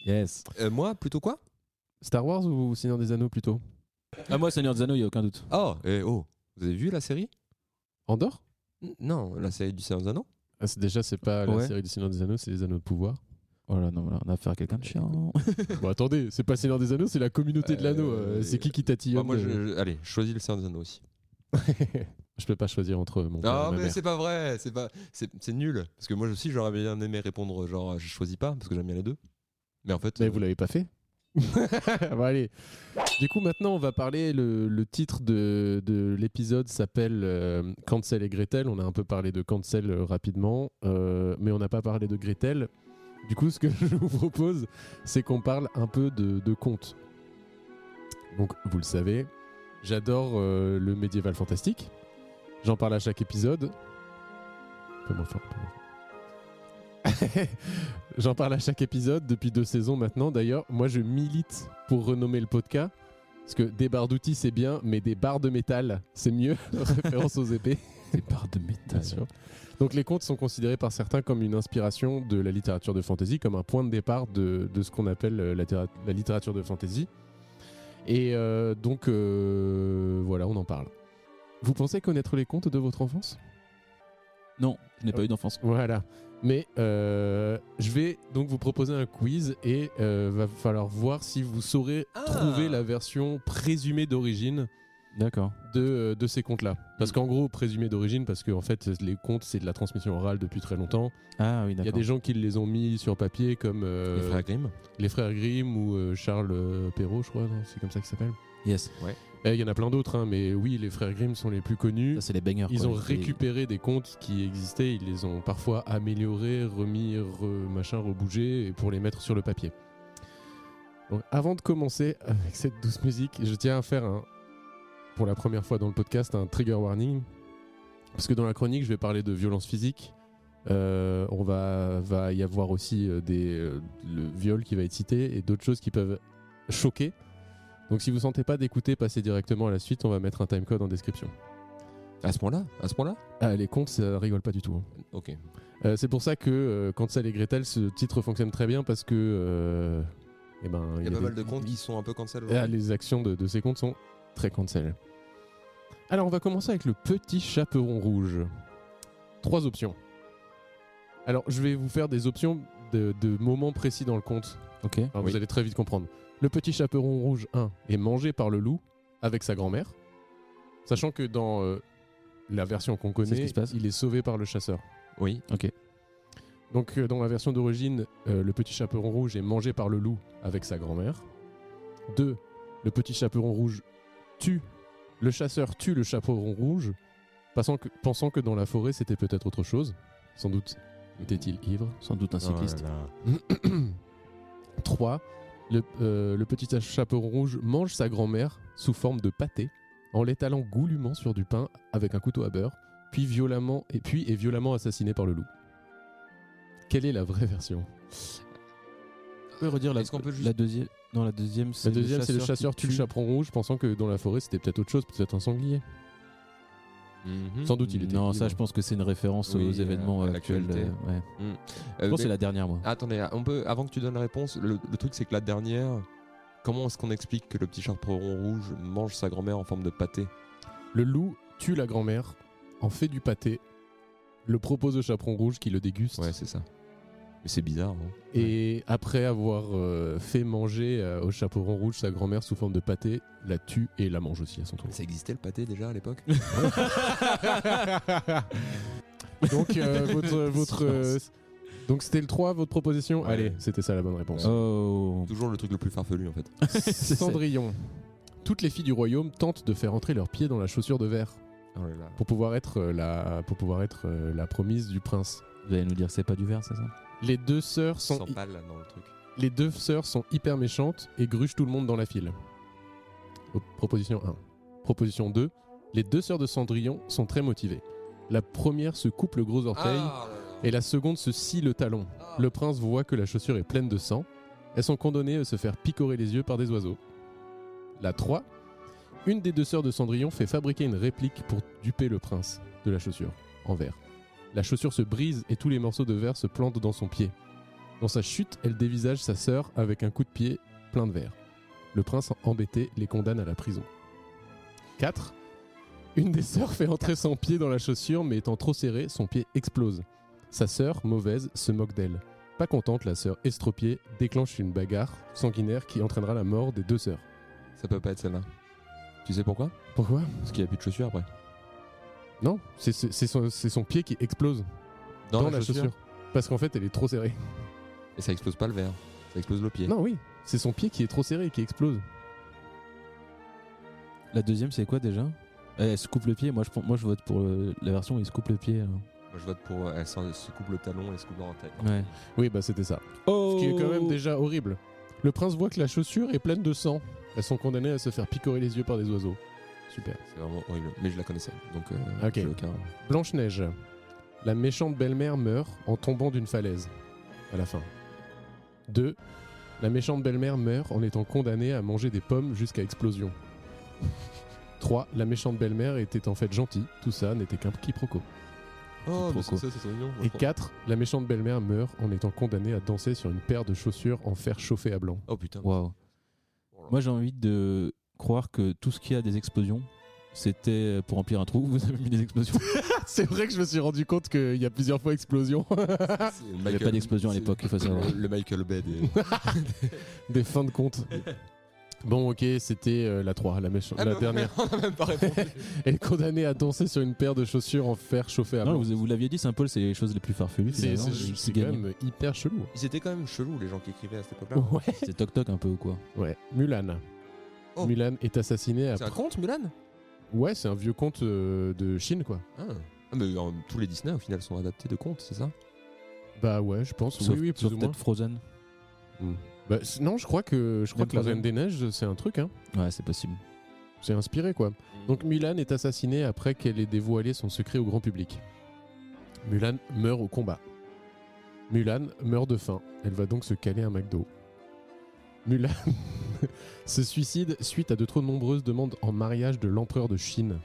B: Yes.
C: Euh, moi, plutôt quoi
D: Star Wars ou Seigneur des Anneaux plutôt
B: Ah, moi, Seigneur des Anneaux, il n'y a aucun doute.
C: Oh, et oh. Vous avez vu la série
D: Andorre
C: N- Non, la série du Seigneur des Anneaux
D: Ah, c'est- Déjà, c'est pas la
C: Ouais.
D: série du Seigneur des Anneaux, c'est les Anneaux de pouvoir.
B: Voilà, Oh non, voilà, on a affaire à quelqu'un de chiant.
D: bon, attendez, c'est pas Seigneur des Anneaux, c'est la communauté de l'anneau. euh,
C: Euh,
D: c'est qui qui tatillonne
C: Bah, Moi, je,
D: euh,
C: je- allez, je choisis le Seigneur des Anneaux aussi.
D: Je peux pas choisir entre mon père
C: Non,
D: et ma
C: mais
D: mère.
C: c'est pas vrai, c'est pas, c'est c'est nul. Parce que moi aussi, j'aurais bien aimé répondre genre, je choisis pas parce que j'aime bien les deux. Mais en fait,
D: Mais vous l'avez pas fait Bon, allez. Du coup, maintenant, on va parler. Le, le titre de, de l'épisode s'appelle euh, Cancel et Gretel. On a un peu parlé de Cancel euh, rapidement, euh, mais on n'a pas parlé de Gretel. Du coup, ce que je vous propose, c'est qu'on parle un peu de, de contes. Donc, vous le savez, j'adore euh, le médiéval fantastique. J'en parle à chaque épisode. Un peu moins fort, un peu moins fort. J'en parle à chaque épisode depuis deux saisons maintenant. D'ailleurs, moi je milite pour renommer le podcast. Parce que des barres d'outils c'est bien, mais des barres de métal c'est mieux. Référence aux épées,
B: Des barres de
D: bien
B: métal.
D: sûr. Donc les contes sont considérés par certains comme une inspiration de la littérature de fantasy, comme un point de départ de, de ce qu'on appelle euh, la, terra- la littérature de fantasy. Et euh, donc euh, voilà, on en parle. Vous pensez connaître les contes de votre enfance
B: Non, je n'ai pas eu d'enfance.
D: voilà. Mais euh, je vais donc vous proposer un quiz et euh, va falloir voir si vous saurez
C: Ah.
D: trouver la version présumée d'origine
B: D'accord.
D: de, euh, de ces contes-là. Parce qu'en gros, présumée d'origine, parce qu'en fait, les contes, c'est de la transmission orale depuis très longtemps.
B: Ah oui,
D: Il y a
B: d'accord.
D: des gens qui les ont mis sur papier, comme euh,
C: les frères Grimm.
D: les frères Grimm ou euh, Charles euh, Perrault, je crois, non c'est comme ça qu'il s'appelle.
B: Yes.
D: Eh, Il y en a plein d'autres, hein, mais oui, les frères Grimm sont les plus connus.
B: Ça, c'est les bangers.
D: Ils
B: quoi.
D: ont
B: C'est-
D: récupéré des contes qui existaient, ils les ont parfois améliorés, remis, re- machin, rebougés et pour les mettre sur le papier. Donc, avant de commencer avec cette douce musique, je tiens à faire un, pour la première fois dans le podcast un trigger warning. Parce que dans la chronique, je vais parler de violence physique. Euh, on va, va y avoir aussi euh, des, euh, le viol qui va être cité et d'autres choses qui peuvent choquer. Donc si vous sentez pas d'écouter, passez directement à la suite. On va mettre un timecode en description.
C: À ce point-là À ce point-là
D: Ah, les contes, ça rigole pas du tout. hein.
C: Ok.
D: Euh, c'est pour ça que euh, Cancel et Gretel, ce titre fonctionne très bien parce que. euh, eh ben,
C: Il y a pas
D: des-
C: mal de comptes qui sont un peu cancel.
D: Ah,
C: aujourd'hui.
D: les actions de, de ces contes sont très cancel. Alors, on va commencer avec le petit chaperon rouge. Trois options. Alors, je vais vous faire des options de, de moments précis dans le conte.
B: Ok.
D: Alors,
C: Oui.
D: Vous allez très vite comprendre. Le petit chaperon rouge 1 est mangé par le loup avec sa grand-mère. Sachant que dans euh, la version qu'on
B: ce
D: connaît,
B: qui se passe
D: il est sauvé par le chasseur.
C: Oui.
D: Donc euh, dans la version d'origine, euh, le petit chaperon rouge est mangé par le loup avec sa grand-mère. 2. Le petit chaperon rouge tue. Le chasseur tue le chaperon rouge, pensant que, pensant que dans la forêt c'était peut-être autre chose. Sans doute était-il ivre.
B: Sans doute un cycliste.
C: Oh là là.
D: 3. Le, euh, le petit chaperon rouge mange sa grand-mère sous forme de pâté, en l'étalant goulûment sur du pain avec un couteau à beurre, puis, violemment, et puis est violemment assassiné par le loup. Quelle est la vraie version
B: On peut redire la,
C: Est-ce qu'on peut juste-
B: la deuxième. Non, la deuxième, c'est
D: La deuxième, c'est le chasseur
B: qui
D: tue le chaperon rouge, pensant que dans la forêt c'était peut-être autre chose, peut-être un sanglier.
C: Mhm.
D: Sans doute, il était.
B: Non,
D: ivre.
B: ça, je pense que c'est une référence
C: Oui,
B: aux
C: euh,
B: événements
C: à
B: actuels.
C: l'actualité.
B: euh,
D: Ah,
B: ouais.
C: Euh,
B: Je pense que c'est
C: mais-
B: la dernière, moi.
C: Attendez, on peut, avant que tu donnes la réponse, le, le truc c'est que la dernière, comment est-ce qu'on explique que le petit chaperon rouge mange sa grand-mère en forme de pâté
D: Le loup tue la grand-mère, en fait du pâté, le propose au chaperon rouge qui le déguste.
C: Ouais, c'est ça. Mais c'est bizarre. hein.
D: et après avoir euh, fait manger euh, au chaperon rouge sa grand-mère sous forme de pâté, la tue et la mange aussi à son tour.
C: Mais ça existait le pâté déjà à l'époque
D: Donc, euh, votre. votre euh, donc, c'était le 3, votre proposition
C: Ouais.
D: Allez, c'était ça la bonne réponse.
B: Oh.
C: Toujours le truc le plus farfelu en fait.
D: Cendrillon. Toutes les filles du royaume tentent de faire entrer leurs pieds dans la chaussure de verre
C: Oh là là.
D: pour pouvoir être euh, la, pour pouvoir être euh, la promise du prince.
B: Vous allez nous dire, c'est pas du verre, c'est ça
D: Les deux sœurs sont,
C: Sans
D: hy-
C: pâle dans le truc.
D: les deux sœurs sont hyper méchantes et grugent tout le monde dans la file. Oh, Proposition 1. Proposition 2. Les deux sœurs de Cendrillon sont très motivées. La première se coupe le gros orteil et la seconde se scie le talon. Le prince voit que la chaussure est pleine de sang. Elles sont condamnées à se faire picorer les yeux par des oiseaux. La 3. Une des deux sœurs de Cendrillon fait fabriquer une réplique pour duper le prince de la chaussure, en verre. La chaussure se brise et tous les morceaux de verre se plantent dans son pied. Dans sa chute, elle dévisage sa sœur avec un coup de pied plein de verre. Le prince, embêté, les condamne à la prison. 4. Une des sœurs fait entrer son pied dans la chaussure, mais étant trop serré, son pied explose. Sa sœur, mauvaise, se moque d'elle. Pas contente, la sœur estropiée déclenche une bagarre sanguinaire qui entraînera la mort des deux sœurs.
C: Ça peut pas être celle-là. Tu sais pourquoi
D: Pourquoi
C: Parce qu'il n'y a plus de chaussures après.
D: Non, c'est c'est- c'est son, c'est son pied qui explose dans, la, chaussure. Parce qu'en fait, elle est trop serrée.
C: Et ça explose pas le verre. Ça explose le pied.
D: Non, oui, c'est son pied qui est trop serré et qui explose.
B: La deuxième, c'est quoi déjà Eh, Elle se coupe le pied. Moi, je, pon- moi, je vote pour euh, la version où il se coupe le pied. alors.
C: Moi, je vote pour. euh, Elle s'en- se coupe le talon et se coupe l'orteil.
B: Ouais.
D: Oui, bah c'était ça.
B: Oh
D: Ce qui est quand même déjà horrible. Le prince voit que la chaussure est pleine de sang. Elles sont condamnées à se faire picorer les yeux par des oiseaux. Super.
C: C'est vraiment horrible. Mais je la connaissais. Donc, euh,
D: Ah, Ok.
C: j'ai aucun.
D: Blanche-Neige. La méchante belle-mère meurt en tombant d'une falaise. À la fin. 2. La méchante belle-mère meurt en étant condamnée à manger des pommes jusqu'à explosion. 3. La méchante belle-mère était en fait gentille. Tout ça n'était qu'un quiproquo.
C: Oh,
D: mais
C: c'est
D: c'est
C: ça, c'est mignon.
D: Et 4. La méchante belle-mère meurt en étant condamnée à danser sur une paire de chaussures en fer chauffé à blanc.
C: Oh putain.
B: Waouh. Moi, j'ai envie de croire que tout ce qui a des explosions, c'était pour remplir un trou. Vous avez mis des explosions.
D: C'est vrai que je me suis rendu compte qu'il y a plusieurs fois explosion.
C: Il
D: Bah,
B: Il n'y avait pas d'explosion à l'époque, il faut savoir.
C: Le Michael Bay. des-
D: Des fins de compte. Bon, ok, c'était euh, la 3, la, méchante,
C: Ah,
D: la
C: mais
D: dernière.
C: On a même pas répondu.
D: Elle est condamnée à danser sur une paire de chaussures en fer chauffé à
B: non,
D: blanc.
B: vous, vous l'aviez dit, Saint-Paul, c'est les choses les plus farfelues.
D: Ah C'est
B: finalement.
D: c'est-
B: Il
D: c'est quand
B: gagne.
D: même hyper chelou.
C: C'était quand même chelou les gens qui écrivaient à cette époque-là.
D: Ouais.
B: C'est toc-toc un peu ou quoi
D: ouais. Mulan.
C: Oh.
D: Mulan est assassiné
C: C'est un
D: après.
C: conte, Mulan
D: Ouais, c'est un vieux conte euh, de Chine, quoi.
C: ah. Ah, mais euh, tous les Disney au final sont adaptés de contes, c'est ça
D: Bah ouais, je pense.
B: Sauf,
D: oui, oui, plus
B: sauf
D: ou moins.
B: peut-être Frozen.
D: Bah, c- non, je crois que je crois
B: Même
D: que la
B: pas
D: Reine des Neiges, c'est un truc. Hein.
B: Ouais, c'est possible.
D: C'est inspiré, quoi. Donc Mulan est assassinée après qu'elle ait dévoilé son secret au grand public. Mulan meurt au combat. Mulan meurt de faim. Elle va donc se caler un McDo. Mulan se suicide suite à de trop nombreuses demandes en mariage de l'empereur de Chine.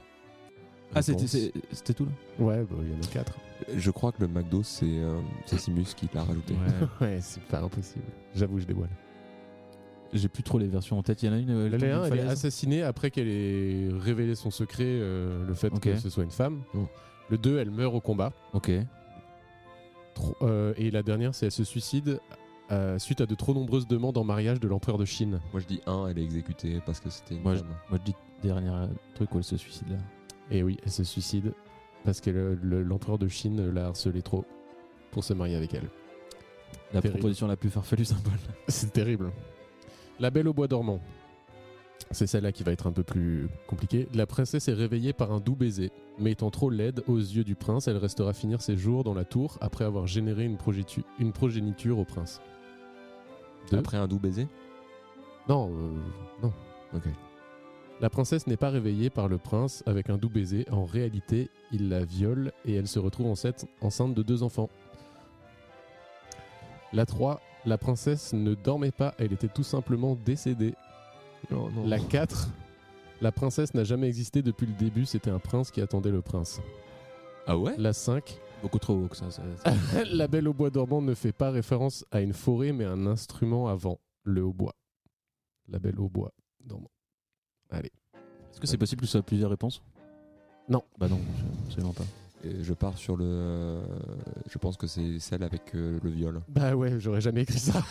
B: Ah,
D: Je
B: c'était
D: pense.
B: c'est- c'était tout là
D: Ouais, bah, il y en a quatre.
C: Je crois que le McDo, c'est euh, c'est Simus qui l'a rajouté.
D: Ouais, c'est pas impossible. J'avoue, je dévoile.
B: J'ai plus trop les versions en tête. Il y en a une. euh, elle tombe
D: Léa,
B: d'une
D: elle est
B: falaise.
D: assassinée après qu'elle ait révélé son secret, euh, le fait
B: Ok.
D: que ce soit une femme.
B: Mm.
D: Le 2, elle meurt au combat.
B: Ok.
D: Tro- euh, et la dernière, c'est elle se suicide euh, suite à de trop nombreuses demandes en mariage de l'empereur de Chine.
C: Moi je dis 1, elle est exécutée parce que c'était une
B: Moi,
C: femme.
B: Moi, je dis dernier euh, truc où elle se suicide là.
D: Et oui, elle se suicide parce que le- le- l'empereur de Chine l'a harcelée trop pour se marier avec elle.
B: La
D: Terrible.
B: proposition la plus farfelue, Saint-Paul.
D: C'est terrible. La Belle au bois dormant. C'est celle-là qui va être un peu plus compliquée. La princesse est réveillée par un doux baiser, mais étant trop laide aux yeux du prince, elle restera finir ses jours dans la tour après avoir généré une, progétu- une progéniture au prince. Deux.
C: Après un doux baiser
D: Non, euh, non.
C: Ok.
D: La princesse n'est pas réveillée par le prince avec un doux baiser. En réalité, il la viole et elle se retrouve enceinte, enceinte de deux enfants. La 3, la princesse ne dormait pas, elle était tout simplement décédée. La 4, la princesse n'a jamais existé depuis le début, c'était un prince qui attendait le prince.
C: Ah ouais
D: La 5,
B: Beaucoup trop haut que ça. ça-
F: Ah.
B: ça-
D: la belle au bois dormant ne fait pas référence à une forêt mais à un instrument avant, le hautbois. La belle au bois dormant.
B: Est-ce que c'est possible que ce soit plusieurs réponses
D: Non.
B: Bah non, absolument pas.
C: Et Je pars sur le. euh, Je pense que c'est celle avec euh, le viol.
D: Bah ouais, j'aurais jamais écrit ça.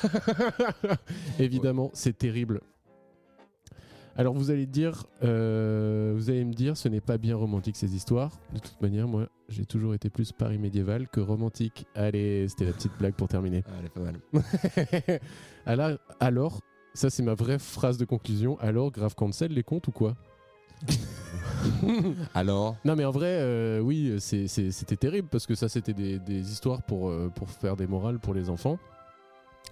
D: Évidemment, c'est terrible. Alors vous allez dire, euh, vous allez me dire, ce n'est pas bien romantique ces histoires. De toute manière, moi, j'ai toujours été plus Paris médiéval que romantique. Allez, c'était la petite blague pour terminer.
C: Ah, elle est pas mal.
D: alors, alors, ça c'est ma vraie phrase de conclusion. Alors, grave cancel les comptes ou quoi
C: Alors
D: Non mais en vrai, euh, oui, c'est- c'est- c'était terrible parce que ça c'était des, des histoires pour, euh, pour faire des morales pour les enfants.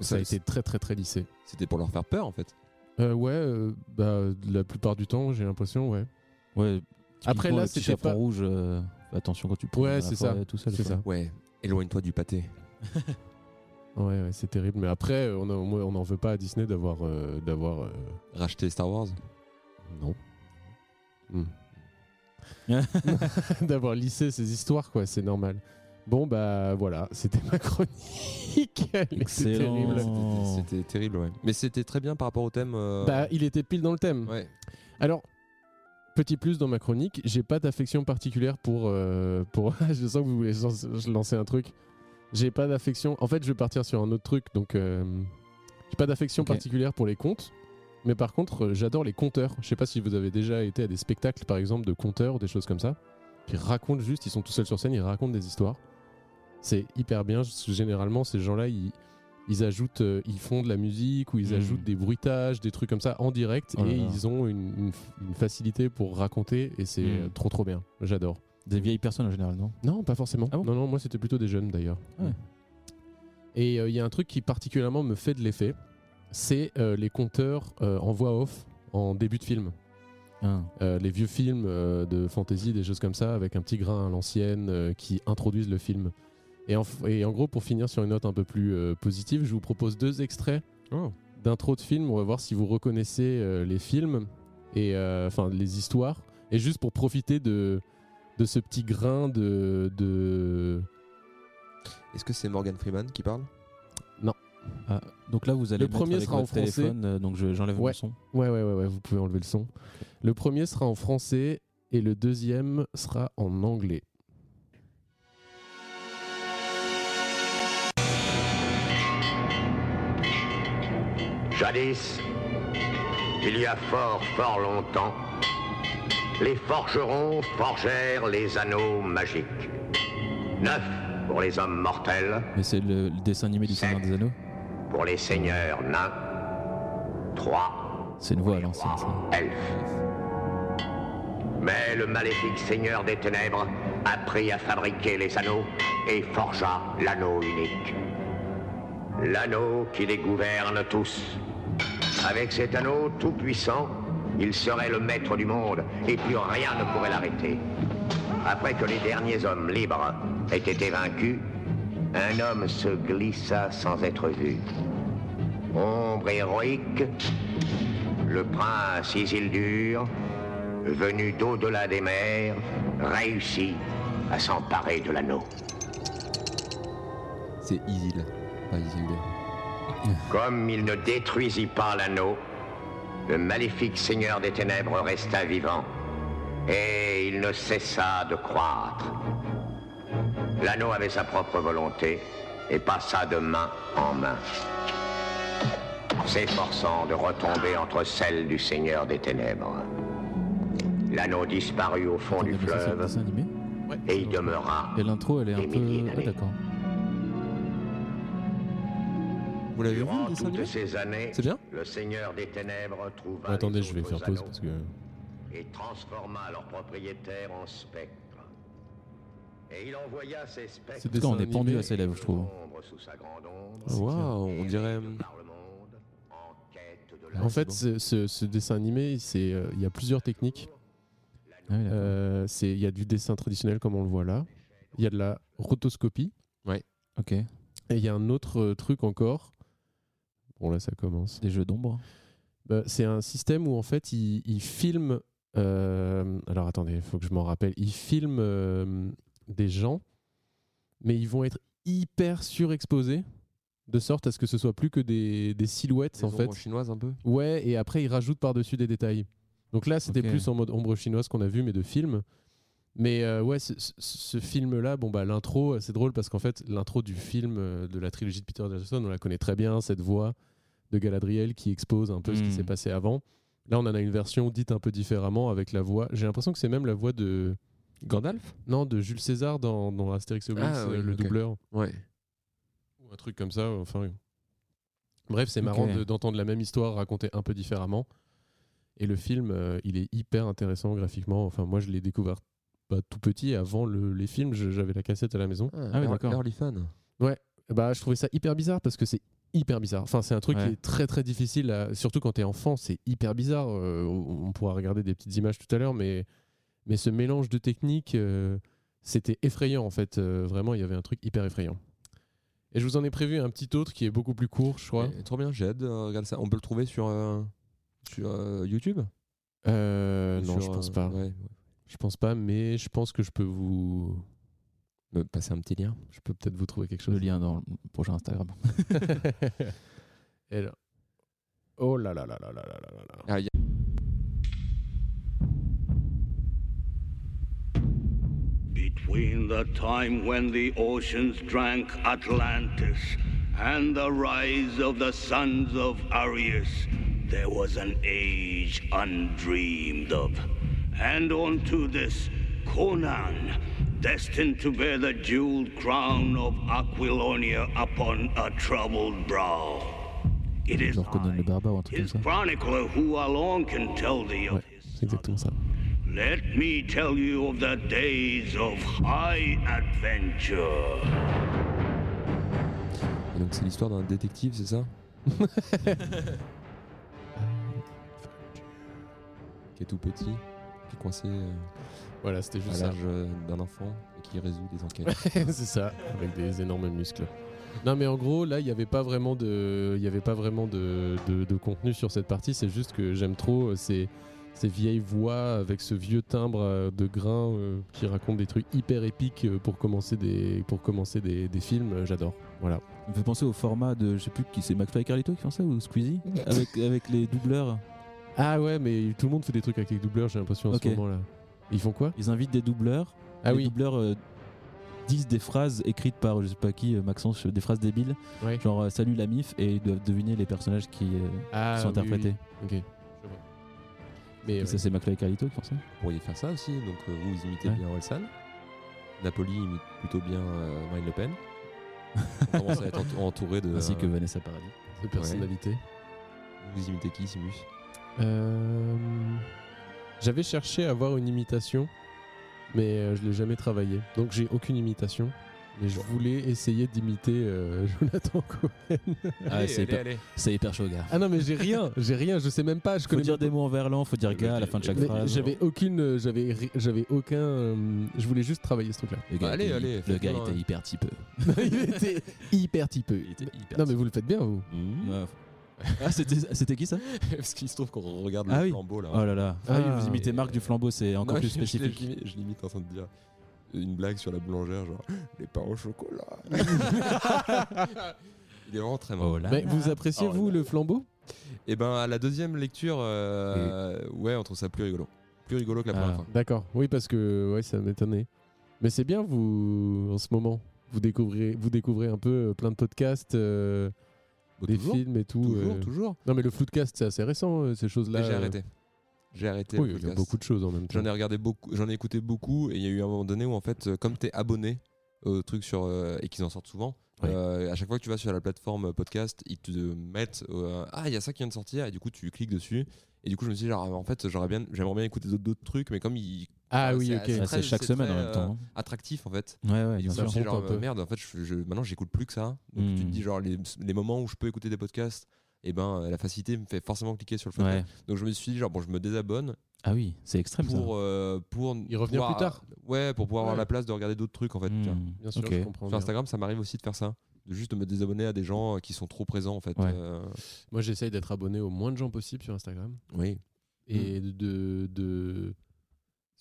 D: Ça a été très très très lissé.
C: C'était pour leur faire peur en fait.
D: Euh, ouais, euh, bah, la plupart du temps, j'ai l'impression, ouais.
B: Ouais.
D: Après,
B: typiquement,
D: là,
B: le petit
D: c'était
B: chaperon
D: pas-
B: rouge. euh,
F: Attention quand tu prends
D: Ouais,
F: la
D: c'est
F: forêt
D: ça.
F: tout seul.
D: C'est
F: quoi.
D: ça.
C: Ouais, éloigne-toi du pâté.
D: Ouais, ouais, c'est terrible. Mais après, euh, on a- on n'en veut pas à Disney d'avoir. euh, d'avoir euh,
C: Racheter Star Wars
D: Non. Hmm. D'avoir lissé ces histoires, quoi, c'est normal. Bon, bah voilà, c'était ma chronique. Elle était
B: Excellent.
D: terrible.
B: Oh.
C: C'était c'était terrible, ouais. Mais c'était très bien par rapport au thème. euh,
D: Bah, il était pile dans le thème.
C: ouais.
D: Alors, petit plus dans ma chronique, j'ai pas d'affection particulière pour. euh, pour... je sens que vous voulez lan- lancer un truc. J'ai pas d'affection. En fait, je vais partir sur un autre truc, donc. euh, J'ai pas d'affection
B: Ok.
D: particulière pour les contes. Mais par contre, euh, j'adore les conteurs. Je sais pas si vous avez déjà été à des spectacles, par exemple, de conteurs ou des choses comme ça. Ils racontent juste, ils sont tout seuls sur scène, ils racontent des histoires. C'est hyper bien. parce que Généralement, ces gens-là, ils, ils ajoutent, euh, ils font de la musique ou ils
B: Mhm.
D: ajoutent des bruitages, des trucs comme ça en direct
B: Oh là
D: et
B: là.
D: ils ont une, une f- une facilité pour raconter et c'est
B: Mhm.
F: Hmm.
D: euh, trop trop bien. J'adore.
F: Des vieilles personnes en général, non
D: Non, pas forcément.
F: Ah bon
D: non, non, moi c'était plutôt des jeunes d'ailleurs.
F: Ah
D: Hmm.
F: ouais.
D: Et euh, il y a un truc qui particulièrement me fait de l'effet, c'est euh, les conteurs euh, en voix off en début de film.
F: Ah.
D: Euh, les vieux films euh, de fantasy, des choses comme ça, avec un petit grain à l'ancienne euh, qui introduisent le film. Et en, f- et en gros, pour finir sur une note un peu plus euh, positive, je vous propose deux extraits d'intro de film. On va voir si vous reconnaissez euh, les films et euh, enfin les histoires. Et juste pour profiter de, de ce petit grain de, de...
C: Est-ce que c'est Morgan Freeman qui parle
F: Ah, Donc là, vous allez
D: Le
F: mettre
D: premier
F: avec
D: sera en
F: votre
D: français.
F: téléphone, euh, donc je- j'enlève
D: Ouais.
F: mon son.
D: Ouais, ouais, ouais, ouais, vous pouvez enlever le son. Le premier sera en français et le deuxième sera en anglais.
G: Jadis, il y a fort, fort longtemps, les forgerons forgèrent les anneaux magiques. Neuf pour les hommes mortels,
F: Mais c'est le, le dessin animé du Seigneur des Anneaux.
G: pour les seigneurs nains, trois
F: C'est une voix à
G: les
F: l'ancienne, ça.
G: rois elfes. Mais le maléfique seigneur des ténèbres apprit à fabriquer les anneaux et forgea l'anneau unique. L'anneau qui les gouverne tous. Avec cet anneau tout-puissant, il serait le maître du monde et plus rien ne pourrait l'arrêter. Après que les derniers hommes libres aient été vaincus, un homme se glissa sans être vu. Ombre héroïque, le prince Isildur, venu d'au-delà des mers, réussit à s'emparer de l'anneau.
C: C'est Isil. Pas Isildur.
G: Comme il ne détruisit pas l'anneau, le maléfique seigneur des ténèbres resta vivant. Et il ne cessa de croître. L'anneau avait sa propre volonté et passa de main en main, s'efforçant de retomber entre celle du seigneur des ténèbres. L'anneau disparut au fond
F: Attendez,
G: du
F: mais ça, c'est le
G: fleuve
F: dessin animé.
G: et y demeura.
F: Et l'intro, elle est un
G: Des milliers
F: peu. Ah,
G: d'années.
F: d'accord.
C: Vous l'avez vu
G: Durant
C: le dessin
G: toutes
C: animé
G: ces années,
C: C'est bien
G: le seigneur des ténèbres trouva
D: Attendez,
G: les
D: je vais
G: autres
D: faire pause
G: anneaux
D: parce que...
G: et transforma leurs propriétaires en spectres. Et il envoya ces spectres.
D: C'est
F: En tout cas, on
D: Dessin
F: est pendu
D: animé.
F: à ses lèvres, je trouve. Ah
G: Ombre sous sa grande ombre,
C: Waouh, Euh, on
G: et
C: dirait. hum,
D: euh,
G: rayonnent par le monde en quête de la
D: En fait,
C: c'est
D: ce, ce- ce dessin animé, c'est, euh, il y a plusieurs techniques.
F: Ah oui, d'accord.
D: Euh, c'est- il y a du dessin traditionnel comme on le voit là. Il y a de la rotoscopie.
F: Ok.
D: Et il y a un autre euh, truc encore. Bon là, ça commence.
F: Des jeux d'ombre.
D: Bah, c'est un système où en fait, ils ils filment. euh, alors attendez, il faut que je m'en rappelle. Ils filment euh, des gens, mais ils vont être hyper surexposés de sorte à ce que ce soit plus que des, des silhouettes en fait.
C: chinoise un peu.
D: Ouais, et après, ils rajoutent par-dessus des détails. Donc là, c'était
F: Ok.
D: plus en mode ombre chinoise qu'on a vu, mais de film. Mais euh, ouais, ce, ce- ce film-là, bon bah l'intro, euh, c'est drôle parce qu'en fait, l'intro du film euh, de la trilogie de Peter Jackson, on la connaît très bien, cette voix de Galadriel qui expose un peu ce
F: Mm.
D: qui
C: Hmm.
D: s'est passé avant. Là, on en a une version dite un peu différemment avec la voix. J'ai l'impression que c'est même la voix de
C: Gandalf
D: non de Jules César dans, dans Astérix et Obélix,
C: Ah, oui,
D: euh, le
C: ok.
D: doubleur
C: Ouais.
D: ou un truc comme ça. Enfin, euh. bref, c'est
F: Ok.
D: marrant de- d'entendre la même histoire racontée un peu différemment. Et le film, euh, il est hyper intéressant graphiquement. Enfin, moi, je l'ai découvert bah, tout petit. Avant le- les films, je- j'avais la cassette à la maison.
F: Ah oui, d'accord.
C: Early fan.
D: Bah, je trouvais ça hyper bizarre parce que c'est hyper bizarre. Enfin, c'est un truc
F: Ouais.
D: qui est très très difficile, à- surtout quand t'es enfant, c'est hyper bizarre. Euh, on on pourra regarder des petites images tout à l'heure, mais mais ce mélange de techniques, euh, C'était effrayant en fait, euh, vraiment, il y avait un truc hyper effrayant. Et je vous en ai prévu un petit autre qui est beaucoup plus court, je crois.
C: Et Trop bien, j'ai hâte de regarder ça. On peut le trouver sur, euh, sur euh, YouTube
D: Euh,
C: Ou
D: non, je
C: sur,
D: pense
C: euh,
D: pas.
C: ouais, ouais.
D: Je pense pas, mais je pense que je peux vous,
C: Me passer un petit lien.
D: je peux peut-être vous trouver quelque
F: Le
D: chose.
F: lien dans le prochain Instagram.
D: Et là- Oh là là là là là là là là.
C: Ah, il y
H: Between the time when the oceans drank Atlantis and the rise of the sons of Arius, there was an age undreamed of. And onto this, Conan, destined to bear the jeweled crown of Aquilonia upon a troubled brow. It is
F: Genre Conan le
H: I,
F: barbare ou un truc comme
H: his
F: ça.
H: chronicler, who alone can tell thee
D: Ouais,
H: of his
D: c'est exactement ça.
H: let me tell you of the days of high adventure.
C: a- et donc c'est l'histoire d'un détective, c'est ça Qui est tout petit, qui est coincé euh,
D: Voilà, c'était
C: à
D: juste ça.
C: l'âge euh, d'un enfant et qui résout des enquêtes.
D: c'est ça, avec des énormes muscles. Non mais en gros là il n'y avait pas vraiment de, il y avait pas vraiment de, de- de contenu sur cette partie. C'est juste que j'aime trop euh, ces, ces vieilles voix avec ce vieux timbre euh, de grain euh, qui raconte des trucs hyper épiques euh, pour commencer des, pour commencer des, des films. euh, J'adore. Voilà.
F: Ça me fait penser au format de, je sais plus qui c'est, McFly et Carlito qui font ça ou Squeezie avec, avec les doubleurs.
D: Ah ouais mais tout le monde fait des trucs avec les doubleurs. J'ai l'impression en
F: Ok.
D: ce moment là. Ils font quoi
F: Ils invitent des doubleurs.
D: Ah
F: les
D: oui.
F: doubleurs euh, disent des phrases écrites par je sais pas qui, euh, Maxence, euh, des phrases débiles.
D: Ouais.
F: Genre euh, salut la mif et ils doivent deviner les personnages qui, euh, qui
D: Ah,
F: sont
D: oui, oui,
F: interprétés.
D: oui. Ok. Je vois. Mais
F: Et
D: ouais.
F: ça c'est McFly et Carlito qui font ça.
C: Vous pourriez faire ça aussi, donc euh, vous, vous imitez
F: Ouais.
C: bien Orelsan. Napoli imite plutôt bien euh, Marine Le Pen. On commence à être entou- entouré de. euh,
F: Ainsi que Vanessa Paradis.
D: de personnalité.
C: Vous imitez qui, Simus
D: Euh, J'avais cherché à avoir une imitation, mais euh, je l'ai jamais travaillé. Donc j'ai aucune imitation. Mais je voulais essayer d'imiter euh, Jonathan Cohen.
F: Ah, c'est hyper, c'est hyper chaud, gars.
D: Ah non, mais j'ai rien, j'ai rien, je sais même pas. Je
F: Faut
D: connais
F: dire
D: même
F: des mots en verlan, faut dire gars à la fin de chaque
D: pas- mais
F: phrase.
D: J'avais aucune, euh, j'avais, ri- j'avais aucun. euh, je voulais juste travailler ce truc-là.
F: Le gars,
C: Bah, allez,
F: était,
C: allez,
F: le
C: faites-le,
F: gars
C: hein.
F: était hyper typeux.
D: Il était hyper typeux.
C: était hyper.
D: Non, mais vous le faites bien, vous.
F: Ouais. Ah, c'était c'était qui ça
C: hein. Parce qu'il se trouve qu'on regarde
F: Ah
C: le
F: oui.
C: flambeau là.
F: Oh là là. Ah, oui,
D: Ah,
F: vous imitez
C: mais-
F: Marc du flambeau, c'est encore
C: Non,
F: plus
C: je- je l'ai-
F: spécifique.
C: Je, l'imite- je l'imite en train de dire une blague sur la boulangère, genre les pains au chocolat. Il est vraiment très marrant.
F: là.
D: Mais vous appréciez,
C: Oh là
D: vous,
C: là.
D: le flambeau
C: Et ben à la deuxième lecture, euh, ouais, on trouve ça plus rigolo. Plus rigolo que la
F: Ah.
C: première fois.
D: D'accord, oui, parce que ouais, ça m'étonnait. Mais c'est bien, vous, en ce moment, vous découvrez, vous découvrez un peu euh, plein de podcasts, euh,
C: Bah,
D: des
C: toujours,
D: films et tout.
C: toujours,
D: euh.
C: toujours.
D: Non, mais le floodcast, c'est assez récent, euh, ces choses-là.
F: bah,
C: Mais j'ai
D: euh.
C: arrêté. J'ai arrêté. le
D: Oui, il y a
C: podcast.
D: beaucoup de choses en même temps.
C: J'en ai regardé beaucoup, j'en ai écouté beaucoup, et il y a eu un moment donné où en fait, euh, comme t'es abonné au truc sur euh, et qu'ils en sortent souvent,
D: Ouais.
C: euh, à chaque fois que tu vas sur la plateforme euh, podcast, ils te mettent euh, ah il y a ça qui vient de sortir et du coup tu cliques dessus et du coup je me suis dit genre en fait j'aurais bien, j'aimerais bien écouter d'autres d'autres trucs, mais comme il
D: Ah
C: Ouais,
D: oui,
C: c'est
D: ok.
C: assez-
F: Ah,
C: très-
F: c'est chaque
C: c'est
F: semaine
C: très,
F: en même temps.
C: attractif en fait.
F: hein. Ouais, ouais, bien
D: Ça
C: Je me
F: sûr.
C: suis dit,
D: remonte
C: genre,
D: un peu.
C: euh, merde, en fait, je, je- maintenant j'écoute plus que ça. Donc tu te
F: Hmm.
C: dis, genre, les, les moments où je peux écouter des podcasts, et ben euh, la facilité me fait forcément cliquer sur le podcast.
F: Ouais.
C: Donc je me suis dit, genre, bon, je me désabonne
F: Ah oui, c'est extrême ça.
C: pour. euh, pour
D: Y revenir
C: pouvoir-
D: plus tard.
C: Ouais, pour pouvoir avoir
D: Ouais.
C: la place de regarder d'autres trucs en fait. tu vois.
F: Hmm.
D: Bien sûr,
F: Ok.
D: je comprends.
C: Sur
D: bien.
C: Instagram, ça m'arrive aussi de faire ça. De juste de me désabonner à des gens euh, qui sont trop présents en fait.
F: Ouais.
C: Euh,
D: Moi, j'essaye d'être abonné au moins de gens possible sur Instagram.
C: oui. Mm.
D: et de, de-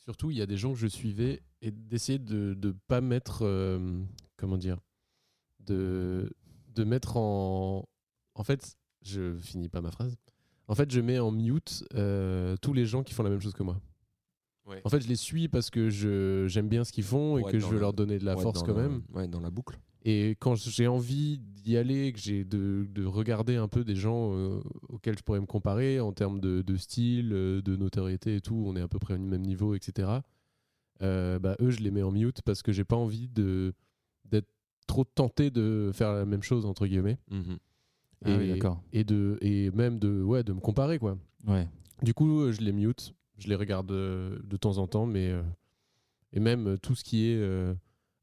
D: surtout il y a des gens que je suivais et d'essayer de ne pas mettre euh, comment dire de de mettre en en fait je finis pas ma phrase en fait je mets en mute euh, tous les gens qui font la même chose que moi
C: Ouais.
D: en fait je les suis parce que je j'aime bien ce qu'ils font
C: Pour
D: et
C: être
D: que je
C: dans
D: veux
C: le-
D: leur donner de la
C: Pour être
D: force
C: dans
D: quand
C: la-
D: même
C: Ouais, dans la boucle.
D: et quand j'ai envie d'y aller, que j'ai de, de regarder un peu des gens euh, auxquels je pourrais me comparer en termes de, de style, euh, de notoriété et tout, on est à peu près au même niveau, etc. euh, bah, eux, je les mets en mute parce que j'ai pas envie de d'être trop tenté de faire la même chose entre guillemets
C: Mhm.
F: Ah oui, d'accord.
D: et de et même de ouais de me comparer quoi.
F: Ouais.
D: Du coup, euh, je les mute, je les regarde euh, de temps en temps, mais euh, et même euh, tout ce qui est euh,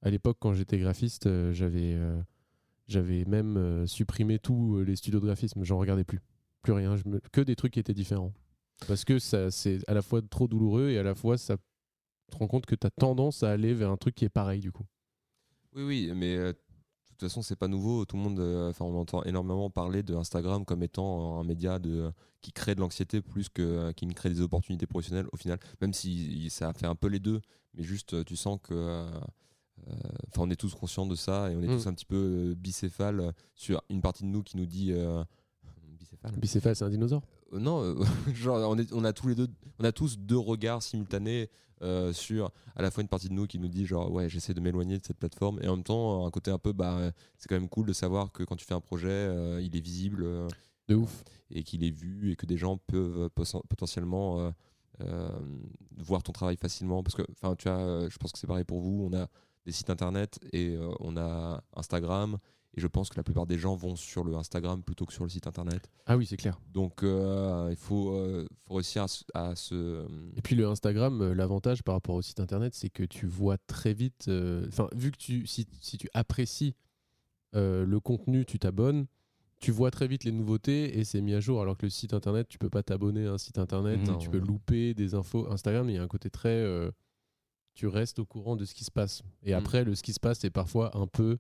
D: à l'époque quand j'étais graphiste, euh, j'avais euh, j'avais même euh, supprimé tous euh, les studios de graphisme, j'en regardais plus, plus rien, je me- que des trucs qui étaient différents, parce que ça c'est à la fois trop douloureux et à la fois ça te rends compte que tu as tendance à aller vers un truc qui est pareil du coup.
C: Oui, oui, mais euh, de toute façon, c'est pas nouveau. Tout le monde, euh, enfin, on entend énormément parler de Instagram comme étant euh, un média de, qui crée de l'anxiété plus que euh, qui ne crée des opportunités professionnelles au final. Même si il- ça fait un peu les deux, mais juste, euh, tu sens que, euh, euh, enfin, on est tous conscients de ça et on est
D: Mm.
C: tous un petit peu euh, bicéphales euh, sur une partie de nous qui nous dit euh, bicéphale.
D: Bicéphale, c'est un dinosaure.
C: Euh, non, euh, genre on, est- on a tous les deux, on a tous deux regards simultanés euh, sur à la fois une partie de nous qui nous dit genre ouais j'essaie de m'éloigner de cette plateforme et en même temps un côté un peu bah euh, c'est quand même cool de savoir que quand tu fais un projet euh, il est visible euh,
D: De ouf.
C: et qu'il est vu et que des gens peuvent euh, poten- potentiellement euh, euh, voir ton travail facilement parce que enfin tu as euh, je pense que c'est pareil pour vous on a des sites internet et euh, on a Instagram et je pense que la plupart des gens vont sur le Instagram plutôt que sur le site internet
D: Ah oui, c'est clair.
C: donc euh, il faut, euh, faut réussir à, se- à se. euh,
D: Et puis le Instagram, euh, l'avantage par rapport au site internet, c'est que tu vois très vite. euh, Enfin, vu que tu, si, si tu apprécies euh, le contenu, tu t'abonnes, tu vois très vite les nouveautés et c'est mis à jour. Alors que le site internet, tu peux pas t'abonner à un site internet, et
C: Non.
D: tu peux louper des infos. Instagram, il y a un côté très. euh, tu restes au courant de ce qui se passe. Et
C: Mm.
D: après, le ce qui se passe, c'est parfois un peu.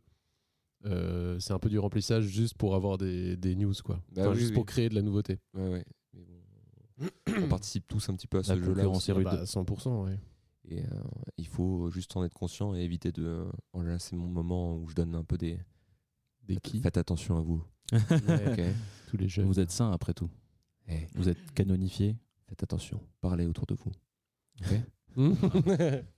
D: euh, c'est un peu du remplissage juste pour avoir des, des news, quoi.
C: Bah
D: Enfin,
C: oui,
D: juste
C: oui.
D: pour créer de la nouveauté.
C: Ouais, ouais. Mais bon, on participe tous un petit peu à ce
F: La
C: jeu-là.
F: concurrence
C: aussi.
F: est rude.
D: Bah, 100%, ouais.
C: Et euh, il faut juste en être conscient et éviter de. Oh là, là, c'est mon moment où je donne un peu des.
D: Des qui
C: Faites attention à vous.
D: Ouais,
C: ok
D: Tous les jeunes.
F: Vous êtes sain après tout.
C: Eh,
F: Vous êtes canonifié.
C: faites attention. Parlez autour de vous.
D: allez,
C: Mmh.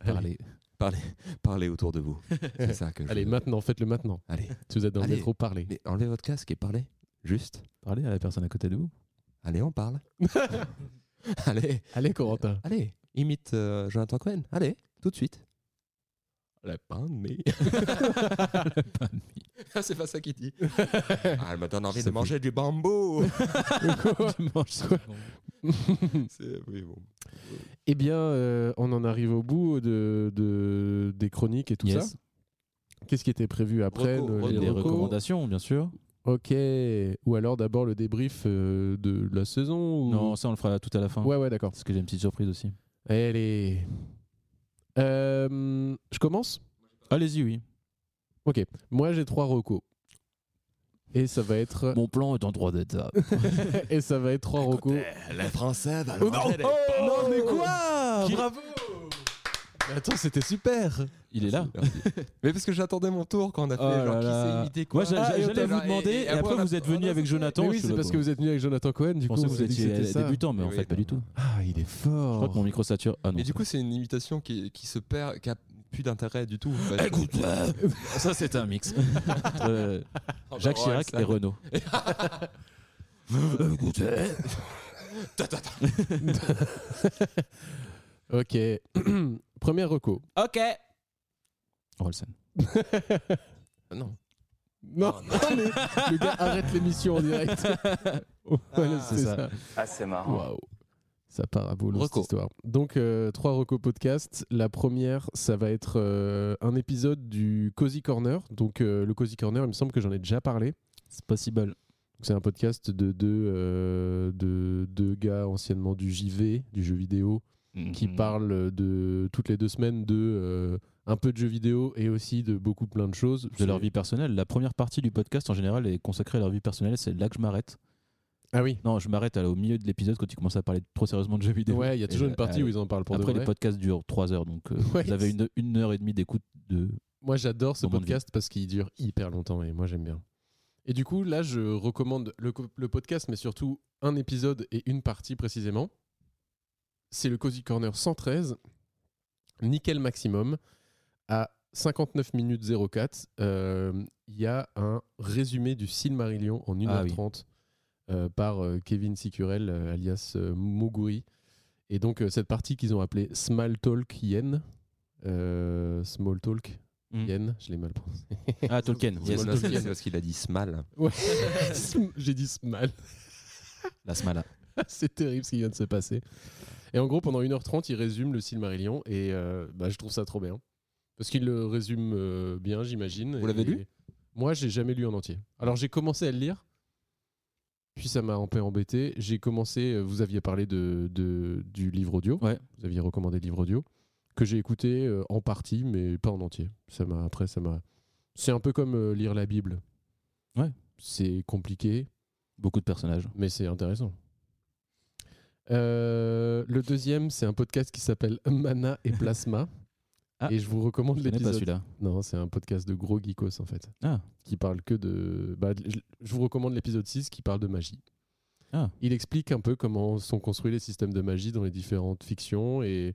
C: Parlez. Parlez, parlez autour de vous. C'est ça que je.
D: allez, maintenant, faites-le maintenant.
C: Allez.
D: Si vous êtes dans
C: Allez.
D: le métro, parlez.
C: Mais enlevez votre casque et parlez. Juste.
F: Parlez à la personne à côté de vous.
C: Allez, on parle. allez.
D: Allez, Corentin.
C: Allez, imite euh, Jonathan Cohen. Allez, tout de suite. La pain de mie. Ah, C'est pas ça qu'il dit. Ah, elle m'a donné envie de manger du bambou. C'est- oui, bon.
D: eh bien, euh, on en arrive au bout de, de- des chroniques et tout
F: Yes.
D: ça. Qu'est-ce qui était prévu après
C: Reco,
D: nos-
C: reco.
D: les
F: Des
C: Des
D: recos
F: recommandations, bien sûr.
D: Ok. Ou alors d'abord le débrief euh, de la saison ou...
F: Non, ça on le fera tout à la fin.
D: Ouais, ouais, d'accord.
F: Parce que j'ai une petite surprise aussi.
D: Allez. Euh, je commence
F: Allez-y, oui.
D: Ok. Moi, j'ai trois recos. Et ça va être.
F: Mon plan est en droit d'être ça.
D: et ça va être trois recos.
C: Les Français va
D: Oh non,
C: manger des-
D: non, mais quoi
F: Bravo
D: Attends, c'était super
F: Il est là.
C: Merci. Mais parce que j'attendais mon tour quand on a fait
F: Oh
C: genre
F: là
C: qui
F: là.
C: s'est imité
F: Moi
C: quoi.
F: j'a-
C: Ah, et
F: j'allais
C: on
F: vous
C: a-
F: demander et,
C: et
F: après
C: on a-
F: vous êtes venu
C: on a-
F: avec Jonathan.
D: Mais
F: je
D: oui,
F: suis
D: c'est
F: là,
D: parce que
F: quoi.
D: vous êtes venu avec Jonathan Cohen, du
F: Je
D: coup,
F: pensais que
D: on
F: vous
D: s'est dit que
F: étiez
D: c'était ça.
F: débutant, mais
C: Mais
F: en
C: oui,
F: fait pas
C: non.
F: du tout.
D: Ah, il est
F: Je crois
D: fort
F: que mon micro sature. Ah non.
C: Mais du coup, c'est une imitation qui, qui se perd, qui a plus d'intérêt du tout. en fait.
F: ça c'est un mix. Entre euh,
C: Oh,
F: Jacques
C: bah,
F: Chirac
C: ouais,
F: et Renault.
D: Ok. Premier reco.
F: Ok. Rolson.
C: ça- Non.
D: Non, non, mais le gars arrête l'émission en direct. Voilà, c'est
F: c'est
D: ça.
F: ça.
E: Ah, c'est marrant.
D: Waouh. Ça part à volo, cette
C: Reco.
D: histoire. Donc, euh, trois recos podcast. La première, ça va être euh, un épisode du Cozy Corner. Donc, euh, le Cozy Corner, il me semble que j'en ai déjà parlé.
F: C'est possible.
D: Donc, C'est un podcast de deux, euh, de deux gars anciennement du JV, du jeu vidéo,
F: Mhm.
D: qui parlent de toutes les deux semaines de euh, un peu de jeux vidéo et aussi de beaucoup plein de choses.
F: de leur vie personnelle. La première partie du podcast en général est consacrée à leur vie personnelle. C'est là que je m'arrête.
D: Ah oui.
F: Non, je m'arrête à- au milieu de l'épisode quand tu commences à parler trop sérieusement de jeux vidéo.
D: Ouais, il y a toujours une partie où ils en parlent pour
F: euh, Après,
D: de
F: les
D: vrai.
F: podcasts durent 3 heures, donc euh,
D: Ouais.
F: vous avez une, une heure et demie d'écoute de.
D: Moi, j'adore ce
F: Moment de
D: podcast parce qu'il dure hyper longtemps et moi, j'aime bien. Et du coup, là, je recommande le, co- le podcast, mais surtout un épisode et une partie précisément. C'est le Cozy Corner 113, nickel maximum, à 59 minutes 04. Euh, Il y a un résumé du Silmarillion en 1h30
F: Ah oui.
D: euh, par euh, Kevin Sicurel, euh, alias euh, Moguri. Et donc, euh, cette partie qu'ils ont appelée Small Talk Yen, euh, Small Talk
F: Mm.
D: Yen, je l'ai mal prononcé.
F: Ah, Tolkien. yes.
C: Non,
D: Tolkien.
C: C'est parce qu'il a dit smal.
D: Ouais. Sm- J'ai dit mal.
F: La Smala.
D: c'est terrible ce qui vient de se passer. Et en gros, pendant 1h30, il résume le Silmarillion et euh, bah, je trouve ça trop bien. Parce qu'il le résume euh, bien, j'imagine.
C: Vous l'avez
D: Et-
C: lu
D: Moi, j'ai jamais lu en entier. Alors, j'ai commencé à le lire, puis ça m'a un peu embêté. J'ai commencé, euh, vous aviez parlé de, de- du livre audio.
F: Ouais.
D: Vous aviez recommandé le livre audio. que j'ai écouté euh, en partie, mais pas en entier. Ça m'a après ça m'a. C'est un peu comme euh, lire la Bible.
B: Ouais.
D: C'est compliqué,
B: Beaucoup de personnages.
D: mais c'est intéressant. Euh, le deuxième, c'est un podcast qui s'appelle Mana et Plasma.
B: Ah.
D: et je vous recommande
B: Je connais pas
D: l'épisode.
B: celui-là.
D: Non, c'est un podcast de gros geekos en fait.
B: Ah.
D: Qui parle que de. bah, je- je vous recommande l'épisode 6 qui parle de magie.
B: Ah.
D: Il explique un peu comment sont construits les systèmes de magie dans les différentes fictions et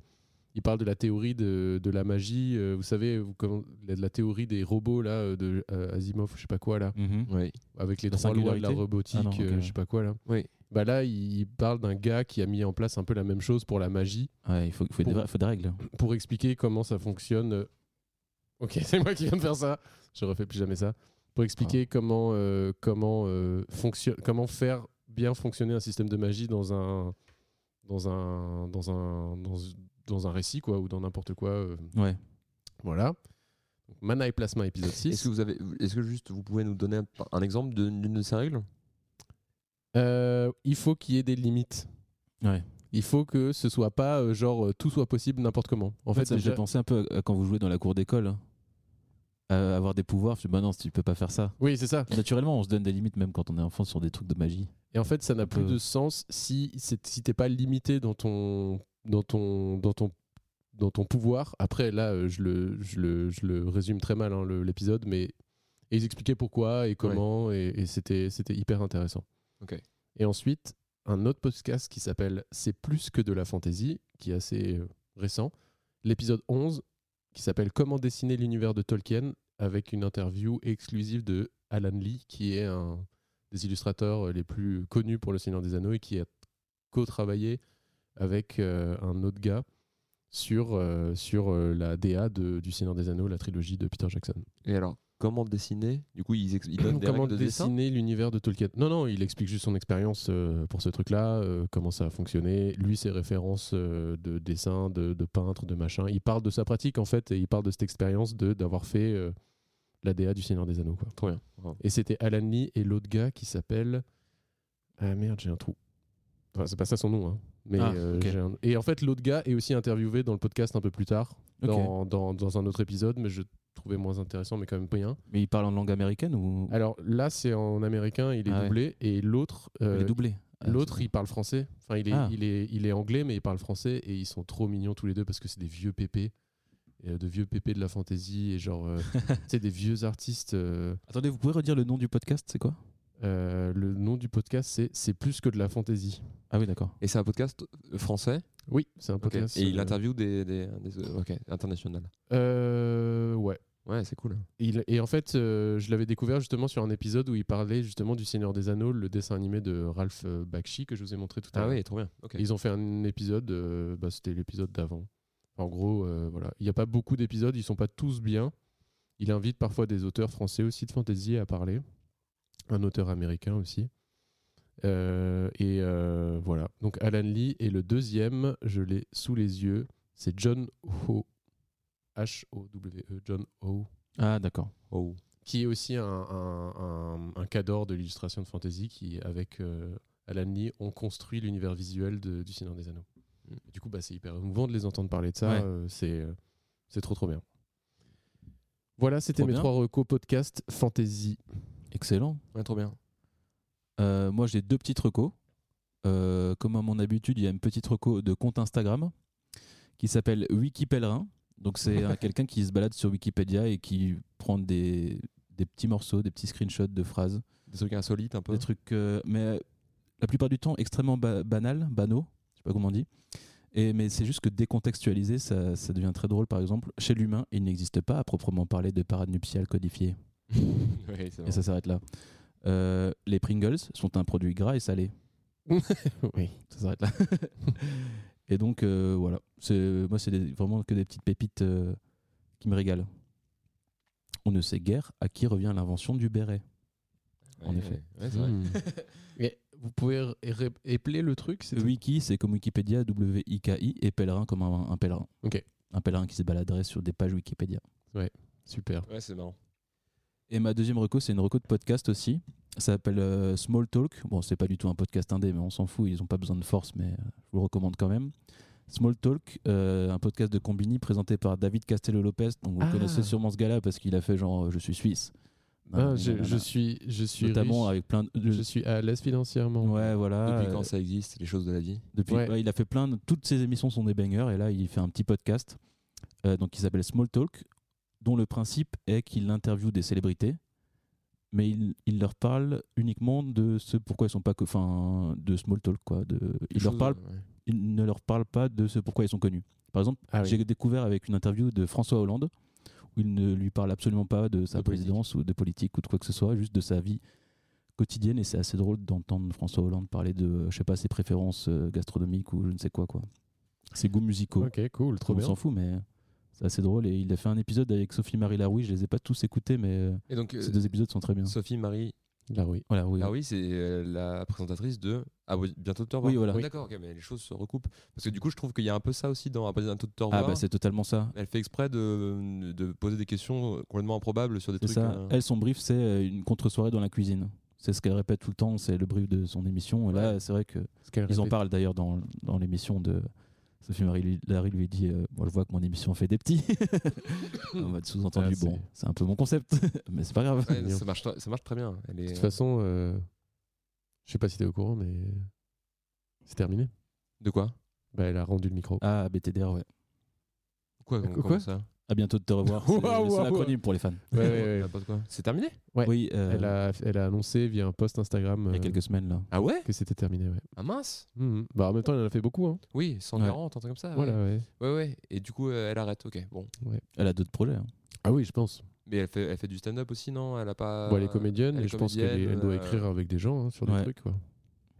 D: il parle de la théorie de, de la magie. euh, vous savez, vous, comment- la, la théorie des robots là, euh, de euh, Asimov, je sais pas quoi là,
B: Mhm.
C: Oui.
D: avec les
B: La
D: trois lois de la
B: singularité
D: robotique,
B: Ah non, ok,
D: euh,
B: ouais.
D: je sais pas quoi là.
C: Oui.
D: Bah là, il parle d'un gars qui a mis en place un peu la même chose pour la magie
B: Ouais, il faut, faut,
D: Pour-
B: des, faut des règles.
D: pour expliquer comment ça fonctionne. euh, Ok, c'est moi qui viens de faire ça. Je refais plus jamais ça. Pour expliquer
B: Ah.
D: comment euh, comment euh, fonctionne, comment faire bien fonctionner un système de magie dans un dans un dans un dans, dans un récit quoi ou dans n'importe quoi. euh,
B: Ouais.
D: Voilà. Donc, Mana et plasma épisode
C: Est-ce
D: 6.
C: que vous avez, est-ce que juste vous pouvez nous donner un, un exemple de- d'une de ces règles
D: Euh, il faut qu'il y ait des limites.
B: Ouais.
D: Il faut que ce soit pas euh, genre euh, tout soit possible n'importe comment. En,
B: En fait,
D: fait,
B: ça me
D: déjà-
B: fait penser un peu à à quand vous jouez dans la cour d'école. hein. Euh, avoir des pouvoirs, je dis, bah non, tu peux pas faire ça.
D: oui, c'est ça.
B: Naturellement, on se donne des limites même quand on est enfant sur des trucs de magie.
D: Et en fait, ça n'a
B: Un
D: plus
B: peu.
D: de sens si, c'est- si t'es pas limité dans ton, dans ton, dans ton, dans ton pouvoir. Après, là, euh, je le, je le, je le résume très mal hein, le- l'épisode, mais et ils expliquaient pourquoi et comment, et, et c'était, c'était hyper intéressant.
C: Ok.
D: Et ensuite, un autre podcast qui s'appelle C'est plus que de la fantaisie, qui est assez euh, récent. L'épisode 11, qui s'appelle Comment dessiner l'univers de Tolkien, avec une interview exclusive de Alan Lee, qui est un des illustrateurs euh, les plus connus pour Le Seigneur des Anneaux et qui a co-travaillé avec euh, un autre gars sur, euh, sur euh, la DA de- du Seigneur des Anneaux, la trilogie de Peter Jackson.
C: Et alors, comment dessiner Du coup, ils, ex- ils donnent des
D: comment
C: règles de dessin.
D: dessiner l'univers de Tolkien Non, non, il explique juste son expérience euh, pour ce truc-là, euh, comment ça a fonctionné, lui, ses références euh, de dessin, de, de peintre, de machin. Il parle de sa pratique, en fait, et il parle de cette expérience de- d'avoir fait euh, la DA du Seigneur des Anneaux. Quoi.
C: Trop bien.
D: Et c'était Alan Lee et l'autre gars qui s'appelle. Ah merde, j'ai un trou. Enfin, c'est pas ça son nom, hein. Mais
B: Ah,
D: euh,
B: ok.
D: j'ai un- Et en fait, l'autre gars est aussi interviewé dans le podcast un peu plus tard,
B: Ok.
D: dans, dans, dans un autre épisode, mais je trouvais moins intéressant, mais quand même rien.
B: Mais il parle en langue américaine ou
D: Alors là, c'est en américain, il est
B: Ah ouais.
D: doublé, et l'autre, euh,
B: il est doublé Ah,
D: l'autre,
B: c'est-
D: il parle français. Enfin, il est,
B: Ah.
D: il est, il est anglais, mais il parle français, et ils sont trop mignons tous les deux parce que c'est des vieux pépés, et, euh, de vieux pépés de la fantaisie, et genre, euh, c'est des vieux artistes. euh,
B: Attendez, vous pouvez redire le nom du podcast, c'est quoi
D: euh, le nom du podcast, c'est c'est plus que de la fantaisie.
B: Ah oui, d'accord.
C: Et c'est un podcast français.
D: Oui, c'est un
C: Ok.
D: podcast.
C: Et il
D: euh,
C: interviewe des, des, des- ok, international.
D: euh, ouais.
C: Ouais, c'est cool.
D: Il- et en fait, euh, je l'avais découvert justement sur un épisode où il parlait justement du Seigneur des Anneaux, le dessin animé de Ralph euh, Bakshi que je vous ai montré tout à
C: Ah
D: l'heure.
C: oui, trop bien. Ok.
D: Et Ils ont fait un épisode, euh, bah, c'était l'épisode d'avant. En gros, euh, voilà, il n'y a pas beaucoup d'épisodes, ils sont pas tous bien. Il invite parfois des auteurs français aussi de fantasy à parler, un auteur américain aussi. Euh, et euh, voilà. Donc Alan Lee et le deuxième, je l'ai sous les yeux, c'est John Ho, H O W E, John Ho,
B: Ah d'accord.
C: Oh.
D: qui est aussi un, un, un, un cador de l'illustration de fantasy qui, avec euh, Alan Lee, ont construit l'univers visuel de- du Seigneur des Anneaux.
C: Mm.
D: Du coup, bah, c'est hyper émouvant de les entendre parler de ça.
B: Ouais.
D: euh, c'est, euh, c'est trop, trop bien. Voilà, c'était
B: Trop
D: mes
B: bien.
D: trois recos podcast fantasy.
B: Excellent.
C: Ouais, trop bien.
B: Euh, moi, j'ai deux petites recos. Euh, comme à mon habitude, il y a une petite reco de compte Instagram qui s'appelle Wiki Pèlerin. Donc, c'est euh, quelqu'un qui se balade sur Wikipédia et qui prend des, des petits morceaux, des petits screenshots de phrases,
C: Des trucs insolites un peu.
B: des trucs, euh, mais euh, la plupart du temps extrêmement ba- banals, banaux, je sais pas comment on dit. Et, mais c'est juste que décontextualisé, ça, ça devient très drôle. Par exemple, chez l'humain, il n'existe pas à proprement parler de parade nuptiale codifiée.
C: Ouais, c'est
B: Et ça s'arrête là. Euh, les Pringles sont un produit gras et salé.
D: Oui.
B: ça s'arrête là. et donc euh, voilà, c'est moi c'est des- vraiment que des petites pépites euh, qui me régalent. On ne sait guère à qui revient l'invention du béret.
C: vrai.
B: en effet.
C: Ouais, c'est vrai.
D: Hmm. vous pouvez ré- ré- épeler le truc c'est
B: Wiki, c'est comme Wikipédia, W-I-K-I, et pèlerin comme un, un pèlerin.
D: Ok.
B: Un pèlerin qui se baladerait sur des pages Wikipédia.
D: Super.
C: Ouais, c'est marrant.
B: Et ma deuxième reco, c'est une reco de podcast aussi. Ça s'appelle euh, Small Talk. Bon, c'est pas du tout un podcast indé, mais on s'en fout, ils ont pas besoin de force, mais euh, je vous le recommande quand même. Small Talk, euh, un podcast de Combini présenté par David Castello Lopez. Donc vous
D: Ah.
B: connaissez sûrement ce gars-là parce qu'il a fait genre euh, Je suis suisse. Nanana,
D: Ah, je, je
B: nanana.
D: suis, je suis
B: Notamment
D: riche.
B: avec plein de.
D: je suis à l'aise financièrement.
B: Ouais, voilà.
C: Depuis
B: euh,
C: quand ça existe, les choses de la vie
B: depuis-
D: Ouais.
B: ouais, Bah, il a fait plein de. Toutes ses émissions sont des bangers et là, il fait un petit podcast euh, donc, qui s'appelle Small Talk, dont le principe est qu'il interviewe des célébrités, mais il, il leur parle uniquement de ce pourquoi ils sont pas. que- Enfin, de Small Talk, quoi. De, il, leur
C: Choses, euh.
B: parle,
C: ouais.
B: il ne leur parle pas de ce pourquoi ils sont connus. Par exemple,
D: Ah oui.
B: j'ai découvert avec une interview de François Hollande où il ne lui parle absolument pas de sa
C: De politique.
B: présidence ou de politique ou de quoi que ce soit, juste de sa vie quotidienne et c'est assez drôle d'entendre François Hollande parler de euh, je sais pas ses préférences euh, gastronomiques ou je ne sais quoi quoi. Ses goûts musicaux.
D: Ok, cool, trop
B: on
D: bien.
B: s'en fout mais c'est assez drôle et il a fait un épisode avec Sophie Marie Laroui, je les ai pas tous écoutés mais euh,
C: Et donc, euh,
B: ces deux épisodes sont très bien.
C: Sophie Marie
D: Là, oui.
B: Voilà, oui.
C: Ah oui, c'est euh, la présentatrice de Ah oui, bientôt de te revoir.
B: Oui, voilà.
C: Ah, D'accord, ok, mais les choses se recoupent. Parce que du coup, je trouve qu'il y a un peu ça aussi dans Ah, bientôt de te
B: Ah
C: revoir.
B: bah c'est totalement ça.
C: Elle fait exprès de, de poser des questions complètement improbables sur des
B: C'est
C: trucs.
B: ça.
C: euh,
B: Elle, son brief, c'est euh, une contre-soirée dans la cuisine. C'est ce qu'elle répète tout le temps, c'est le brief de son émission. Et là, c'est vrai que
D: Parce qu'elle
B: ils en
D: répète-
B: parlent d'ailleurs dans, dans l'émission de Sophie Marie lui- Larry lui dit euh, Moi, je vois que mon émission fait des petits. En mode sous-entendu,
D: Ah, c'est-
B: bon, c'est un peu mon concept, mais c'est pas grave.
C: ouais, ça, marche, ça marche très bien. Elle
D: De toute
C: est...
D: façon, euh, je sais pas si t'es au courant, mais c'est terminé.
C: De quoi
D: Bah, elle a rendu le micro.
B: Ah, BTDR, ouais.
C: Quoi,
D: Euh, Quoi,
C: comment
D: quoi
C: ça
B: À bientôt de te revoir. C'est
D: Waouh,
B: c'est
D: waouh,
B: l'acronyme pour les fans.
D: Ouais, ouais, ouais.
C: N'importe quoi. C'est terminé
D: Ouais.
B: Oui, euh,
D: Elle a, elle a annoncé via un post Instagram
B: il y a
D: euh,
B: quelques semaines, là.
C: Ah ouais
D: que c'était terminé. Ouais.
C: Ah mince
D: Mhm. Bah, en même temps, elle en a fait beaucoup. Hein.
C: Oui, 140, un truc comme ça. Ah ouais.
D: Voilà, ouais.
C: Ouais, ouais. Et du coup, euh, elle arrête, ok. Bon.
B: Elle a d'autres projets. hein.
D: Ah oui, je pense.
C: Mais elle fait, elle fait du stand-up aussi, non Elle a pas.
D: bon, elle est comédienne,
C: Euh, elle
D: et
C: est
D: je pense qu'elle est-
C: comédienne,
D: elle doit
C: euh,
D: écrire avec des gens hein, sur
B: ouais.
D: des trucs. Quoi.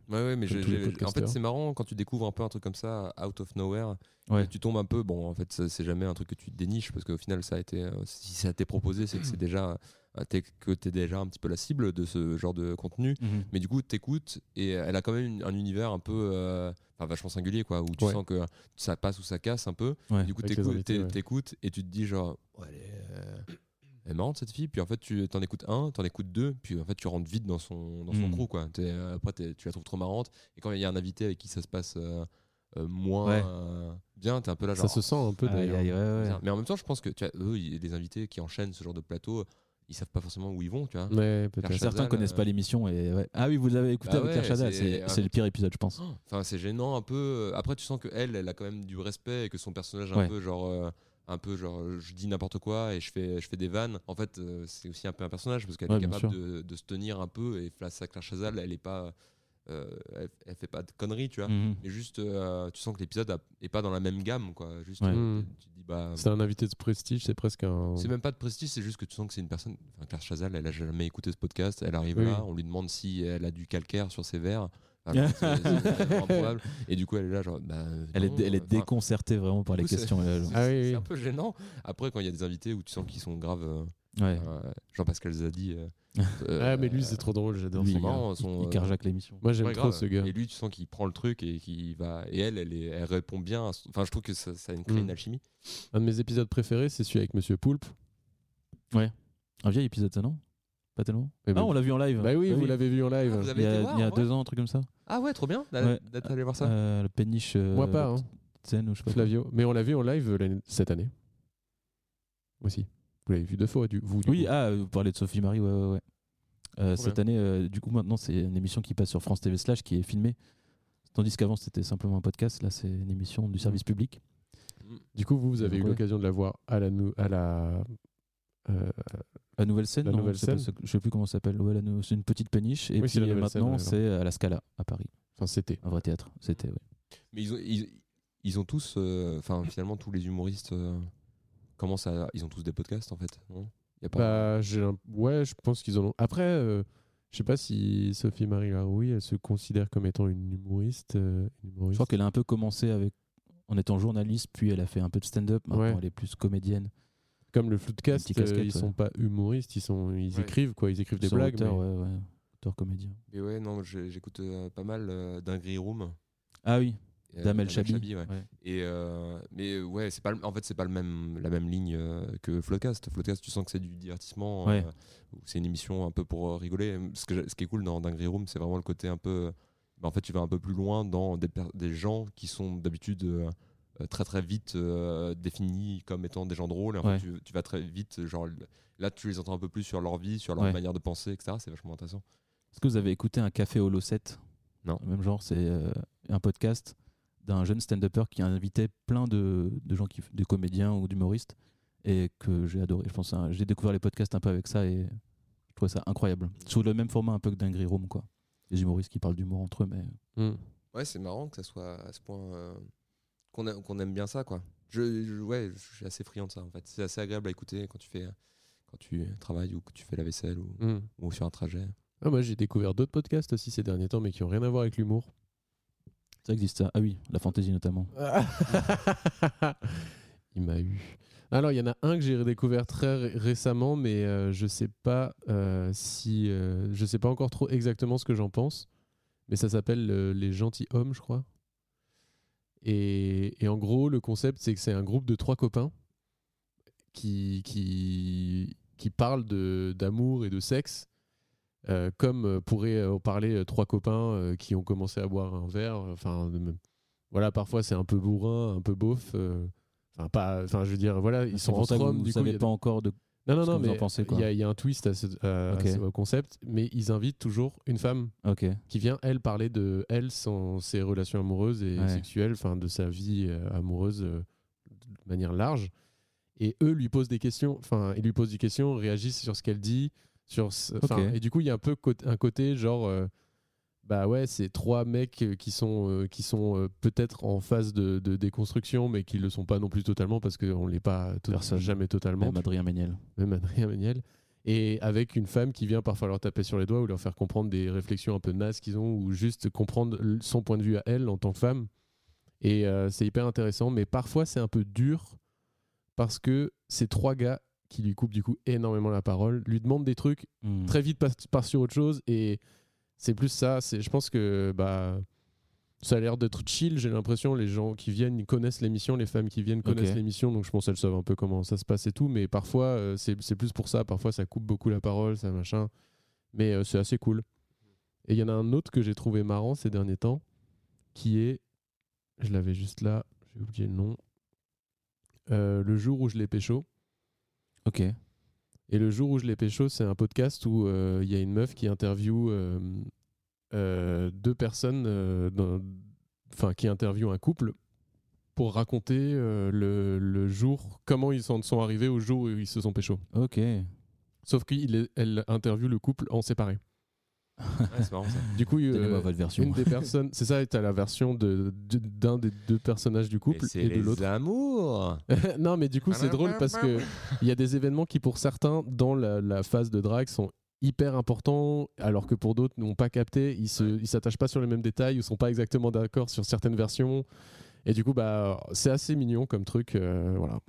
C: Ouais, ouais, mais
D: Comme
C: j'ai-
D: tous les
C: j'ai- en fait,
D: podcasteurs.
C: c'est marrant quand tu découvres un peu un truc comme ça, out of nowhere.
B: Ouais.
C: et Tu tombes un peu, bon, en fait, ça, c'est jamais un truc que tu déniches parce qu'au final, ça a été, euh, si ça t'est proposé, c'est que c'est déjà, euh, t'es- que t'es déjà un petit peu la cible de ce genre de contenu. Mais du coup, t'écoutes et euh, elle a quand même une- un univers un peu, euh, enfin, vachement singulier, quoi, où tu
D: Ouais.
C: sens que ça passe ou ça casse un peu.
B: Ouais.
C: Et du coup,
D: Avec les
C: t'écoutes,
D: invités,
C: t'é-
D: ouais.
C: t'écoutes et tu te dis genre, ouais, elle est, euh, elle est marrante cette fille. Puis en fait, tu t'en écoutes un, t'en écoutes deux, puis en fait, tu rentres vite dans son dans son
D: Hmm.
B: Mm.
C: crew, quoi. T'es, euh, après, t'es- tu la trouves trop marrante. Et quand il y a un invité avec qui ça se passe euh, euh, moins
B: Ouais.
C: euh, bien, t'es un peu là
D: Ça
C: genre.
D: se sent un peu
B: Aïe,
D: d'ailleurs.
B: aïe, ouais, ouais.
C: Bizarre. Mais en même temps, je pense que tu vois, eux, il y a des invités qui enchaînent ce genre de plateau, ils savent pas forcément où ils vont, tu vois.
D: Ouais, peut-être.
C: Cherche-
B: Certains
C: Chazal,
B: connaissent pas
C: euh,
B: l'émission. et ouais. Ah oui, vous l'avez écouté
C: Bah
B: avec
C: ouais,
B: Claire Chazal,
C: c'est-
B: c'est c'est le pire épisode, je pense.
C: Enfin, c'est gênant un peu. euh, Après, tu sens que elle, elle a quand même du respect et que son personnage un
B: Ouais.
C: peu genre, euh, un peu genre, euh, je dis n'importe quoi et je fais, je fais des vannes. En fait, euh, c'est aussi un peu un personnage parce qu'elle
B: Ouais,
C: est
B: bien
C: capable
B: sûr.
C: de, de se tenir un peu et face à Claire Chazal, elle est pas, euh, elle, elle fait pas de conneries, tu vois.
B: Mhm.
C: Mais juste, euh, tu sens que l'épisode a- est pas dans la même gamme, quoi. Juste,
B: Ouais.
C: euh,
D: Mhm.
C: tu, tu te dis bah.
D: C'est un invité de prestige, c'est presque un.
C: C'est même pas de prestige, c'est juste que tu sens que c'est une personne. Enfin, Claire Chazal, elle a jamais écouté ce podcast. Elle arrive
D: Oui.
C: là, on lui demande si elle a du calcaire sur ses verres. Enfin, genre, c'est- c'est vraiment improbable. Et du coup, elle est là, genre. bah,
B: Elle
C: non,
B: est, elle est
C: enfin,
B: déconcertée vraiment par
C: euh, du
B: les
C: coup, c'est-
B: questions. là, genre.
C: c'est-
D: Ah oui,
C: C'est
D: oui.
C: un peu gênant. Après, quand il y a des invités où tu sens qu'ils sont graves, euh,
B: Ouais.
C: euh, genre parce qu'elles a dit. euh,
D: Ah, mais lui,
C: euh,
D: c'est trop drôle, j'adore
B: Lui,
D: son
C: sont
B: il-
D: nom.
C: marrants,
B: il-
C: sont,
B: il
C: euh,
B: carjaque l'émission.
D: Moi, j'aime
C: ouais,
D: trop
C: grave.
D: ce gars.
C: Et lui, tu sens qu'il prend le truc et qu'il va. Et elle, elle, est- elle répond bien. à son- Enfin, je trouve que ça, ça crée
D: Mm.
C: une alchimie.
D: Un de mes épisodes préférés, c'est celui avec Monsieur Poulpe.
B: Un vieil épisode, ça non Pas tellement
D: Eh ben-
B: Ah, on l'a vu en live.
D: Bah oui, vous l'avez vu en live.
C: Ah, vous
B: Il
C: avez
B: y
C: été
B: a,
C: voir,
B: il y a
C: en vrai
B: deux ans, un truc comme ça.
C: Ah ouais, trop bien d'a-
B: Ouais.
C: d'être allé voir ça.
B: Euh, le péniche. euh,
D: Moi pas, hein.
B: Zen ou je sais pas.
D: Flavio. Mais on l'a vu en live euh, l'année- cette année. Aussi. Vous l'avez vu deux fois, du, vous. du
B: Oui,
D: coup.
B: ah, vous parlez de Sophie Marie, ouais, ouais, ouais. Euh,
C: Trop
B: cette année, euh, du coup, maintenant, c'est une émission qui passe sur France TV slash qui est filmée. Tandis qu'avant, c'était simplement un podcast. Là, c'est une émission du service
D: Mm.
B: public.
D: Du coup, vous, vous avez eu
B: Ouais.
D: l'occasion de la voir à la. nou- À la euh,
B: La nouvelle scène,
D: La
B: non,
D: nouvelle
B: c'est pas
D: scène.
B: ce que- je sais plus comment ça s'appelle. Ouais, la nou- c'est une petite péniche. Et
D: Oui, c'est
B: puis
D: la nouvelle scène,
B: maintenant,
D: ouais,
B: c'est à la Scala, à Paris.
D: Enfin, c'était.
B: Un vrai théâtre. C'était, ouais.
C: Mais ils ont, ils, ils ont tous, euh, enfin finalement tous les humoristes euh, commencent à, ils ont tous des podcasts en fait. Non y a pas.
D: Bah, j'ai un- ouais, je pense qu'ils en ont. Après, euh, je sais pas si Sophie Marie Laroui, elle se considère comme étant une humoriste. euh, une
B: Je
D: humoriste.
B: crois qu'elle a un peu commencé avec en étant journaliste, puis elle a fait un peu de stand-up. Maintenant,
D: Ouais.
B: elle est plus comédienne.
D: Comme le Floodcast,
B: Une petite
D: euh,
B: casquette,
D: ils
B: ouais.
D: sont pas humoristes, ils sont, ils
C: Ouais.
D: écrivent quoi, ils écrivent des
B: Sur
D: blagues.
B: Auteur,
D: mais-
B: ouais, ouais. Auteur comédien.
C: Mais ouais, non, j'ai- j'écoute euh, pas mal euh, Dinguerie Room.
B: Ah oui,
C: euh,
B: Damel Chabi.
C: ouais.
B: Ouais.
C: Et euh, mais euh, ouais, c'est pas, le- en fait c'est pas le même, la même ligne euh, que Floodcast. Floodcast, tu sens que c'est du divertissement.
B: Ouais.
C: euh, où c'est une émission un peu pour euh, rigoler. Ce, que, j'a- ce qui est cool dans Dinguerie Room, c'est vraiment le côté un peu. euh, bah, en fait, tu vas un peu plus loin dans des, per- des gens qui sont d'habitude euh, euh, très très vite euh, définis comme étant des gens drôles. Et en fait,
F: Ouais.
C: tu, tu vas très vite, genre là tu les entends un peu plus sur leur vie, sur leur
F: Ouais.
C: manière de penser, etc. C'est vachement intéressant.
F: Est-ce que vous avez écouté un café Holo 7
C: Non.
F: Le Même genre, c'est euh, un podcast d'un jeune stand-upper qui invitait plein de, de gens, qui, de comédiens ou d'humoristes, et que j'ai adoré. Je pense, hein, j'ai découvert les podcasts un peu avec ça et je trouvais ça incroyable. Sur le même format un peu que Dinguerie Room, quoi. Les humoristes qui parlent d'humour entre eux, mais
D: Hmm.
C: Ouais, c'est marrant que ça soit à ce point euh, qu'on aime bien ça, quoi. Je, ouais, je suis assez friand de ça en fait. C'est assez agréable à écouter quand tu fais quand tu travailles ou que tu fais la vaisselle ou,
D: Hmm.
C: sur un trajet.
D: Ah, moi, j'ai découvert d'autres podcasts aussi ces derniers temps, mais qui ont rien à voir avec l'humour.
F: ça existe ça. Ah oui, la fantaisie notamment.
D: il m'a eu. Alors, il y en a un que j'ai redécouvert très ré- récemment, mais euh, je sais pas euh, si, euh, je sais pas encore trop exactement ce que j'en pense. Mais ça s'appelle euh, les gentils hommes, je crois. Et, et en gros, le concept, c'est que c'est un groupe de trois copains qui qui qui parlent de d'amour et de sexe. euh, comme euh, pourraient euh, en parler euh, trois copains euh, qui ont commencé à boire un verre, enfin de- voilà, parfois c'est un peu bourrin, un peu beauf. euh, Enfin, pas. Enfin, je veux dire, voilà, ils
F: Ah, C'est
D: sont
F: pour ça
D: entre
F: que
D: hommes.
F: Vous
D: du coup, il y
F: savez
D: a-
F: pas encore de.
D: Non, non,
F: ce que
D: non,
F: vous en
D: mais
F: pensez, quoi.
D: il y a, il y a un twist à ce, à
F: Ok.
D: ce concept, mais ils invitent toujours une femme
F: Ok.
D: qui vient, elle, parler de elle, son, ses relations amoureuses et
F: Ouais.
D: sexuelles, enfin, de sa vie euh, amoureuse euh, de manière large. Et eux lui posent des questions, enfin, ils lui posent des questions, réagissent sur ce qu'elle dit, sur ce- enfin,
F: Ok.
D: et du coup, il y a un peu cô- un côté genre, euh, bah ouais, c'est trois mecs euh, qui sont, euh, qui sont euh, peut-être en phase de, de déconstruction, mais qui le sont pas non plus totalement parce qu'on l'est pas to-
F: Personne.
D: jamais totalement.
F: Même Adrien Méniel.
D: même Adrien Méniel, et avec une femme qui vient parfois leur taper sur les doigts ou leur faire comprendre des réflexions un peu nazes qu'ils ont ou juste comprendre l- son point de vue à elle en tant que femme. Et euh, c'est hyper intéressant, mais parfois c'est un peu dur parce que ces trois gars qui lui coupent du coup énormément la parole, lui demandent des trucs,
F: Hmm.
D: très vite passe- part sur autre chose et c'est plus ça. C'est, je pense que bah ça a l'air d'être chill. J'ai l'impression les gens qui viennent ils connaissent l'émission, les femmes qui viennent connaissent
F: Ok.
D: l'émission, donc je pense qu'elles savent un peu comment ça se passe et tout. Mais parfois euh, c'est, c'est plus pour ça. Parfois ça coupe beaucoup la parole, ça machin. Mais euh, c'est assez cool. Et il y en a un autre que j'ai trouvé marrant ces derniers temps, qui est, je l'avais juste là, j'ai oublié le nom. Euh, le jour où je l'ai pécho.
F: Ok.
D: Et le jour où je l'ai pécho, c'est un podcast où euh, il y a une meuf qui interviewe euh, euh, deux personnes, euh, dans- enfin qui interviewe un couple pour raconter euh, le, le jour, comment ils en sont arrivés au jour où ils se sont pécho.
F: Ok.
D: Sauf qu'elle interviewe le couple en séparé.
C: c'est marrant ça.
D: Du coup, euh,
F: Donnez-moi votre version.
D: une des personnes, c'est ça, t'as la version de- de- d'un des deux personnages du couple et, de l'autre.
C: amours.
D: non, mais
C: Bah,
D: du coup, c'est drôle parce que il y a des événements qui, pour certains, dans la, la phase de drague, sont hyper importants, alors que pour d'autres, n'ont pas capté. Ils se- ils s'attachent pas sur les mêmes détails ou sont pas exactement d'accord sur certaines versions. Et du coup, bah, c'est assez mignon comme truc. euh, voilà.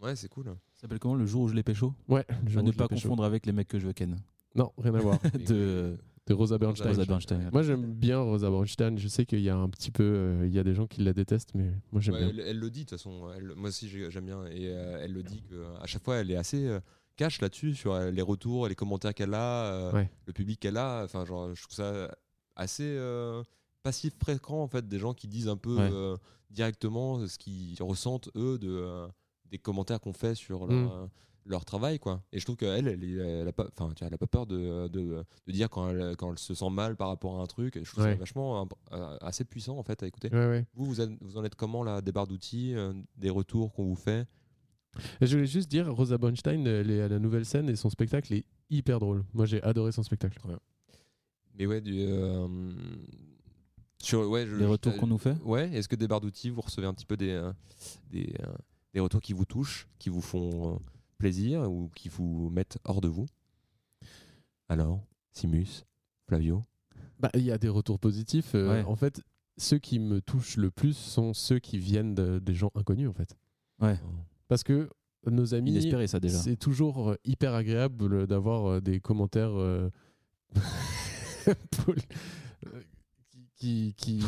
C: Ouais, c'est cool. hein.
F: Ça s'appelle comment le jour où je l'ai pécho
D: Ouais, je
F: À ne
D: vous
F: pas
D: l'ai pécho.
F: confondre avec les mecs que je veux ken.
D: Non, rien à voir.
F: de
D: De Rosa Bernstein.
F: Rosa Bernstein.
D: Moi, j'aime bien Rosa Bernstein. Je sais qu'il y a un petit peu. euh, Il y a des gens qui la détestent, mais moi, j'aime
C: Ouais,
D: bien.
C: Bah, elle, elle le dit de toute façon. Elle- moi aussi j'ai- j'aime bien et euh, elle le dit que à chaque fois elle est assez euh, cash là-dessus sur euh, les retours, les commentaires qu'elle a, euh,
D: Ouais.
C: le public qu'elle a. Enfin genre je trouve ça assez euh, passif fréquent en fait des gens qui disent un peu
F: Ouais.
C: euh, directement ce qu'ils ressentent eux de euh, des commentaires qu'on fait sur
D: Mm.
C: leur, euh, leur travail quoi. Et je trouve qu'elle elle, est- elle a pas enfin tu vois, elle a pas peur de, de, de dire quand elle, quand elle se sent mal par rapport à un truc. Et je trouve
D: Ouais.
C: ça vachement imp- euh, assez puissant en fait à écouter.
D: Ouais, ouais.
C: Vous, vous, en- vous en êtes comment là Des barres d'outils, euh, des retours qu'on vous fait
D: Et je voulais juste dire, Rosa Bernstein, elle est à la nouvelle scène et son spectacle est hyper drôle. Moi, j'ai adoré son spectacle.
C: Mais ouais, du, euh, sur, ouais je-
F: Les
C: je-
F: retours qu'on nous fait
C: Ouais, est-ce que des barres d'outils, vous recevez un petit peu des, euh, des, euh, des retours qui vous touchent, qui vous font euh, plaisir ou qui vous mettent hors de vous Alors, Simus, Flavio
D: Bah, il y a des retours positifs. euh,
F: Ouais.
D: En fait, ceux qui me touchent le plus sont ceux qui viennent de- des gens inconnus, en fait.
F: Ouais.
D: Parce que nos amis,
F: Inespéré ça déjà.
D: c'est toujours euh, hyper agréable d'avoir euh, des commentaires euh, poli- euh, qui, qui, qui-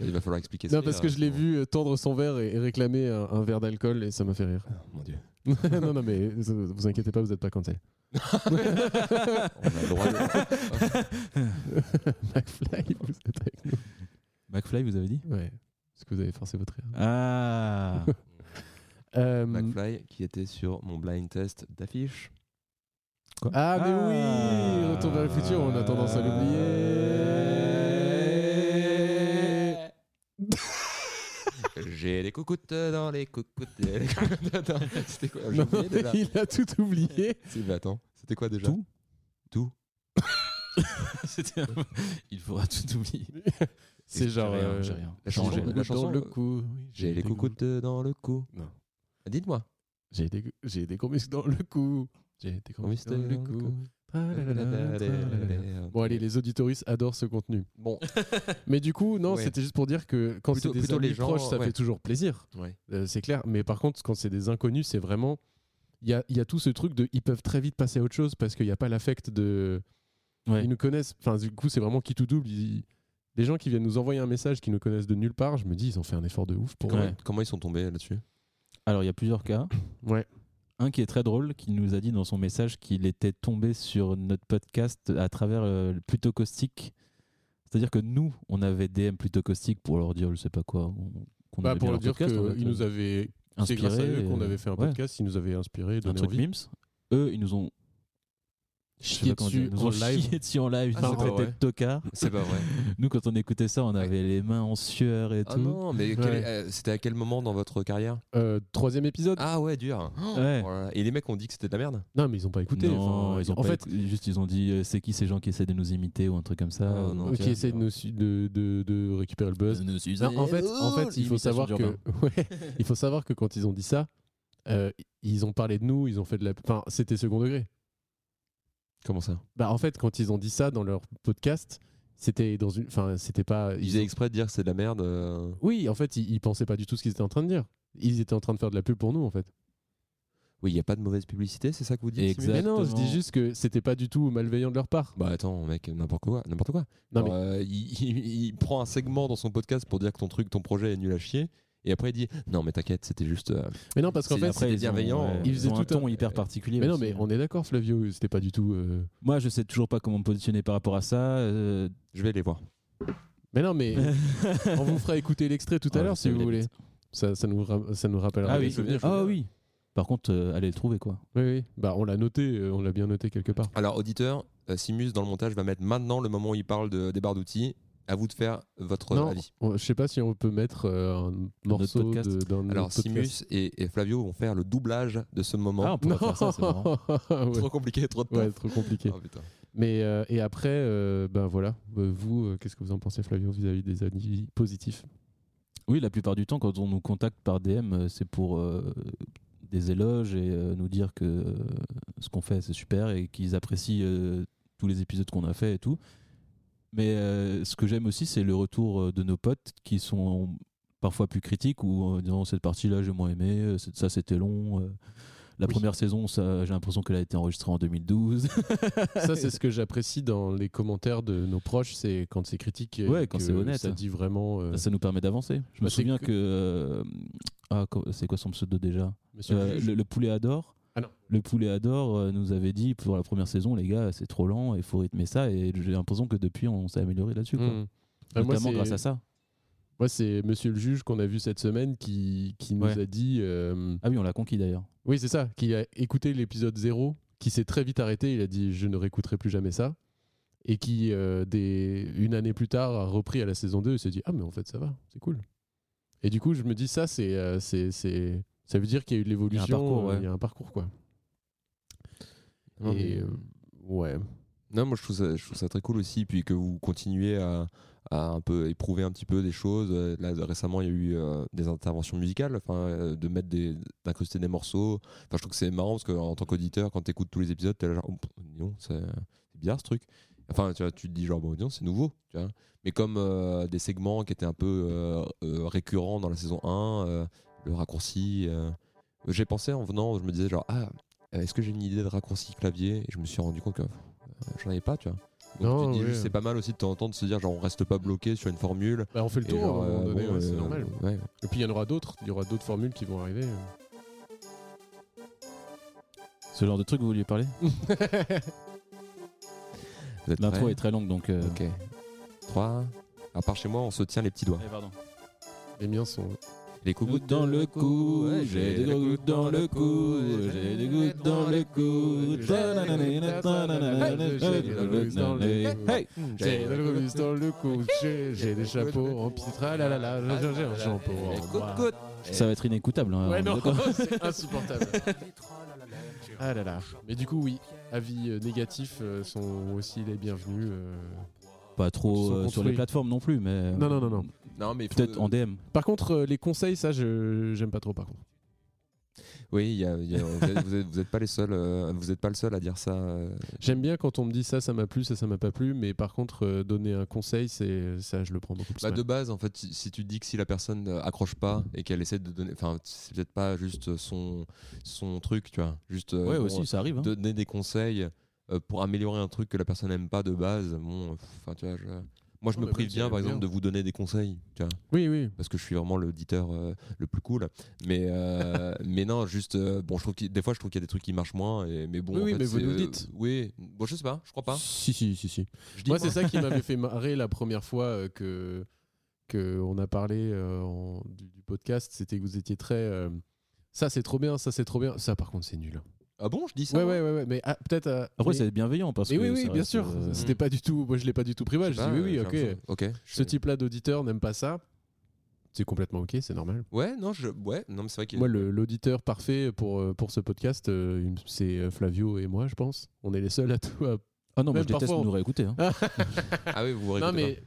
C: Il va falloir expliquer ça.
D: non, parce que je l'ai vu euh, tendre son verre et, et réclamer un, un verre d'alcool et ça m'a fait rire.
F: Ah,
C: Oh, Mon dieu.
D: non, non, mais euh, vous inquiétez pas, vous n'êtes pas cancel.
C: On a le droit de-
D: McFly, vous êtes avec nous.
F: McFly, vous avez dit
D: Ouais. Parce que vous avez forcé votre rire.
B: Ah
D: Euh,
C: McFly qui était sur mon blind test d'affiche.
D: Ah, mais
B: Ah.
D: oui Retour vers le futur, on a tendance à l'oublier.
C: J'ai les coucoutes dans les coucoutes. et les coucoutes dans- C'était quoi J'ai
D: Non,
C: oublié déjà.
D: il a tout oublié.
C: Si, mais attends, c'était quoi déjà
B: Tout
C: Tout.
B: C'était un- Il faudra tout oublier.
D: C'est genre.
B: J'ai rien,
D: euh,
B: j'ai rien.
D: dans
C: La chanson,
D: le-
C: la chanson euh,
D: dans le cou. Oui,
C: J'ai
D: des
C: les coucoutes dans le cou.
D: Non.
C: Dites-moi.
D: J'ai des, j'ai des gros muscles dans le cou. Ah, J'ai des gros muscles dans le cou. Tralalala, tralalala. Bon, allez, les auditoristes adorent ce contenu.
C: Bon,
D: Mais du coup, non,
C: Ouais.
D: c'était juste pour dire que quand
C: Plutôt-
D: c'est des
C: plutôt
D: amis
C: les gens,
D: proches, ça
C: ouais.
D: fait toujours plaisir.
C: Ouais.
D: Euh, c'est clair. Mais par contre, quand c'est des inconnus, c'est vraiment. Il y a, il y a tout ce truc de. Ils peuvent très vite passer à autre chose parce qu'il n'y a pas l'affect de.
B: Ouais.
D: Ils nous connaissent. Enfin, du coup, c'est vraiment qui tout double. Ils- Les gens qui viennent nous envoyer un message qui nous connaissent de nulle part, je me dis, ils ont fait un effort de ouf pour.
C: comment,
B: Ouais.
C: comment ils sont tombés là-dessus
B: Alors, il y a plusieurs cas.
D: Ouais.
B: Un qui est très drôle, qui nous a dit dans son message qu'il était tombé sur notre podcast à travers euh, le Plutôt Caustique. C'est-à-dire que nous, on avait DM Plutôt Caustique pour leur dire je sais pas quoi. on- qu'on
D: Bah,
B: aimait
D: pour
B: bien
D: leur dire
B: podcast, en fait,
D: qu'ils nous
B: euh,
D: avaient. C'est
B: inspiré.
D: grâce à eux qu'on
B: euh,
D: avait fait un
B: ouais,
D: podcast, ils nous avaient inspiré,
B: un
D: donné
B: truc
D: envie.
B: Mims. Eux, ils nous ont je sais
D: Chié
B: pas comment dire,
D: dessus
B: ils nous ont
D: en live.
B: chié dessus en live. Ils
C: Ah,
B: nous ont
C: c'est pas
B: traité
C: vrai.
B: de tocards.
C: C'est pas vrai.
B: Nous, quand on écoutait ça, on avait les mains en sueur et
C: Ah
B: tout.
C: non, mais quel
D: Ouais.
C: est- euh, c'était à quel moment dans votre carrière
D: Euh, troisième épisode
C: Ah ouais, dur.
B: Ouais.
C: Oh là là. Et les mecs ont dit que c'était de la merde
D: Non, mais ils n'ont pas écouté.
B: non,
D: enfin,
B: ils ont
D: en
B: pas
D: fait,
B: écou- juste ils ont dit euh, c'est qui ces gens qui essaient de nous imiter ou un truc comme ça.
C: Ah,
B: ou-
C: non.
D: qui essayent de, nous su- de, de- de récupérer le buzz.
B: Nous
D: Non, Ben, en fait, en
B: usons-
D: fait il, faut
B: Imitation
D: savoir que,
B: d'Urbain.
D: Ouais, il faut savoir que quand ils ont dit ça, euh, ils ont parlé de nous, ils ont fait de la. Enfin, c'était second degré.
C: Comment ça
D: Bah, en fait, quand ils ont dit ça dans leur podcast, c'était dans une. Enfin, c'était pas.
C: Ils faisaient exprès de dire que c'est de la merde. euh.
D: Oui, en fait, ils, ils pensaient pas du tout ce qu'ils étaient en train de dire. Ils étaient en train de faire de la pub pour nous, en fait.
C: Oui, il n'y a pas de mauvaise publicité, c'est ça que vous dites Simon
D: Mais non, je
B: Exactement.
D: dis juste que c'était pas du tout malveillant de leur part.
C: Bah attends, mec, n'importe quoi. N'importe quoi.
D: non,
C: Genre,
D: mais
C: euh, il, il- il prend un segment dans son podcast pour dire que ton truc, ton projet est nul à chier. Et après, il dit Non, mais t'inquiète, c'était juste. euh,
D: Mais non, parce qu'en
C: C'est
D: fait,
C: après- c'était
B: ils ont-
C: bienveillant.
B: ouais,
D: Ils
B: ils
D: faisaient
B: ont un
D: tout un-
B: ton hyper particulier.
D: mais non,
B: aussi.
D: mais on est d'accord, Flavio, c'était pas du tout. euh,
B: Moi, je sais toujours pas comment me positionner par rapport à ça. euh,
C: je vais les voir.
D: Mais non, mais on vous fera écouter l'extrait tout à
B: Ouais,
D: l'heure
B: je
D: si
B: sais où
D: vous
B: il
D: voulez. Ça, ça nous ra- ça nous rappellera.
B: Ah
D: des
B: oui.
D: souvenirs.
B: Ah oui. Par contre, euh, allez le trouver quoi.
D: Oui, oui. Bah, on l'a noté, euh, on l'a bien noté quelque part.
C: Alors, auditeur, euh, Simus, dans le montage, va mettre maintenant le moment où il parle de- des barres d'outils. À vous de faire votre
D: non,
C: avis.
D: on- je sais pas si on peut mettre euh, un morceau
B: podcast.
D: de- d'un
C: Alors,
D: autre podcast.
C: Simus et, et Flavio vont faire le doublage de ce moment.
B: Ah, on pourrait faire ça, c'est marrant.
D: ouais.
C: Trop compliqué, trop de
D: Ouais,
C: taf.
D: trop compliqué.
C: Ah, putain.
D: Mais euh, et après, euh, ben voilà. Euh, Vous, euh, qu'est-ce que vous en pensez, Flavio, vis-à-vis des avis positifs
B: Oui, la plupart du temps, quand on nous contacte par DM, euh, c'est pour euh, des éloges et euh, nous dire que euh, ce qu'on fait, c'est super et qu'ils apprécient euh, tous les épisodes qu'on a fait et tout. Mais euh, ce que j'aime aussi, c'est le retour euh, de nos potes qui sont parfois plus critiques ou en disant cette partie-là, j'ai moins aimé, euh, c'est- ça c'était long. euh, la
D: Oui.
B: première saison, ça, j'ai l'impression qu'elle a été enregistrée en 2012.
D: Ça, c'est ce que j'apprécie dans les commentaires de nos proches, c'est quand c'est critique, et
B: Ouais, quand
D: que
B: c'est honnête.
D: ça dit vraiment. euh,
B: ça nous permet d'avancer. Je me
D: Bah, c'est
B: souviens
D: que-
B: que. euh, ah, co- c'est quoi son pseudo déjà
D: Monsieur
B: Euh,
D: le juge.
B: le, le poulet adore.
D: Ah non.
B: Le poulet adore euh, nous avait dit pour la première saison, les gars, c'est trop lent, il faut rythmer ça. Et j'ai l'impression que depuis, on s'est amélioré là-dessus. quoi.
D: Mm. Ah, moi,
B: Notamment
D: c'est-
B: grâce à ça.
D: Moi, c'est Monsieur le juge qu'on a vu cette semaine qui, qui nous
B: Ouais.
D: a dit. euh,
B: Ah oui, on l'a conquis d'ailleurs.
D: Oui, c'est ça, qui a écouté l'épisode 0, qui s'est très vite arrêté. Il a dit Je ne réécouterai plus jamais ça. Et qui, euh, des... une année plus tard, a repris à la saison 2 et s'est dit Ah, mais en fait, ça va, c'est cool. Et du coup, je me dis Ça, c'est. euh, c'est- c'est- ça veut dire qu'il y a eu de l'évolution.
B: parcours,
D: euh,
B: ouais.
D: Il y a un parcours, quoi.
C: Non, mais-
D: Et. euh, Ouais.
C: Non, moi je trouve, ça, je trouve ça très cool aussi, puis que vous continuez à, à un peu éprouver un petit peu des choses. Euh, Là, récemment, il y a eu euh, des interventions musicales, enfin, euh, de mettre des, d'incruster des morceaux. Enfin, je trouve que c'est marrant parce qu'en tant qu'auditeur, quand t'écoutes tous les épisodes, t'es là genre, Oh, pff, dis donc, c'est c'est bizarre ce truc. Enfin, tu, vois, tu te dis genre, bon, dis donc, c'est nouveau, tu vois. Mais comme euh, des segments qui étaient un peu euh, euh, récurrents dans la saison 1, euh, le raccourci. euh, j'ai pensé en venant, je me disais genre, ah, euh, est-ce que j'ai une idée de raccourci clavier Et je me suis rendu compte que euh, j'en avais pas, tu vois. Donc
D: Non,
C: tu te dis
D: ouais.
C: juste, c'est pas mal aussi de temps en temps de se dire, genre, on reste pas bloqué sur une formule.
D: Bah, on fait le
C: Et
D: tour,
C: genre,
D: à un moment
C: euh,
D: donné,
C: bon,
D: ouais, c'est
C: euh,
D: normal.
C: ouais.
D: Et puis, il y en aura d'autres. Il y aura d'autres formules qui vont arriver.
B: Ce genre de truc, vous vouliez parler
C: Vous êtes
B: L'intro
C: prêts
B: est très longue donc. euh,
C: Ok. 3. À part chez moi, on se tient les petits doigts.
B: eh, pardon.
D: Les miens sont.
C: Les coups
B: gouttes dans le cou, j'ai des gouttes dans le cou, j'ai des gouttes dans le cou. Tananana, tananana,
D: J'ai des gouttes dans le cou.
B: Hey,
D: J'ai des roulis dans le cou, j'ai j'ai des chapeaux en Ah pitra, la la la, la, j'ai un chapeau en bois.
B: Ça va être inécoutable. hein,
D: Ouais,
B: on est
D: non,
B: d'accord.
D: c'est insupportable. Ah là là. Mais du coup, oui, avis euh, négatifs euh, sont aussi les bienvenus. euh.
B: Pas
D: Ils
B: trop
D: sont
B: euh, sur
D: construits.
B: les plateformes non plus, mais euh,
D: Non, non, non, non.
C: Non, mais
B: peut-être en DM.
D: Par contre, euh, les conseils, ça, je j'aime pas trop, par contre.
C: Oui, il y a- il y a- vous êtes- vous êtes- vous êtes pas les seuls, euh, vous êtes pas le seul à dire ça. euh.
D: J'aime bien quand on me dit ça, ça m'a plu, ça, ça m'a pas plu, mais par contre, euh, donner un conseil, c'est ça, je le prends beaucoup plus.
C: Bah,
D: mal.
C: de base, en fait, si- si tu dis que si la personne euh, accroche pas et qu'elle essaie de donner, enfin, c'est peut-être pas juste son son truc, tu vois, juste euh,
B: Ouais,
C: bon,
B: aussi, ça arrive. hein.
C: de donner des conseils euh, pour améliorer un truc que la personne n'aime pas de base. Bon, euh, enfin, tu vois, je- moi, je
D: Non,
C: me
D: mais
C: prive
D: même si
C: bien,
D: elle
C: par
D: aime
C: exemple,
D: bien.
C: de vous donner des conseils, tu vois,
D: Oui, oui.
C: parce que je suis vraiment l'auditeur euh, le plus cool. Mais euh, mais non, juste euh, bon, je trouve qu'il- des fois, je trouve qu'il y a des trucs qui marchent moins. Et, mais bon,
D: Oui,
C: en
D: oui,
C: fait,
D: mais vous
C: c'est- euh,
D: nous dites.
C: Oui, bon, je sais pas, je crois pas.
D: Si, si, si, si.
C: Je dis
D: Moi, c'est ça qui m'avait fait marrer la première fois euh, que qu'on a parlé euh, en- du, du podcast. C'était que vous étiez très. euh, ça, c'est trop bien, ça, c'est trop bien. Ça, par contre, c'est nul. hein.
C: Ah bon, je dis ça.
D: Ouais,
C: moi
D: ouais, ouais, ouais, Mais ah, peut-être. à-
B: Après,
D: mais-
B: c'est bienveillant parce
D: mais
B: que.
D: oui,
B: ça
D: oui, bien
B: reste,
D: sûr.
B: euh,
D: C'était pas du tout. Moi, je l'ai pas du tout pris
C: Je
D: mal.
C: sais
D: Je dis
C: pas,
D: oui,
C: euh,
D: oui,
C: j'ai
D: ok.
C: l'impression- Ok.
D: Ce type-là d'auditeur n'aime pas ça. C'est complètement ok, c'est normal.
C: Ouais, non, je. Ouais, non, mais c'est vrai qu'il.
D: Moi, le- l'auditeur parfait pour, euh, pour ce podcast, euh, il me- c'est euh, Flavio et moi, je pense. On est les seuls à tout. à-
B: Ah non, moi
D: Même
B: je déteste
D: parfois, on-
B: nous réécouter. hein.
C: Ah oui, vous
D: Non,
C: réécoutez
D: mais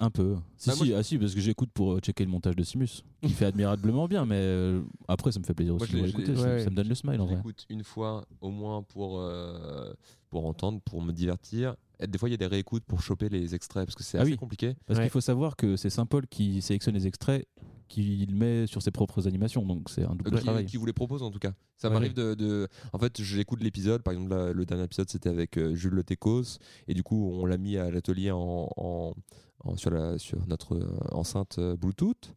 B: Un peu. Si,
C: Bah, moi,
B: si,
C: je-
B: ah, si, parce que j'écoute pour euh, checker le montage de Simus. Il fait admirablement bien, mais euh, après, ça me fait plaisir
C: Moi,
B: aussi
C: je
B: de
C: l'ai-
B: l'écouter.
C: je l'ai-
B: ça,
D: ouais.
B: ça me donne le smile
C: pas.
B: Ah, en
C: Je
B: vrai.
C: l'écoute une fois au moins pour, euh, pour entendre, pour me divertir. Et des fois, il y a des réécoutes pour choper les extraits parce que c'est
B: Ah
C: assez
B: oui.
C: compliqué.
B: Parce
D: Ouais.
B: qu'il faut savoir que c'est Saint-Paul qui sélectionne les extraits qu'il met sur ses propres animations, donc c'est un
C: Euh,
B: double travail.
C: qui, qui vous les propose en tout cas. Ça
D: Ouais.
C: m'arrive de, de- En fait, j'écoute l'épisode. Par exemple, là, le dernier épisode, c'était avec euh, Jules Le Técos. Et du coup, on l'a mis à l'atelier en, en- en- sur, la, sur notre euh, enceinte euh, Bluetooth.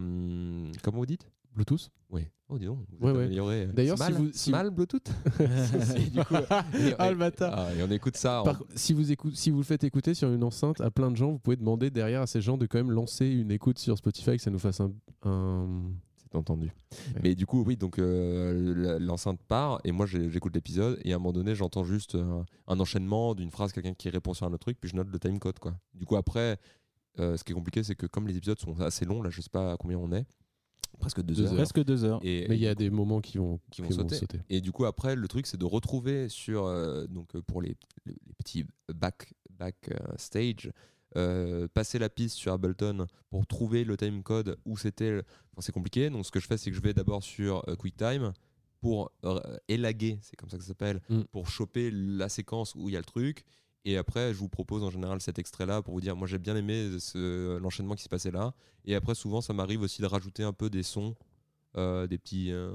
C: Euh, comment vous dites
D: Bluetooth
C: Oui. Oh, dis donc. Vous
D: Ouais,
C: êtes
D: ouais.
C: amélioré.
D: D'ailleurs, si
C: Smile
D: vous- si-
C: Smile Bluetooth Et du coup, et-
D: Ah, le bâtard
C: Ah, et on écoute ça.
D: Par- si, vous écou- si vous le faites écouter sur une enceinte à plein de gens, vous pouvez demander derrière à ces gens de quand même lancer une écoute sur Spotify, que ça nous fasse un. un-
C: C'est entendu. Mais du coup, oui, donc euh, la- l'enceinte part et moi j'ai- j'écoute l'épisode et à un moment donné, j'entends juste euh, un enchaînement d'une phrase, quelqu'un qui répond sur un autre truc, puis je note le timecode quoi. Du coup, après, euh, ce qui est compliqué, c'est que comme les épisodes sont assez longs, là, je sais pas à combien on est, presque deux,
D: Deux
C: heures.
D: heures.
B: Presque deux heures.
C: Et,
D: Mais il y
C: et-
D: a des moments qui vont,
C: qui vont sauter. Et du coup, après, le truc, c'est de retrouver sur, euh, donc, euh, pour les, les- les petits back, back euh, stage, euh, passer la piste sur Ableton pour trouver le timecode où c'était. le- Enfin, c'est compliqué. Donc, ce que je fais, c'est que je vais d'abord sur euh, QuickTime pour euh, élaguer, c'est comme ça que ça s'appelle,
D: Mm.
C: pour choper la séquence où il y a le truc. Et après, je vous propose en général cet extrait-là pour vous dire, moi j'ai bien aimé ce- l'enchaînement qui se passait là. Et après, souvent, ça m'arrive aussi de rajouter un peu des sons, euh, des petits, euh,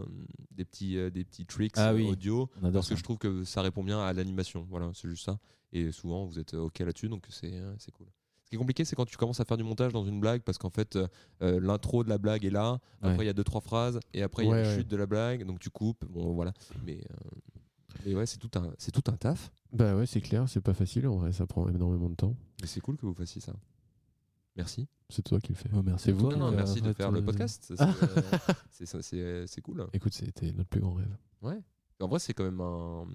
C: des petits, euh, des petits tricks
B: Ah
C: euh,
B: oui.
C: audio,
B: On adore
C: parce
B: ça.
C: que je trouve que ça répond bien à l'animation. Voilà, c'est juste ça. Et souvent, vous êtes euh, ok là-dessus, donc c'est euh, c'est cool. Ce qui est compliqué, c'est quand tu commences à faire du montage dans une blague, parce qu'en fait, euh, euh, l'intro de la blague est là. Après, il
B: Ouais.
C: y a deux trois phrases, et après il y
D: Ouais,
C: a la
D: ouais.
C: chute de la blague, donc tu coupes. Bon, voilà. Mais, euh, mais ouais, c'est tout un, c'est tout un taf.
D: Bah ouais, c'est clair, c'est pas facile en vrai, ça prend énormément de temps.
C: Mais c'est cool que vous fassiez ça. Merci.
D: C'est toi qui le fais.
B: Oh, merci
D: C'est
B: à
D: vous
B: toi.
D: qui
C: Non, non,
D: Euh,
C: merci de
D: arrête,
C: faire le
D: euh,
C: podcast. C'est, euh, C'est ça, c'est- c'est cool.
D: Écoute, c'était notre plus grand rêve.
C: En vrai, c'est quand même un.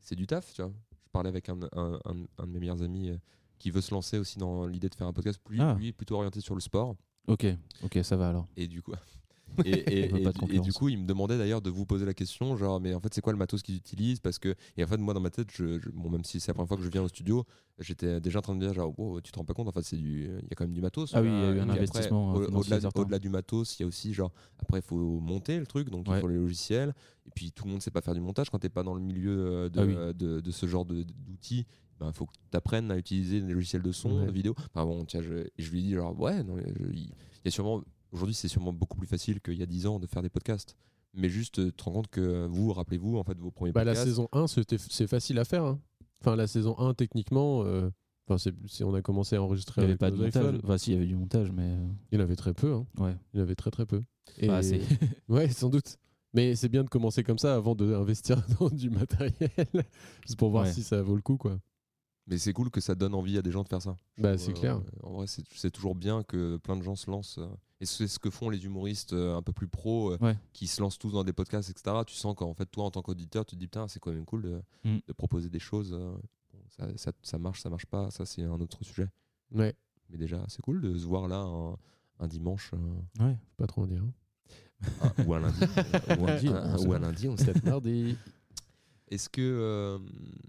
C: C'est du taf, tu vois. Je parlais avec un, un- un- un de mes meilleurs amis euh, qui veut se lancer aussi dans l'idée de faire un podcast. Lui,
B: Ah.
C: lui, plutôt orienté sur le sport.
B: Ok, ok, ça va alors.
C: Et du coup. Et, et-
B: On veut
C: et
B: pas de
C: du- et
B: concurrence.
C: du coup, il me demandait d'ailleurs de vous poser la question, genre, mais en fait, c'est quoi le matos qu'ils utilisent Parce que, et en fait, moi, dans ma tête, je, je- bon, même si c'est la première fois que je viens au studio, j'étais déjà en train de dire, genre, Wow, tu te rends pas compte, en fait, c'est du, il y a quand même du matos.
B: Ah oui,
C: là.
B: il y a eu un
C: Et après,
B: investissement, euh,
C: au-
B: financier
C: Au-delà
B: certain.
C: au-delà du matos, il y a aussi, genre, après, il faut monter le truc, donc il
B: Ouais.
C: faut les logiciels. Et puis, tout le monde sait pas faire du montage quand t'es pas dans le milieu euh, de,
B: Ah oui.
C: euh, de- de ce genre de- d'outils. Il faut que tu apprennes à utiliser des logiciels de son,
D: Ouais.
C: de vidéo. Enfin bon, tiens, je, et je lui dis genre ouais, non, je- il il y a sûrement aujourd'hui c'est sûrement beaucoup plus facile qu'il y a 10 ans de faire des podcasts. Mais juste euh, te rends compte que vous rappelez-vous en fait vos premiers
D: Bah, la
C: podcasts.
D: saison 1, c'était- c'est facile à faire. hein. Enfin, la saison 1, techniquement, euh, enfin, c'est- c'est- on a commencé à
B: Il
D: enregistrer
B: n'y avait
D: avec
B: pas de
D: nos
B: montage.
D: iPhones.
B: Enfin, si, il y avait du montage, mais. euh,
D: Il y en avait très peu. hein.
B: Ouais.
D: Il y en avait très très peu. Et-
B: Pas assez.
D: Ouais, sans doute. Mais c'est bien de commencer comme ça avant d'investir dans du matériel. Juste pour voir
B: Ouais.
D: si ça vaut le coup, quoi.
C: Mais c'est cool que ça donne envie à des gens de faire ça. Je
D: Bah,
C: trouve,
D: c'est clair.
C: En vrai, c'est c'est toujours bien que plein de gens se lancent. euh, Et c'est ce que font les humoristes euh, un peu plus pros euh,
F: Ouais.
C: qui se lancent tous dans des podcasts, etc. Tu sens qu'en fait, toi, en tant qu'auditeur, tu te dis putain, c'est quand même cool de,
F: Mm.
C: de proposer des choses. euh, bon, ça, ça- ça marche, ça marche pas, ça c'est un autre sujet.
D: euh, Ouais,
C: Mais déjà, c'est cool de se voir là un, un dimanche euh,
D: faut pas trop en dire. hein.
C: un- ou un lundi. euh, ou un-
D: Lundi, hein,
C: un-
D: on se
C: ou
D: voit.
C: un lundi, on sait.
D: Peut-être mardi.
C: Est-ce que. euh,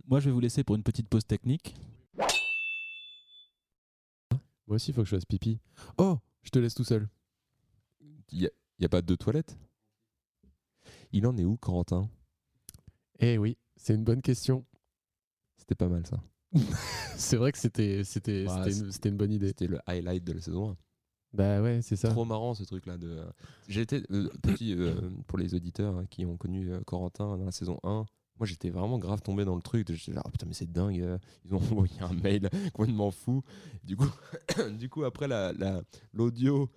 F: Moi, je vais vous laisser pour une petite pause technique.
D: Moi aussi, il faut que je fasse pipi. Oh, je te laisse tout seul.
C: Il n'y a pas deux toilettes Il en est où, Corentin
D: Eh oui, c'est une bonne question.
C: C'était pas mal ça.
D: C'est vrai que c'était c'était
C: Ouais,
D: c'était une, c'était une bonne idée.
C: C'était le highlight de la saison 1.
D: Bah ouais, c'est ça.
C: Trop marrant ce truc là. De... J'étais euh, petit euh, pour les auditeurs hein, qui ont connu euh, Corentin dans la saison 1. Moi j'étais vraiment grave tombé dans le truc. de- J'étais là, Ah, putain, mais c'est dingue. euh, Ils ont envoyé un mail complètement fou. Du coup, du coup après la- la- l'audio,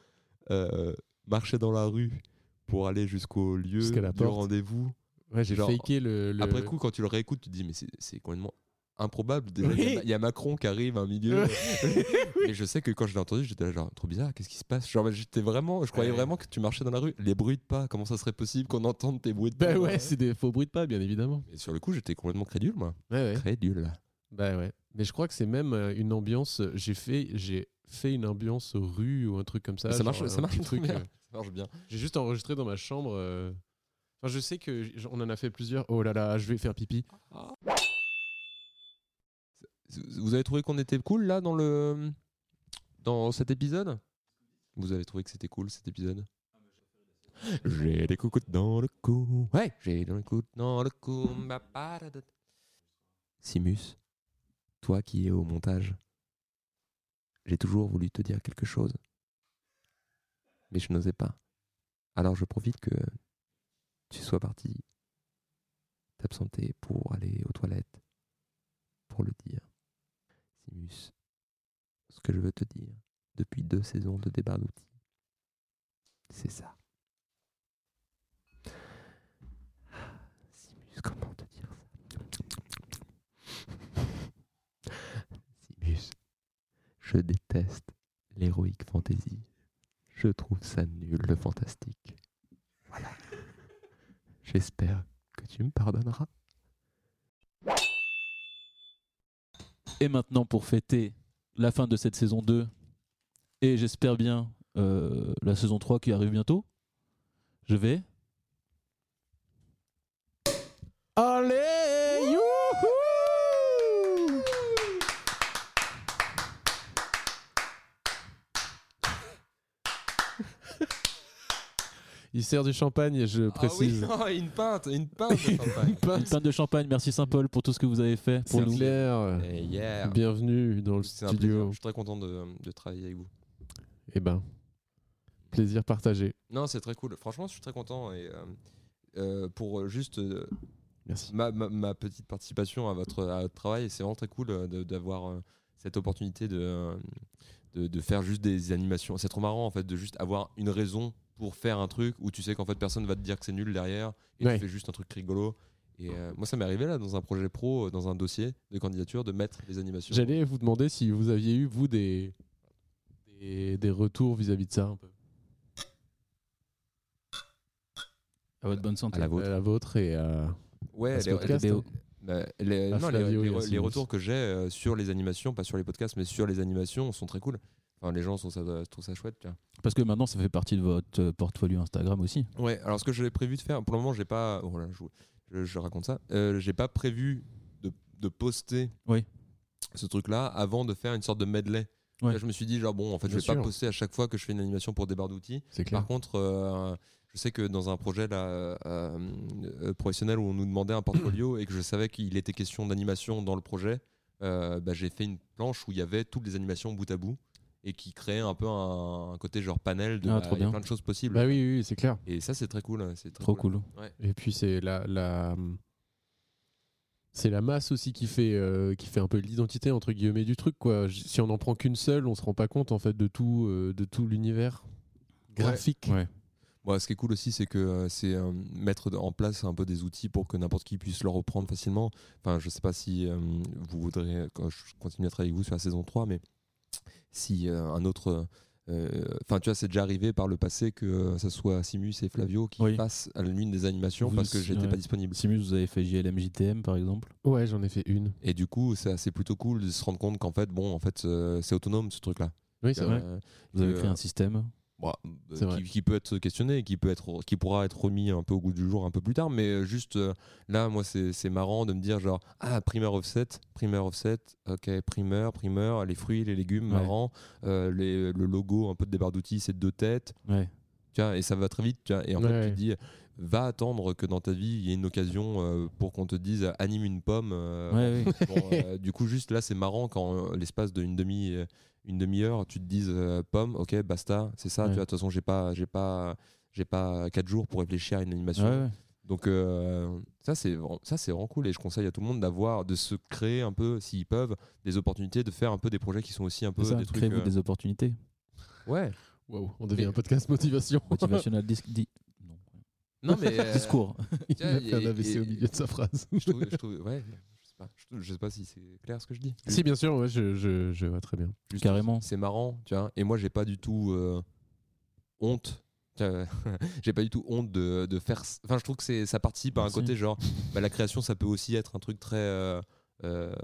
C: euh, marcher dans la rue pour aller jusqu'au lieu
D: Jusqu'à la
C: du
D: porte.
C: rendez-vous.
D: Ouais, j'ai
C: Genre,
D: faké le, le-
C: Après coup, quand tu le réécoutes, tu te dis, mais c'est- c'est complètement improbable. Déjà, il y a
D: Oui.
C: Ma- il y, a Macron qui arrive à milieu. Et je sais que quand je l'ai entendu, j'étais là, genre, trop bizarre, qu'est-ce qui se passe Genre, j'étais vraiment, je croyais
D: Ouais.
C: vraiment que tu marchais dans la rue. Les bruits de pas, comment ça serait possible qu'on entende tes bruits de pas
D: Bah ouais, c'est des faux bruits de pas, bien évidemment.
C: Et sur le coup, j'étais complètement crédule, moi.
D: Ouais, ouais.
C: Crédule.
D: Bah ouais. Mais je crois que c'est même euh, une ambiance. J'ai fait, j'ai fait une ambiance rue ou un truc comme ça.
C: ça,
D: genre
C: marche,
D: un
C: ça marche,
D: petit
C: trop
D: truc.
C: bien.
D: euh,
C: Ça marche bien.
D: J'ai juste enregistré dans ma chambre. euh, Enfin, je sais que j- on en a fait plusieurs. Oh là là, je vais faire pipi.
C: Vous avez trouvé qu'on était cool là dans le dans cet épisode Vous avez trouvé que c'était cool cet épisode J'ai des coucoutes dans le cou. Ouais, j'ai des coucoutes dans le cou. Ma parada- Simus, toi qui es au montage, j'ai toujours voulu te dire quelque chose, mais je n'osais pas. Alors je profite que tu sois parti t'absenter pour aller aux toilettes pour le dire. Simus, ce que je veux te dire depuis deux saisons de débat d'outils, c'est ça. Simus, comment te dire ça Simus, je déteste l'héroïque fantasy. Je trouve ça nul, le fantastique. Voilà. J'espère que tu me pardonneras.
F: Et maintenant, pour fêter la fin de cette saison 2, et j'espère bien euh, la saison 3 qui arrive bientôt, je vais. Allez youhou
D: Il sert du champagne, je précise.
C: Ah oui, une pinte, une pinte de champagne.
F: Une pinte de champagne, merci Saint-Paul pour tout ce que vous avez fait pour
D: C'est
F: nous.
D: clair.
C: Et hier.
D: Bienvenue dans le
C: C'est un plaisir.
D: studio.
C: Je suis très content de, de travailler avec vous.
D: Eh ben, plaisir partagé.
C: Non, c'est très cool. Franchement, je suis très content. Et euh, euh, pour euh, juste euh,
D: Merci.
C: ma, ma- ma petite participation à votre, à votre travail, c'est vraiment très cool euh, de- d'avoir euh, cette opportunité de, euh, de, de faire juste des animations. C'est trop marrant en fait de juste avoir une raison pour faire un truc où tu sais qu'en fait personne va te dire que c'est nul derrière et
D: Ouais.
C: tu fais juste un truc rigolo. Et euh, moi, ça m'est arrivé là dans un projet pro, euh, dans un dossier de candidature, de mettre des animations.
D: J'allais vous demander si vous aviez eu, vous, des, des, des retours vis-à-vis de ça, un peu.
F: À votre bonne santé.
C: à la vôtre.
D: À la vôtre et
F: euh,
D: à,
C: Ouais,
D: à ce
C: les-
D: podcast. hein.
F: BO.
C: Bah, les,
D: À
C: non, les-
D: Flavio
C: les-
D: et à
C: les
D: Simus.
C: retours que j'ai euh, sur les animations, pas sur les podcasts, mais sur les animations, sont très cool. Enfin, les gens sont ça, euh, trouvent ça chouette. tu vois.
F: Parce que maintenant, ça fait partie de votre euh, portfolio Instagram aussi.
C: Ouais. Alors, ce que j'avais prévu de faire, pour le moment, j'ai pas. oh là, je, je- je raconte ça. Euh, j'ai pas prévu de, de poster.
F: Oui.
C: Ce truc-là, avant de faire une sorte de medley.
F: Ouais.
C: Là, je me suis dit, genre, bon, en fait,
D: Bien
C: je vais pas
D: sûr.
C: poster à chaque fois que je fais une animation pour des barres d'outils.
D: C'est
C: Par contre, euh, je sais que dans un projet là, euh, euh, professionnel où on nous demandait un portfolio et que je savais qu'il était question d'animation dans le projet, euh, bah, j'ai fait une planche où il y avait toutes les animations bout à bout et qui créait un peu un, un côté genre panel de
F: Ah,
C: bah,
F: trop
C: il y a
F: bien.
C: plein de choses possibles.
D: Bah oui, oui, oui, c'est clair.
C: Et ça, c'est très cool. hein, C'est très
F: Trop cool.
D: Et puis c'est la, la c'est la masse aussi qui fait euh, qui fait un peu l'identité entre guillemets du truc quoi. J- Si on en prend qu'une seule, on se rend pas compte en fait de tout euh, de tout l'univers graphique.
F: Ouais.
C: Bon, ce qui est cool aussi, c'est que euh, c'est euh, mettre en place un peu des outils pour que n'importe qui puisse le reprendre facilement. Enfin, je sais pas si euh, vous voudrez, quand je continue à travailler avec vous sur la saison 3, mais si euh, un autre
I: Enfin, tu vois, c'est déjà arrivé par le passé que ce soit Simus et Flavio qui
B: Oui.
I: passent à l'une des animations
B: Vous-
I: parce que j'étais
B: ouais.
I: pas disponible.
B: Simus, vous avez fait JLMJTM par exemple.
D: Ouais, j'en ai fait une.
I: Et du coup, ça, c'est plutôt cool de se rendre compte qu'en fait, bon, en fait, euh, c'est autonome ce truc-là.
D: Oui, c'est vrai.
I: Euh,
B: Vous avez
I: que,
B: créé un système.
I: Bon, euh,
D: C'est
I: qui,
D: vrai.
I: qui peut être questionné, qui peut être, qui pourra être remis un peu au goût du jour un peu plus tard, mais euh, juste euh, là, moi, c'est c'est marrant de me dire genre ah primer offset, primer offset, ok primer, primer, les fruits, les légumes,
B: Ouais.
I: marrant, euh, les- le logo un peu de débarre d'outils, c'est deux têtes,
B: Ouais.
I: tu vois, et ça va très vite, tu vois, et en
D: Ouais,
I: fait tu
D: ouais.
I: te dis va attendre que dans ta vie il y ait une occasion euh, pour qu'on te dise anime une pomme. euh,
B: Ouais, oui.
I: Bon, euh, du coup, juste là, c'est marrant quand euh, l'espace d'une demi euh, une demi-heure, tu te dises euh, pomme, ok, basta, c'est ça.
B: Ouais.
I: Tu vois, de toute façon, j'ai pas j'ai pas j'ai pas quatre jours pour réfléchir à une animation.
B: Ouais, ouais.
I: Donc euh, ça c'est vra- ça c'est vraiment cool et je conseille à tout le monde d'avoir de se créer un peu s'ils peuvent des opportunités de faire un peu des projets qui sont aussi un peu
B: C'est ça,
I: des trucs
B: créez-vous
I: euh,
B: des opportunités.
I: ouais
D: Waouh, on devient un podcast motivation.
B: Motivational dis- di- non.
I: non mais euh,
B: discours.
D: Il
I: Tiens,
D: a fait un
I: et-
D: AVC au
I: et-
D: milieu de sa phrase.
I: je trouve, je trouve- ouais je sais pas, je- je sais pas si c'est clair ce que je dis
D: si, bien sûr, ouais, je, je, je vois très bien.
I: Juste,
B: Carrément.
I: C'est marrant, tu vois. Et moi, j'ai pas du tout euh, honte. Tu vois, j'ai pas du tout honte de, de faire. c- Enfin, je trouve que c'est ça participe à un
B: Merci.
I: côté genre. bah, la création, ça peut aussi être un truc très euh, euh,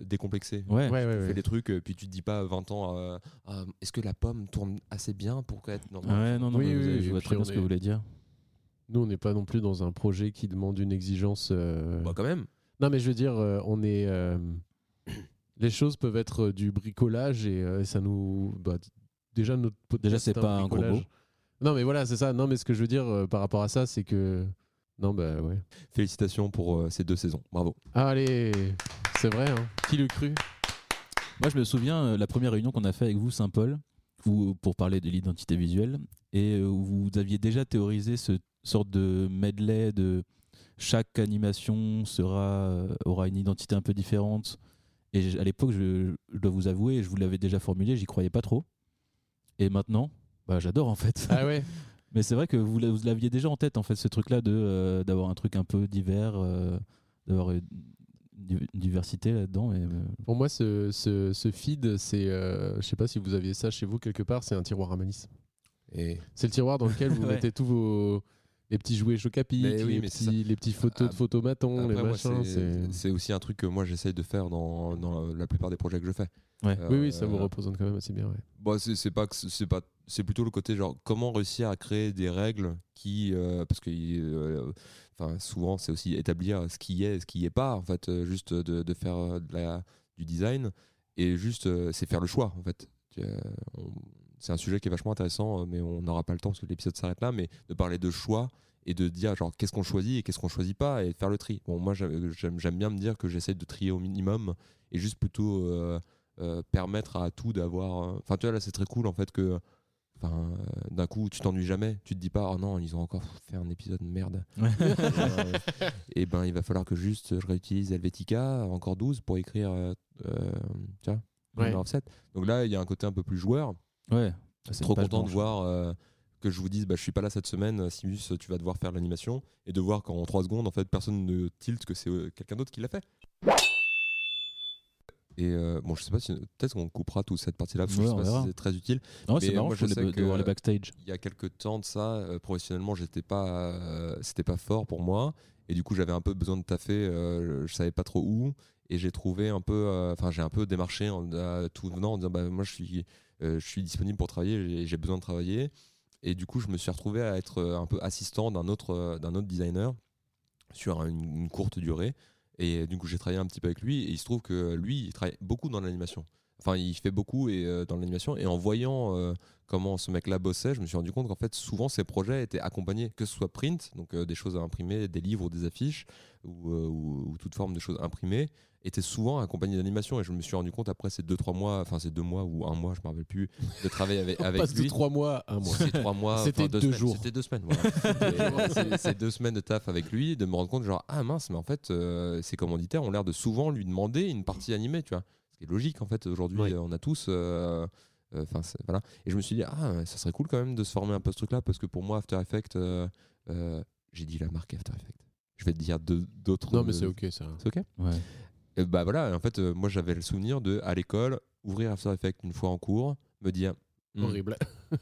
I: décomplexé.
B: Ouais.
D: Ouais, ouais,
I: Tu fais
D: ouais.
I: des trucs, euh, puis tu te dis pas à 20 ans, euh, Ah, est-ce que la pomme tourne assez bien pour être. Non,
B: Ah ouais, non, non,
D: Oui,
B: mais vous
D: oui,
B: avez-
D: oui,
B: je
D: et
B: vois
D: puis
B: très bien
D: on
B: ce
D: est-
B: que vous voulez dire.
D: Nous, on n'est pas non plus dans un projet qui demande une exigence. euh,
I: Bah, quand même.
D: Non, mais je veux dire, euh, on est. euh, Les choses peuvent être euh, du bricolage et euh, ça nous. bah, d- déjà, notre podcast
B: Déjà, c'est
D: est
B: pas un gros
D: bricolage.
B: mot.
D: Non, mais voilà, c'est ça. Non, mais ce que je veux dire euh, par rapport à ça, c'est que. Non, bah ouais. Ah,
I: Félicitations pour euh, ces deux saisons. Bravo.
D: Allez, c'est vrai, hein. Qui l'eût cru
B: Moi, je me souviens euh, la première réunion qu'on a fait avec vous, Saint-Paul, où- pour parler de l'identité visuelle, et euh, où vous aviez déjà théorisé ce sorte de medley de chaque animation sera euh, aura une identité un peu différente. Et j- à l'époque, je, je dois vous avouer, je vous l'avais déjà formulé, j'y croyais pas trop. Et maintenant, bah, j'adore en fait.
D: Ah ouais
B: Mais c'est vrai que vous l'a- vous l'aviez déjà en tête, en fait, ce truc-là de, euh, d'avoir un truc un peu divers, euh, d'avoir une une diversité là-dedans. Et, euh,
D: Pour moi, ce, ce, ce feed, c'est. euh, je sais pas si vous aviez ça chez vous quelque part, c'est un tiroir à malice.
I: Et
D: C'est le tiroir dans lequel vous
B: Ouais.
D: mettez tous vos. Les petits jouets chocapic,
I: Mais oui,
D: les,
I: mais c'est
D: petits, les petits photos de
I: Ah,
D: photomatons, Oh, les
I: Après, moi,
D: machins. c'est-
I: c'est- c'est aussi un truc que moi, j'essaye de faire dans, dans la plupart des projets que je fais.
B: Ouais.
D: Oui, oui, ça vous
I: Euh,
D: représente quand même assez bien. ouais.
I: Bah, c'est c'est pas que c- c'est pas c'est plutôt le côté genre comment réussir à créer des règles qui euh, parce que euh, enfin souvent c'est aussi établir ce qui est et ce qui est pas en fait euh, juste de, de faire euh, de la, du design et juste euh, c'est faire le choix en fait Tu, euh, on- c'est un sujet qui est vachement intéressant euh, mais on n'aura pas le temps parce que l'épisode s'arrête là mais de parler de choix et de dire genre qu'est-ce qu'on choisit et qu'est-ce qu'on choisit pas et de faire le tri bon moi j'aime j'aime- j'aime bien me dire que j'essaie de trier au minimum et juste plutôt euh, euh, permettre à tout d'avoir. euh, Enfin, tu vois, là, c'est très cool en fait que. Enfin, euh, d'un coup, tu t'ennuies jamais. Tu te dis pas, oh non, ils ont encore fait un épisode de merde. et ben, il va falloir que juste je réutilise Helvetica, encore 12 pour écrire, euh, euh, tu vois,
D: Ouais.
I: Number of Set. Donc là, il y a un côté un peu plus joueur.
B: ouais,
I: C'est trop
B: page
I: content
B: blanche. hein.
I: de voir euh, que je vous dise, bah, je suis pas là cette semaine, Simus, tu vas devoir faire l'animation. Et de voir qu'en 3 secondes, en fait, personne ne tilt que c'est euh, quelqu'un d'autre qui l'a fait. Et euh, bon, je sais pas si. Peut-être qu'on coupera toute cette partie-là, parce que
B: Ouais,
I: je sais
B: on
I: pas
B: verra.
I: si c'est très utile.
B: Non,
I: Mais
B: c'est marrant
I: moi,
B: je trouve,
I: je
B: de-
I: sais
B: de,
I: que-
B: voir les backstage.
I: Il y a quelques temps de ça, euh, professionnellement, j'étais pas. euh, C'était pas fort pour moi. Et du coup, j'avais un peu besoin de taffer, euh, je savais pas trop où. Et j'ai trouvé un peu. euh, Enfin, j'ai un peu démarché en, à tout venant en disant, bah, moi, je suis, euh, je suis disponible pour travailler, j'ai- j'ai besoin de travailler. Et du coup, je me suis retrouvé à être euh, un peu assistant d'un autre, euh, d'un autre designer sur une, une courte durée. Et euh, du coup, j'ai travaillé un petit peu avec lui. Et il se trouve que euh, lui, il travaille beaucoup dans l'animation. Enfin, il fait beaucoup et, euh, dans l'animation. Et en voyant euh, comment ce mec-là bossait, je me suis rendu compte qu'en fait, souvent, ses projets étaient accompagnés, que ce soit print, donc euh, des choses à imprimer, des livres, des affiches, ou, euh, ou- ou toute forme de choses imprimées, étaient souvent accompagnés d'animation. Et je me suis rendu compte après ces deux, trois mois, enfin ces deux mois ou un mois, je me rappelle plus, de travailler avec,
D: On
I: avec
D: passe
I: lui.
D: de trois mois à un mois.
I: C'était trois mois,
D: C'était
I: enfin,
D: deux
I: semaines,
D: jours.
I: C'était deux semaines. Voilà. Et c'est- euh, c'est deux semaines de taf avec lui, de me rendre compte genre ah mince, mais en fait euh, ces commanditaires ont l'air de souvent lui demander une partie animée, tu vois. Ce qui est logique en fait aujourd'hui,
D: Oui.
I: euh, on a tous. euh, euh, Enfin c'est- voilà. Et je me suis dit ah ça serait cool quand même de se former un peu ce truc-là parce que pour moi After Effects, euh, euh, j'ai dit la marque After Effects. Je vais te dire deux- d'autres. euh,
D: Non, mais c'est ok, ça.
I: C'est ok.
B: Ouais.
I: Et bah voilà, en fait, euh, moi j'avais le souvenir de, à l'école, ouvrir After Effects une fois en cours, me dire Mm.
D: Horrible.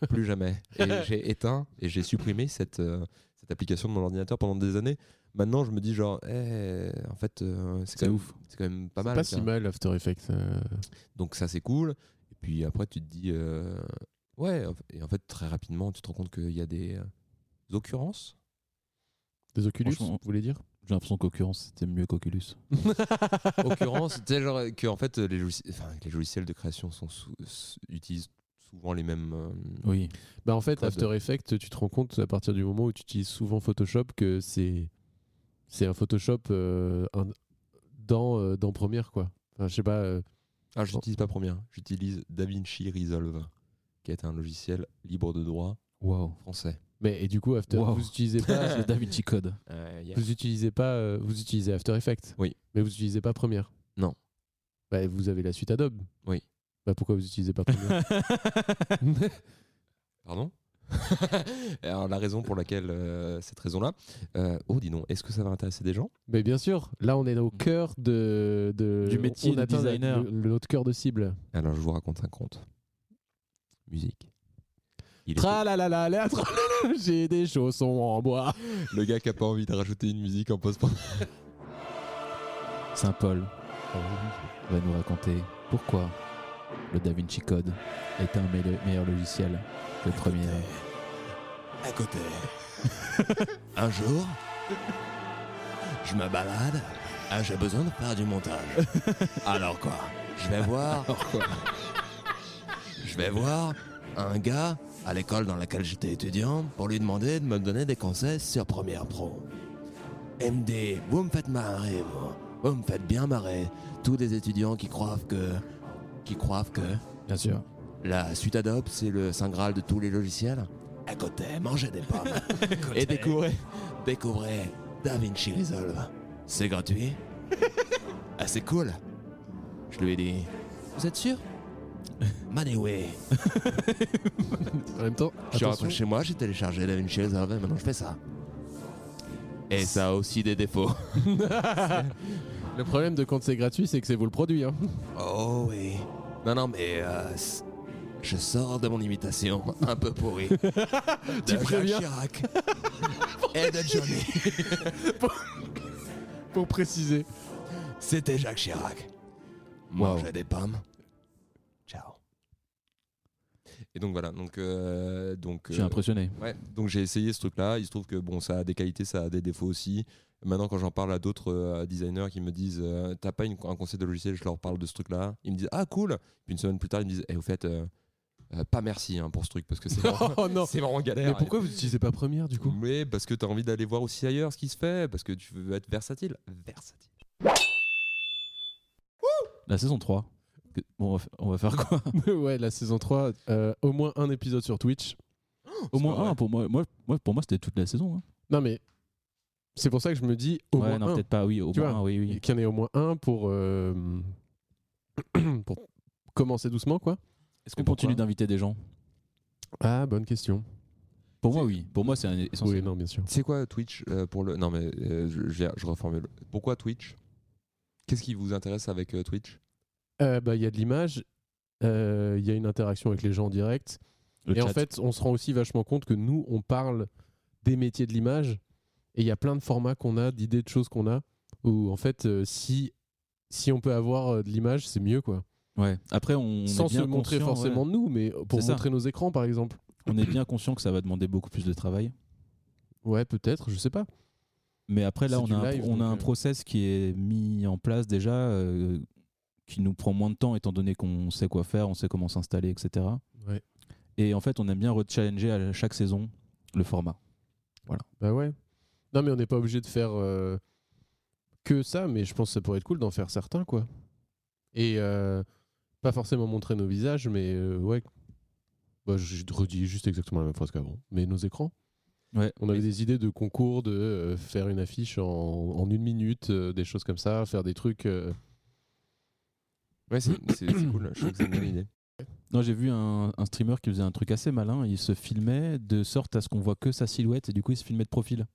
I: plus jamais. Et j'ai éteint et j'ai supprimé cette, euh, cette application de mon ordinateur pendant des années. Maintenant, je me dis genre, eh, en fait, euh, c'est quand, même-
J: ouf.
I: c'est quand même pas mal.
D: Pas
I: ça.
D: si mal After Effects. euh,
I: Donc ça, c'est cool. Et puis après, tu te dis, euh, ouais. Et en fait, très rapidement, tu te rends compte qu'il y a des euh, des occurrences.
D: Des Oculus,
B: Franchement.
D: vous voulez dire
B: J'ai l'impression qu'Occurrence, c'était mieux qu'Oculus.
I: occurrences, tu sais, genre, que en fait, les, logiciels- enfin, les logiciels de création sont sou- s- utilisent souvent les mêmes. euh,
B: Oui.
D: Bah en fait,
I: Prod.
D: After Effects, tu te rends compte à partir du moment où tu utilises souvent Photoshop que c'est c'est un Photoshop euh, un- dans euh, dans Premiere quoi. Enfin, je sais pas. euh,
I: Ah, j'utilise pas Premiere, j'utilise DaVinci Resolve, qui est un logiciel libre de droit
B: Waouh.
I: français.
D: mais et du coup, After,
B: Wow.
D: vous
B: C'est
D: utilisez pas
B: le Da Vinci Code.
D: vous utilisez pas euh, vous utilisez After Effects.
I: Oui.
D: Mais vous utilisez pas Premiere.
I: Non.
D: Bah, vous avez la suite Adobe.
I: Oui.
D: Bah pourquoi vous utilisez pas Premiere
I: Pardon Alors, la raison pour laquelle, euh, cette raison-là. euh, oh, dis donc, est-ce que ça va intéresser des gens
D: Mais bien sûr, là on est au cœur de, de
B: Du métier
D: on
B: de
D: atteint la-
B: designer.
D: le- notre cœur de cible.
I: Alors, je vous raconte un conte. Musique. Il était-
D: Tra la la la la, tra la la, j'ai des chaussons en bois.
I: Le gars qui a pas envie de rajouter une musique en post-prod.
B: Saint-Paul va nous raconter pourquoi le Da Vinci Code est un meille- meilleur logiciel que le premier.
D: euh,
K: à côté. un jour, je me balade. Ah, j'ai besoin de faire du montage. Alors quoi Je vais voir. Je vais voir un gars à l'école dans laquelle j'étais étudiant pour lui demander de me donner des conseils sur Premiere Pro. Il me dit Vous me faites marrer, vous. Vous me faites bien marrer. Tous des étudiants qui croient que. qui croient que.
B: Bien sûr.
K: La suite Adobe, c'est le saint graal de tous les logiciels. À côté, mangez des pommes. et découvrez, découvrez DaVinci Resolve. C'est gratuit. ah, c'est cool. Je lui ai dit. Vous êtes sûr Maniway.
D: En même temps,
K: Je suis
D: attention,
K: rentré chez moi, j'ai téléchargé DaVinci Resolve et hein, maintenant je fais ça. Et ça a aussi des défauts.
D: le problème de quand c'est gratuit, c'est que c'est vous le produit. hein.
K: Oh oui. Non, non, mais. euh, c- je sors de mon imitation un peu pourrie. tu
D: préviens.
K: Chirac. et de Johnny.
D: Pour préciser.
K: C'était Jacques Chirac. Moi, j'ai des pommes. Ciao.
I: Et donc voilà, donc. euh, donc
B: Je suis
I: euh,
B: impressionné.
I: Ouais, donc j'ai essayé ce truc-là. Il se trouve que bon, ça a des qualités, ça a des défauts aussi. Maintenant, quand j'en parle à d'autres euh, designers qui me disent euh, T'as pas une- un conseil de logiciel, je leur parle de ce truc-là. Ils me disent Ah, cool Puis une semaine plus tard, ils me disent Eh, au fait, euh, euh, pas merci hein, pour ce truc parce que c'est vraiment,
D: Oh non.
I: c'est vraiment galère.
D: Mais pourquoi vous utilisez pas Premiere du coup
I: Mais parce que t'as envie d'aller voir aussi ailleurs ce qui se fait, parce que tu veux être versatile. Versatile.
B: La saison 3. que- Bon, on va fa- on va faire quoi
D: Ouais, la saison 3, euh, au moins un épisode sur Twitch.
B: Au
I: C'est pas
B: moins
I: vrai.
B: un pour moi. Moi, moi, pour moi, c'était toute la saison. hein.
D: Non mais c'est pour ça que je me dis au
B: ouais,
D: moins
B: non,
D: un.
B: peut-être pas. Oui, au
D: Tu
B: moins
D: vois,
B: un, oui, oui.
D: Qu'il y en ait au moins un pour euh, pour commencer doucement quoi.
B: Est-ce qu'on continue d'inviter des gens
D: Ah bonne question.
B: Pour moi, oui. Pour moi, c'est un-
D: Oui
B: essentiel.
D: non bien sûr.
I: C'est quoi Twitch euh, pour le. Non, mais euh, je, je- je reformule. Pourquoi Twitch Qu'est-ce qui vous intéresse avec euh, Twitch
D: Euh, bah, Il y a de l'image, euh, il y a une interaction avec les gens en direct.
B: Le
D: et en
B: chat.
D: fait, on se rend aussi vachement compte que nous, on parle des métiers de l'image. Et il y a plein de formats qu'on a, d'idées de choses qu'on a, où en fait, euh, si, si on peut avoir euh, de l'image, c'est mieux. quoi.
B: Ouais. Après, on
D: Sans
B: est
D: se
B: bien
D: montrer
B: conscient,
D: forcément
B: ouais.
D: de nous, mais pour
B: C'est ça.
D: montrer nos écrans, par exemple.
B: On est bien conscient que ça va demander beaucoup plus de travail.
D: Ouais, peut-être, je sais pas.
B: Mais après, là,
D: C'est
B: on
D: du
B: a, un,
D: live,
B: on a
D: donc,
B: un
D: euh.
B: process qui est mis en place déjà, euh, qui nous prend moins de temps, étant donné qu'on sait quoi faire, on sait comment s'installer, etc.
D: Ouais.
B: Et en fait, on aime bien rechallenger à chaque saison le format.
D: Bah ouais. Non, mais on n'est pas obligé de faire euh, que ça, mais je pense que ça pourrait être cool d'en faire certains, quoi. Et euh, pas forcément montrer nos visages, mais euh, ouais. Bah, je redis juste exactement la même phrase qu'avant. Mais nos écrans.
B: Ouais.
D: On avait des idées de concours, de euh, faire une affiche en, en une minute, euh, des choses comme ça, faire des trucs. euh,
I: Ouais, c'est c'est- c'est cool. Je trouve que c'est une bonne idée.
B: Non, j'ai vu un, un streamer qui faisait un truc assez malin. Il se filmait de sorte à ce qu'on voit que sa silhouette et du coup, il se filmait de profil.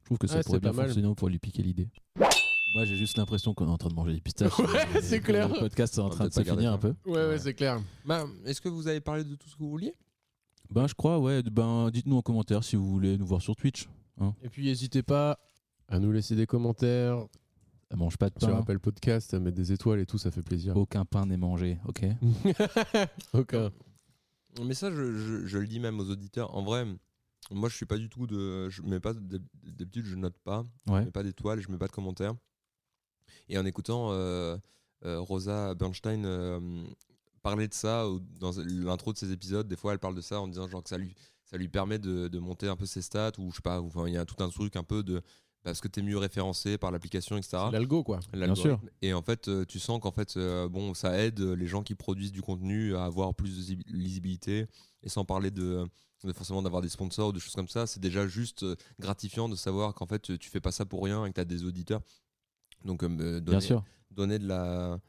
B: Je trouve que ça
D: Ouais,
B: pourrait
D: c'est pas
B: bien
D: mal.
B: fonctionner pour lui piquer l'idée. Moi, j'ai juste l'impression qu'on est en train de manger des pistaches.
D: Ouais, c'est
B: Et que
D: clair.
B: Le podcast est en
I: On va
B: train de
I: peut-être pas
B: se
I: garder
B: finir
I: ça.
B: un peu.
D: Ouais, ouais, c'est clair.
I: Bah, Est-ce que vous avez parlé de tout ce que vous vouliez
B: Ben, je crois, ouais. Ben, dites-nous en commentaire si vous voulez nous voir sur Twitch.
D: Et puis, n'hésitez pas à nous laisser des commentaires
B: Elle mange pas de
D: sur
B: pain.
D: Apple Podcast, à mettre des étoiles et tout, ça fait plaisir.
B: Aucun pain n'est mangé, ok
D: Aucun.
I: Mais ça, je, je- je le dis même aux auditeurs. En vrai, moi, je suis pas du tout de. Je mets pas d'hab- d'habitude, je note pas.
B: Ouais.
I: Je mets pas d'étoiles, je mets pas de commentaires. Et en écoutant euh, euh, Rosa Bernstein euh, parler de ça au- dans l'intro de ses épisodes, des fois, elle parle de ça en disant genre que ça lui ça lui permet de, de monter un peu ses stats ou je sais pas. Enfin, il y a tout un truc un peu de parce que tu es mieux référencé par l'application, etc.
D: L'algo, quoi.
I: l'algorithme. Et en fait, euh, tu sens qu'en fait, euh, bon, ça aide euh, les gens qui produisent du contenu à avoir plus de zi- lisibilité. Et sans parler de, de forcément d'avoir des sponsors ou des choses comme ça, c'est déjà juste euh, gratifiant de savoir qu'en fait, tu- tu fais pas ça pour rien et que tu as des auditeurs. Donc, euh, donner,
B: Bien sûr.
I: donner de la.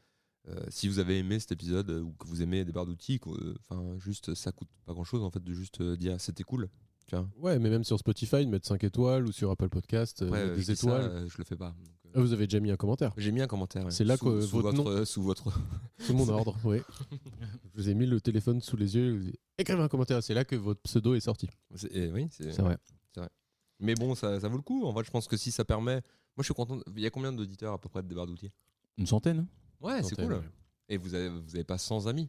I: euh, si vous avez aimé cet épisode euh, ou que vous aimez des barres d'outils, qu'on- euh, enfin juste ça coûte pas grand chose en fait de juste euh, dire c'était cool. Tu vois.
D: Ouais, mais même sur Spotify, mettre 5 étoiles ou sur Apple Podcast, euh,
I: Après,
D: mettre
I: euh, je
D: des
I: dis ça,
D: étoiles.
I: euh, je le fais pas. Donc, euh,
D: Ah, vous avez déjà mis un commentaire.
I: J'ai mis un commentaire. ouais,
D: C'est là
I: sous-
D: que
I: sous
D: votre nom-
I: euh, sous votre
D: Sous mon ordre, oui. Je vous ai mis le téléphone sous les yeux. je vous ai dit, Écrivez un commentaire. C'est là que votre pseudo est sorti.
I: C'est- eh oui, c'est
B: C'est vrai.
I: c'est vrai. Mais bon, ça, ça vaut le coup. En vrai, je pense que si ça permet. Moi, je suis content. Il y a combien d'auditeurs à peu près de débarres d'outils
B: Une centaine hein.
I: Ouais, Ah, c'est
D: Centaine,
I: cool.
D: ouais.
I: Et vous avez, vous avez pas 100 amis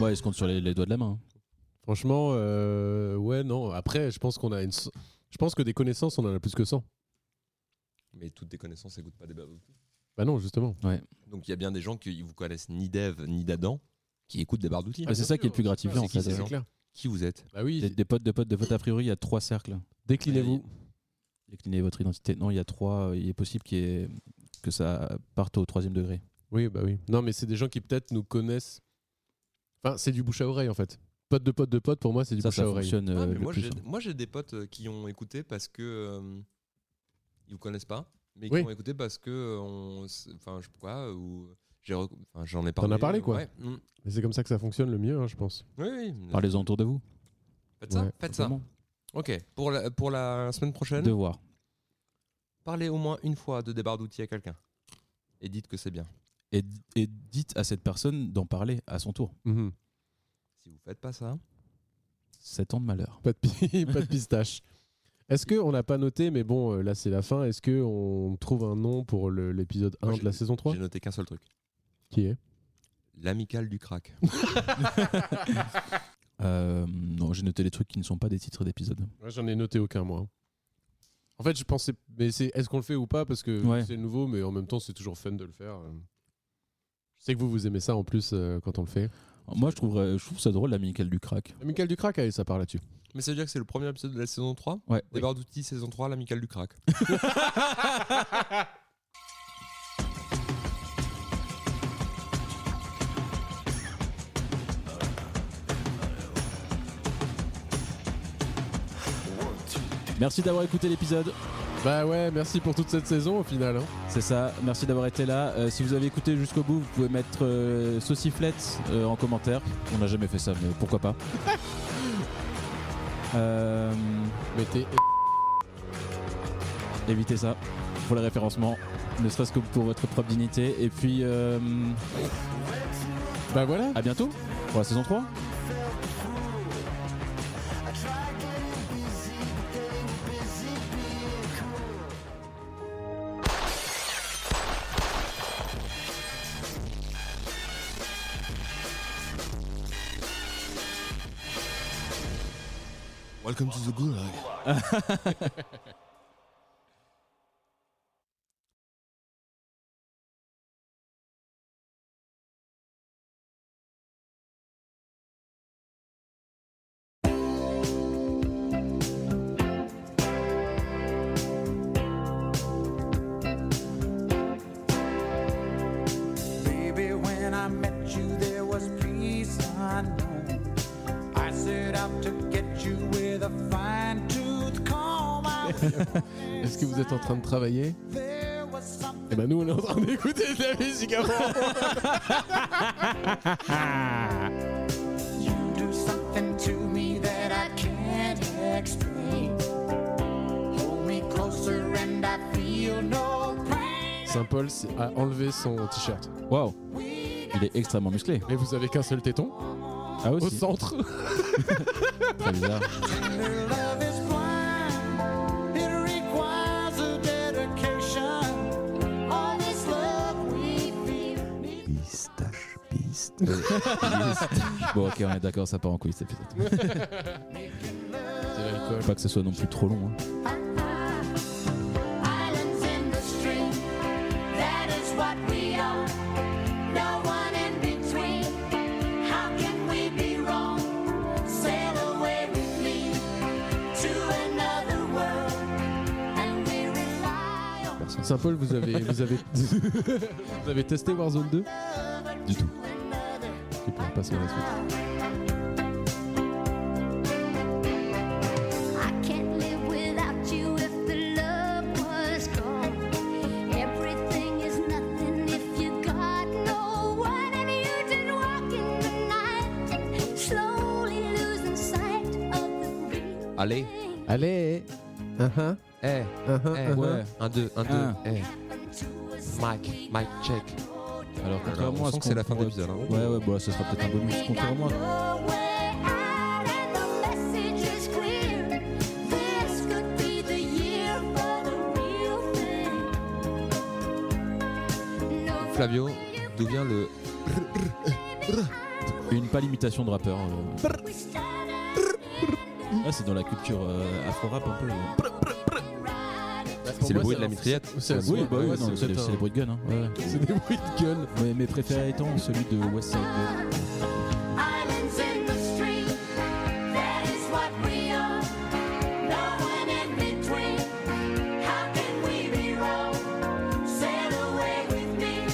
B: Ouais, ils se comptent sur les, les doigts de la main. hein.
D: Franchement, euh, ouais, non. Après, je pense qu'on a une. so- Je pense que des connaissances, on en a plus que 100.
I: Mais toutes tes connaissances n'écoutent pas des barres d'outils.
D: Bah non, justement.
I: Donc, il y a bien des gens qui vous connaissent ni d'Ève ni d'Adam qui écoutent des barres d'outils.
D: Ah.
B: Bah, c'est ça qui est le plus gratifiant, en
I: C'est qui,
B: fait. hein.
I: ces
D: C'est
I: gens
D: clair.
I: Qui vous êtes
D: Bah oui,
B: Des, des potes de potes de potes, a priori, il y a trois cercles.
D: déclinez-vous.
B: Déclinez votre identité. Non, il y a trois. euh, Il est possible qu'il y ait- que ça parte au troisième degré.
D: Oui, bah oui. Non, mais c'est des gens qui peut-être nous connaissent. Enfin, c'est du bouche à oreille, en fait. Pote de pote de pote, pour moi, c'est du
B: Ça,
D: bouche à
B: ça
D: oreille.
B: fonctionne.
I: Ah,
B: euh,
I: mais
B: le
I: Moi,
B: plus,
I: j'ai-
B: hein.
I: moi, j'ai des potes euh, qui ont écouté parce que. euh, ils vous connaissent pas, mais
D: Oui.
I: qui ont écouté parce que. euh, on s- Enfin, je sais pas quoi. Ou... j'ai rec- enfin, J'en ai
D: T'en
I: parlé.
D: as parlé, quoi.
I: Ouais. mm.
D: Mais c'est comme ça que ça fonctionne le mieux, hein, je pense.
I: Oui, oui.
B: Parlez-en autour de vous.
I: Faites ça,
D: Ouais,
I: faites ça.
B: Vraiment.
I: Ok, pour la, pour la semaine prochaine,
B: Devoir.
I: parlez au moins une fois de débarre d'outils à quelqu'un. Et dites que c'est bien.
B: Et, et dites à cette personne d'en parler à son tour.
I: Mhm. Si vous faites pas ça,
B: 7 ans de malheur.
D: Pas de, pi- pas de pistache. Est-ce qu'on n'a pas noté, mais bon, euh, là c'est la fin, est-ce qu'on trouve un nom pour le- l'épisode 1
I: Moi,
D: de la saison 3
I: j'ai noté qu'un seul truc.
D: Qui est
I: L'amicale du crack.
B: Euh, non, j'ai noté les trucs qui ne sont pas des titres d'épisodes.
D: Ouais, J'en ai noté aucun, moi. En fait, je pensais. Mais c'est est-ce qu'on le fait ou pas Parce que
B: Ouais.
D: c'est nouveau, mais en même temps, c'est toujours fun de le faire. euh. Je sais que vous, vous aimez ça en plus euh, quand on le fait.
B: Moi, je trouve, euh, je trouve ça drôle, l'amicale du crack.
D: Ah, Michael Ducrac, allez, ça part là-dessus.
I: Mais ça veut dire que c'est le premier épisode de la saison 3
B: Ouais.
I: Débarre d'outils, saison 3, l'amicale du crack.
B: Merci d'avoir écouté l'épisode.
D: Bah ouais, merci pour toute cette saison au final. hein.
B: C'est ça. Merci d'avoir été là. Euh, si vous avez écouté jusqu'au bout, vous pouvez mettre euh, sauciflette euh, en commentaire. On n'a jamais fait ça, mais pourquoi pas. Euh,
D: Mettez
B: évitez ça pour le référencement, ne serait-ce que pour votre propre dignité. Et puis, euh,
D: Bah voilà
B: à bientôt pour la saison 3.
L: Welcome to the Gulag.
M: Baby, when I met you, there was peace unknown. I set out to get you with a fine tooth comb. I
D: Est-ce que vous êtes en train de travailler
M: there was something
D: Eh ben nous, on est en train d'écouter de la musique avant
M: you do something to me that I can't explain. Hold me closer and I feel no pain.
D: Saint-Paul s'est- a enlevé son t-shirt.
B: Waouh Il est extrêmement musclé.
D: Et vous avez qu'un seul téton
B: Ah
D: au
B: aussi
D: centre.
B: Très bizarre.
E: Their love is blind. It requires a dedication. All this love we feel needs
C: Pistache, pistache.
B: Bon, ok, on est d'accord, ça part en couille cet épisode.
D: C'est l'alcool.
B: Pas que ce soit non plus trop long. hein.
M: Islands in the stream, that is what we are. No one in between. How can we be wrong? Sail away with me to another world, and we rely on
D: Saint-Paul, vous avez, vous avez, vous avez testé Warzone 2
C: Du tout.
M: another.
D: Et pour passer à la suite.
M: I can't live without you if the love was gone. Everything is nothing if you got no one and you did walk in the night, slowly losing sight of the real
I: Eh,
C: Allez.
M: thing.
D: Allez uh-huh,
C: Eh,
I: uh-huh.
C: eh,
B: ouais.
C: un, deux, un,
B: Un.
C: deux. eh. Mike, Mike, check.
B: Alors,
C: on
B: contrairement à ce
C: sent que c'est la
B: qu'on
C: fin de
B: pourrait-
C: l'épisode, hein.
B: Ouais, ouais, bon, Bah, ce sera peut-être un bonus. Contrairement à
C: Flavio, d'où vient le.
B: Une pâle imitation de rappeur. euh. Ah, c'est dans la culture euh, afro-rap un peu. euh.
C: C'est le bruit de la mitraillette.
D: C'est
C: Ouais,
B: Oui,
D: ouais,
B: bah oui, non,
D: ouais, c'est
B: c'est
D: peut-être
B: c'est les
D: un-
B: bruits de gun. Hein. ouais.
D: c'est des bruits de gueule.
B: Mais mes préférés étant celui de West Side. Gun.
M: Islands in the stream, that is what we are. No one in between. How can we be wrong? Sail away with me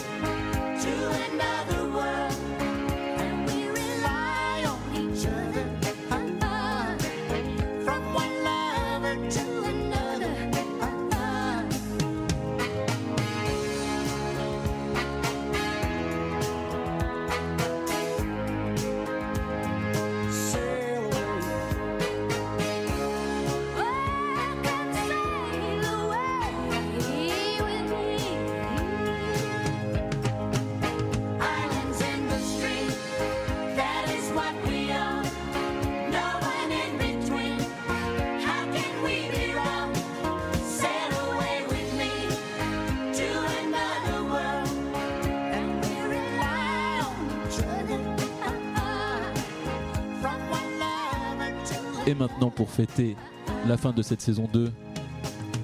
M: to another world, and we rely on each other. From one lover to another.
E: sail away.
M: From one lover to
B: Et maintenant, pour fêter la fin de cette saison 2,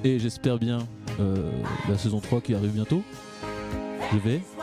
B: et j'espère bien euh, la saison 3 qui arrive bientôt, je vais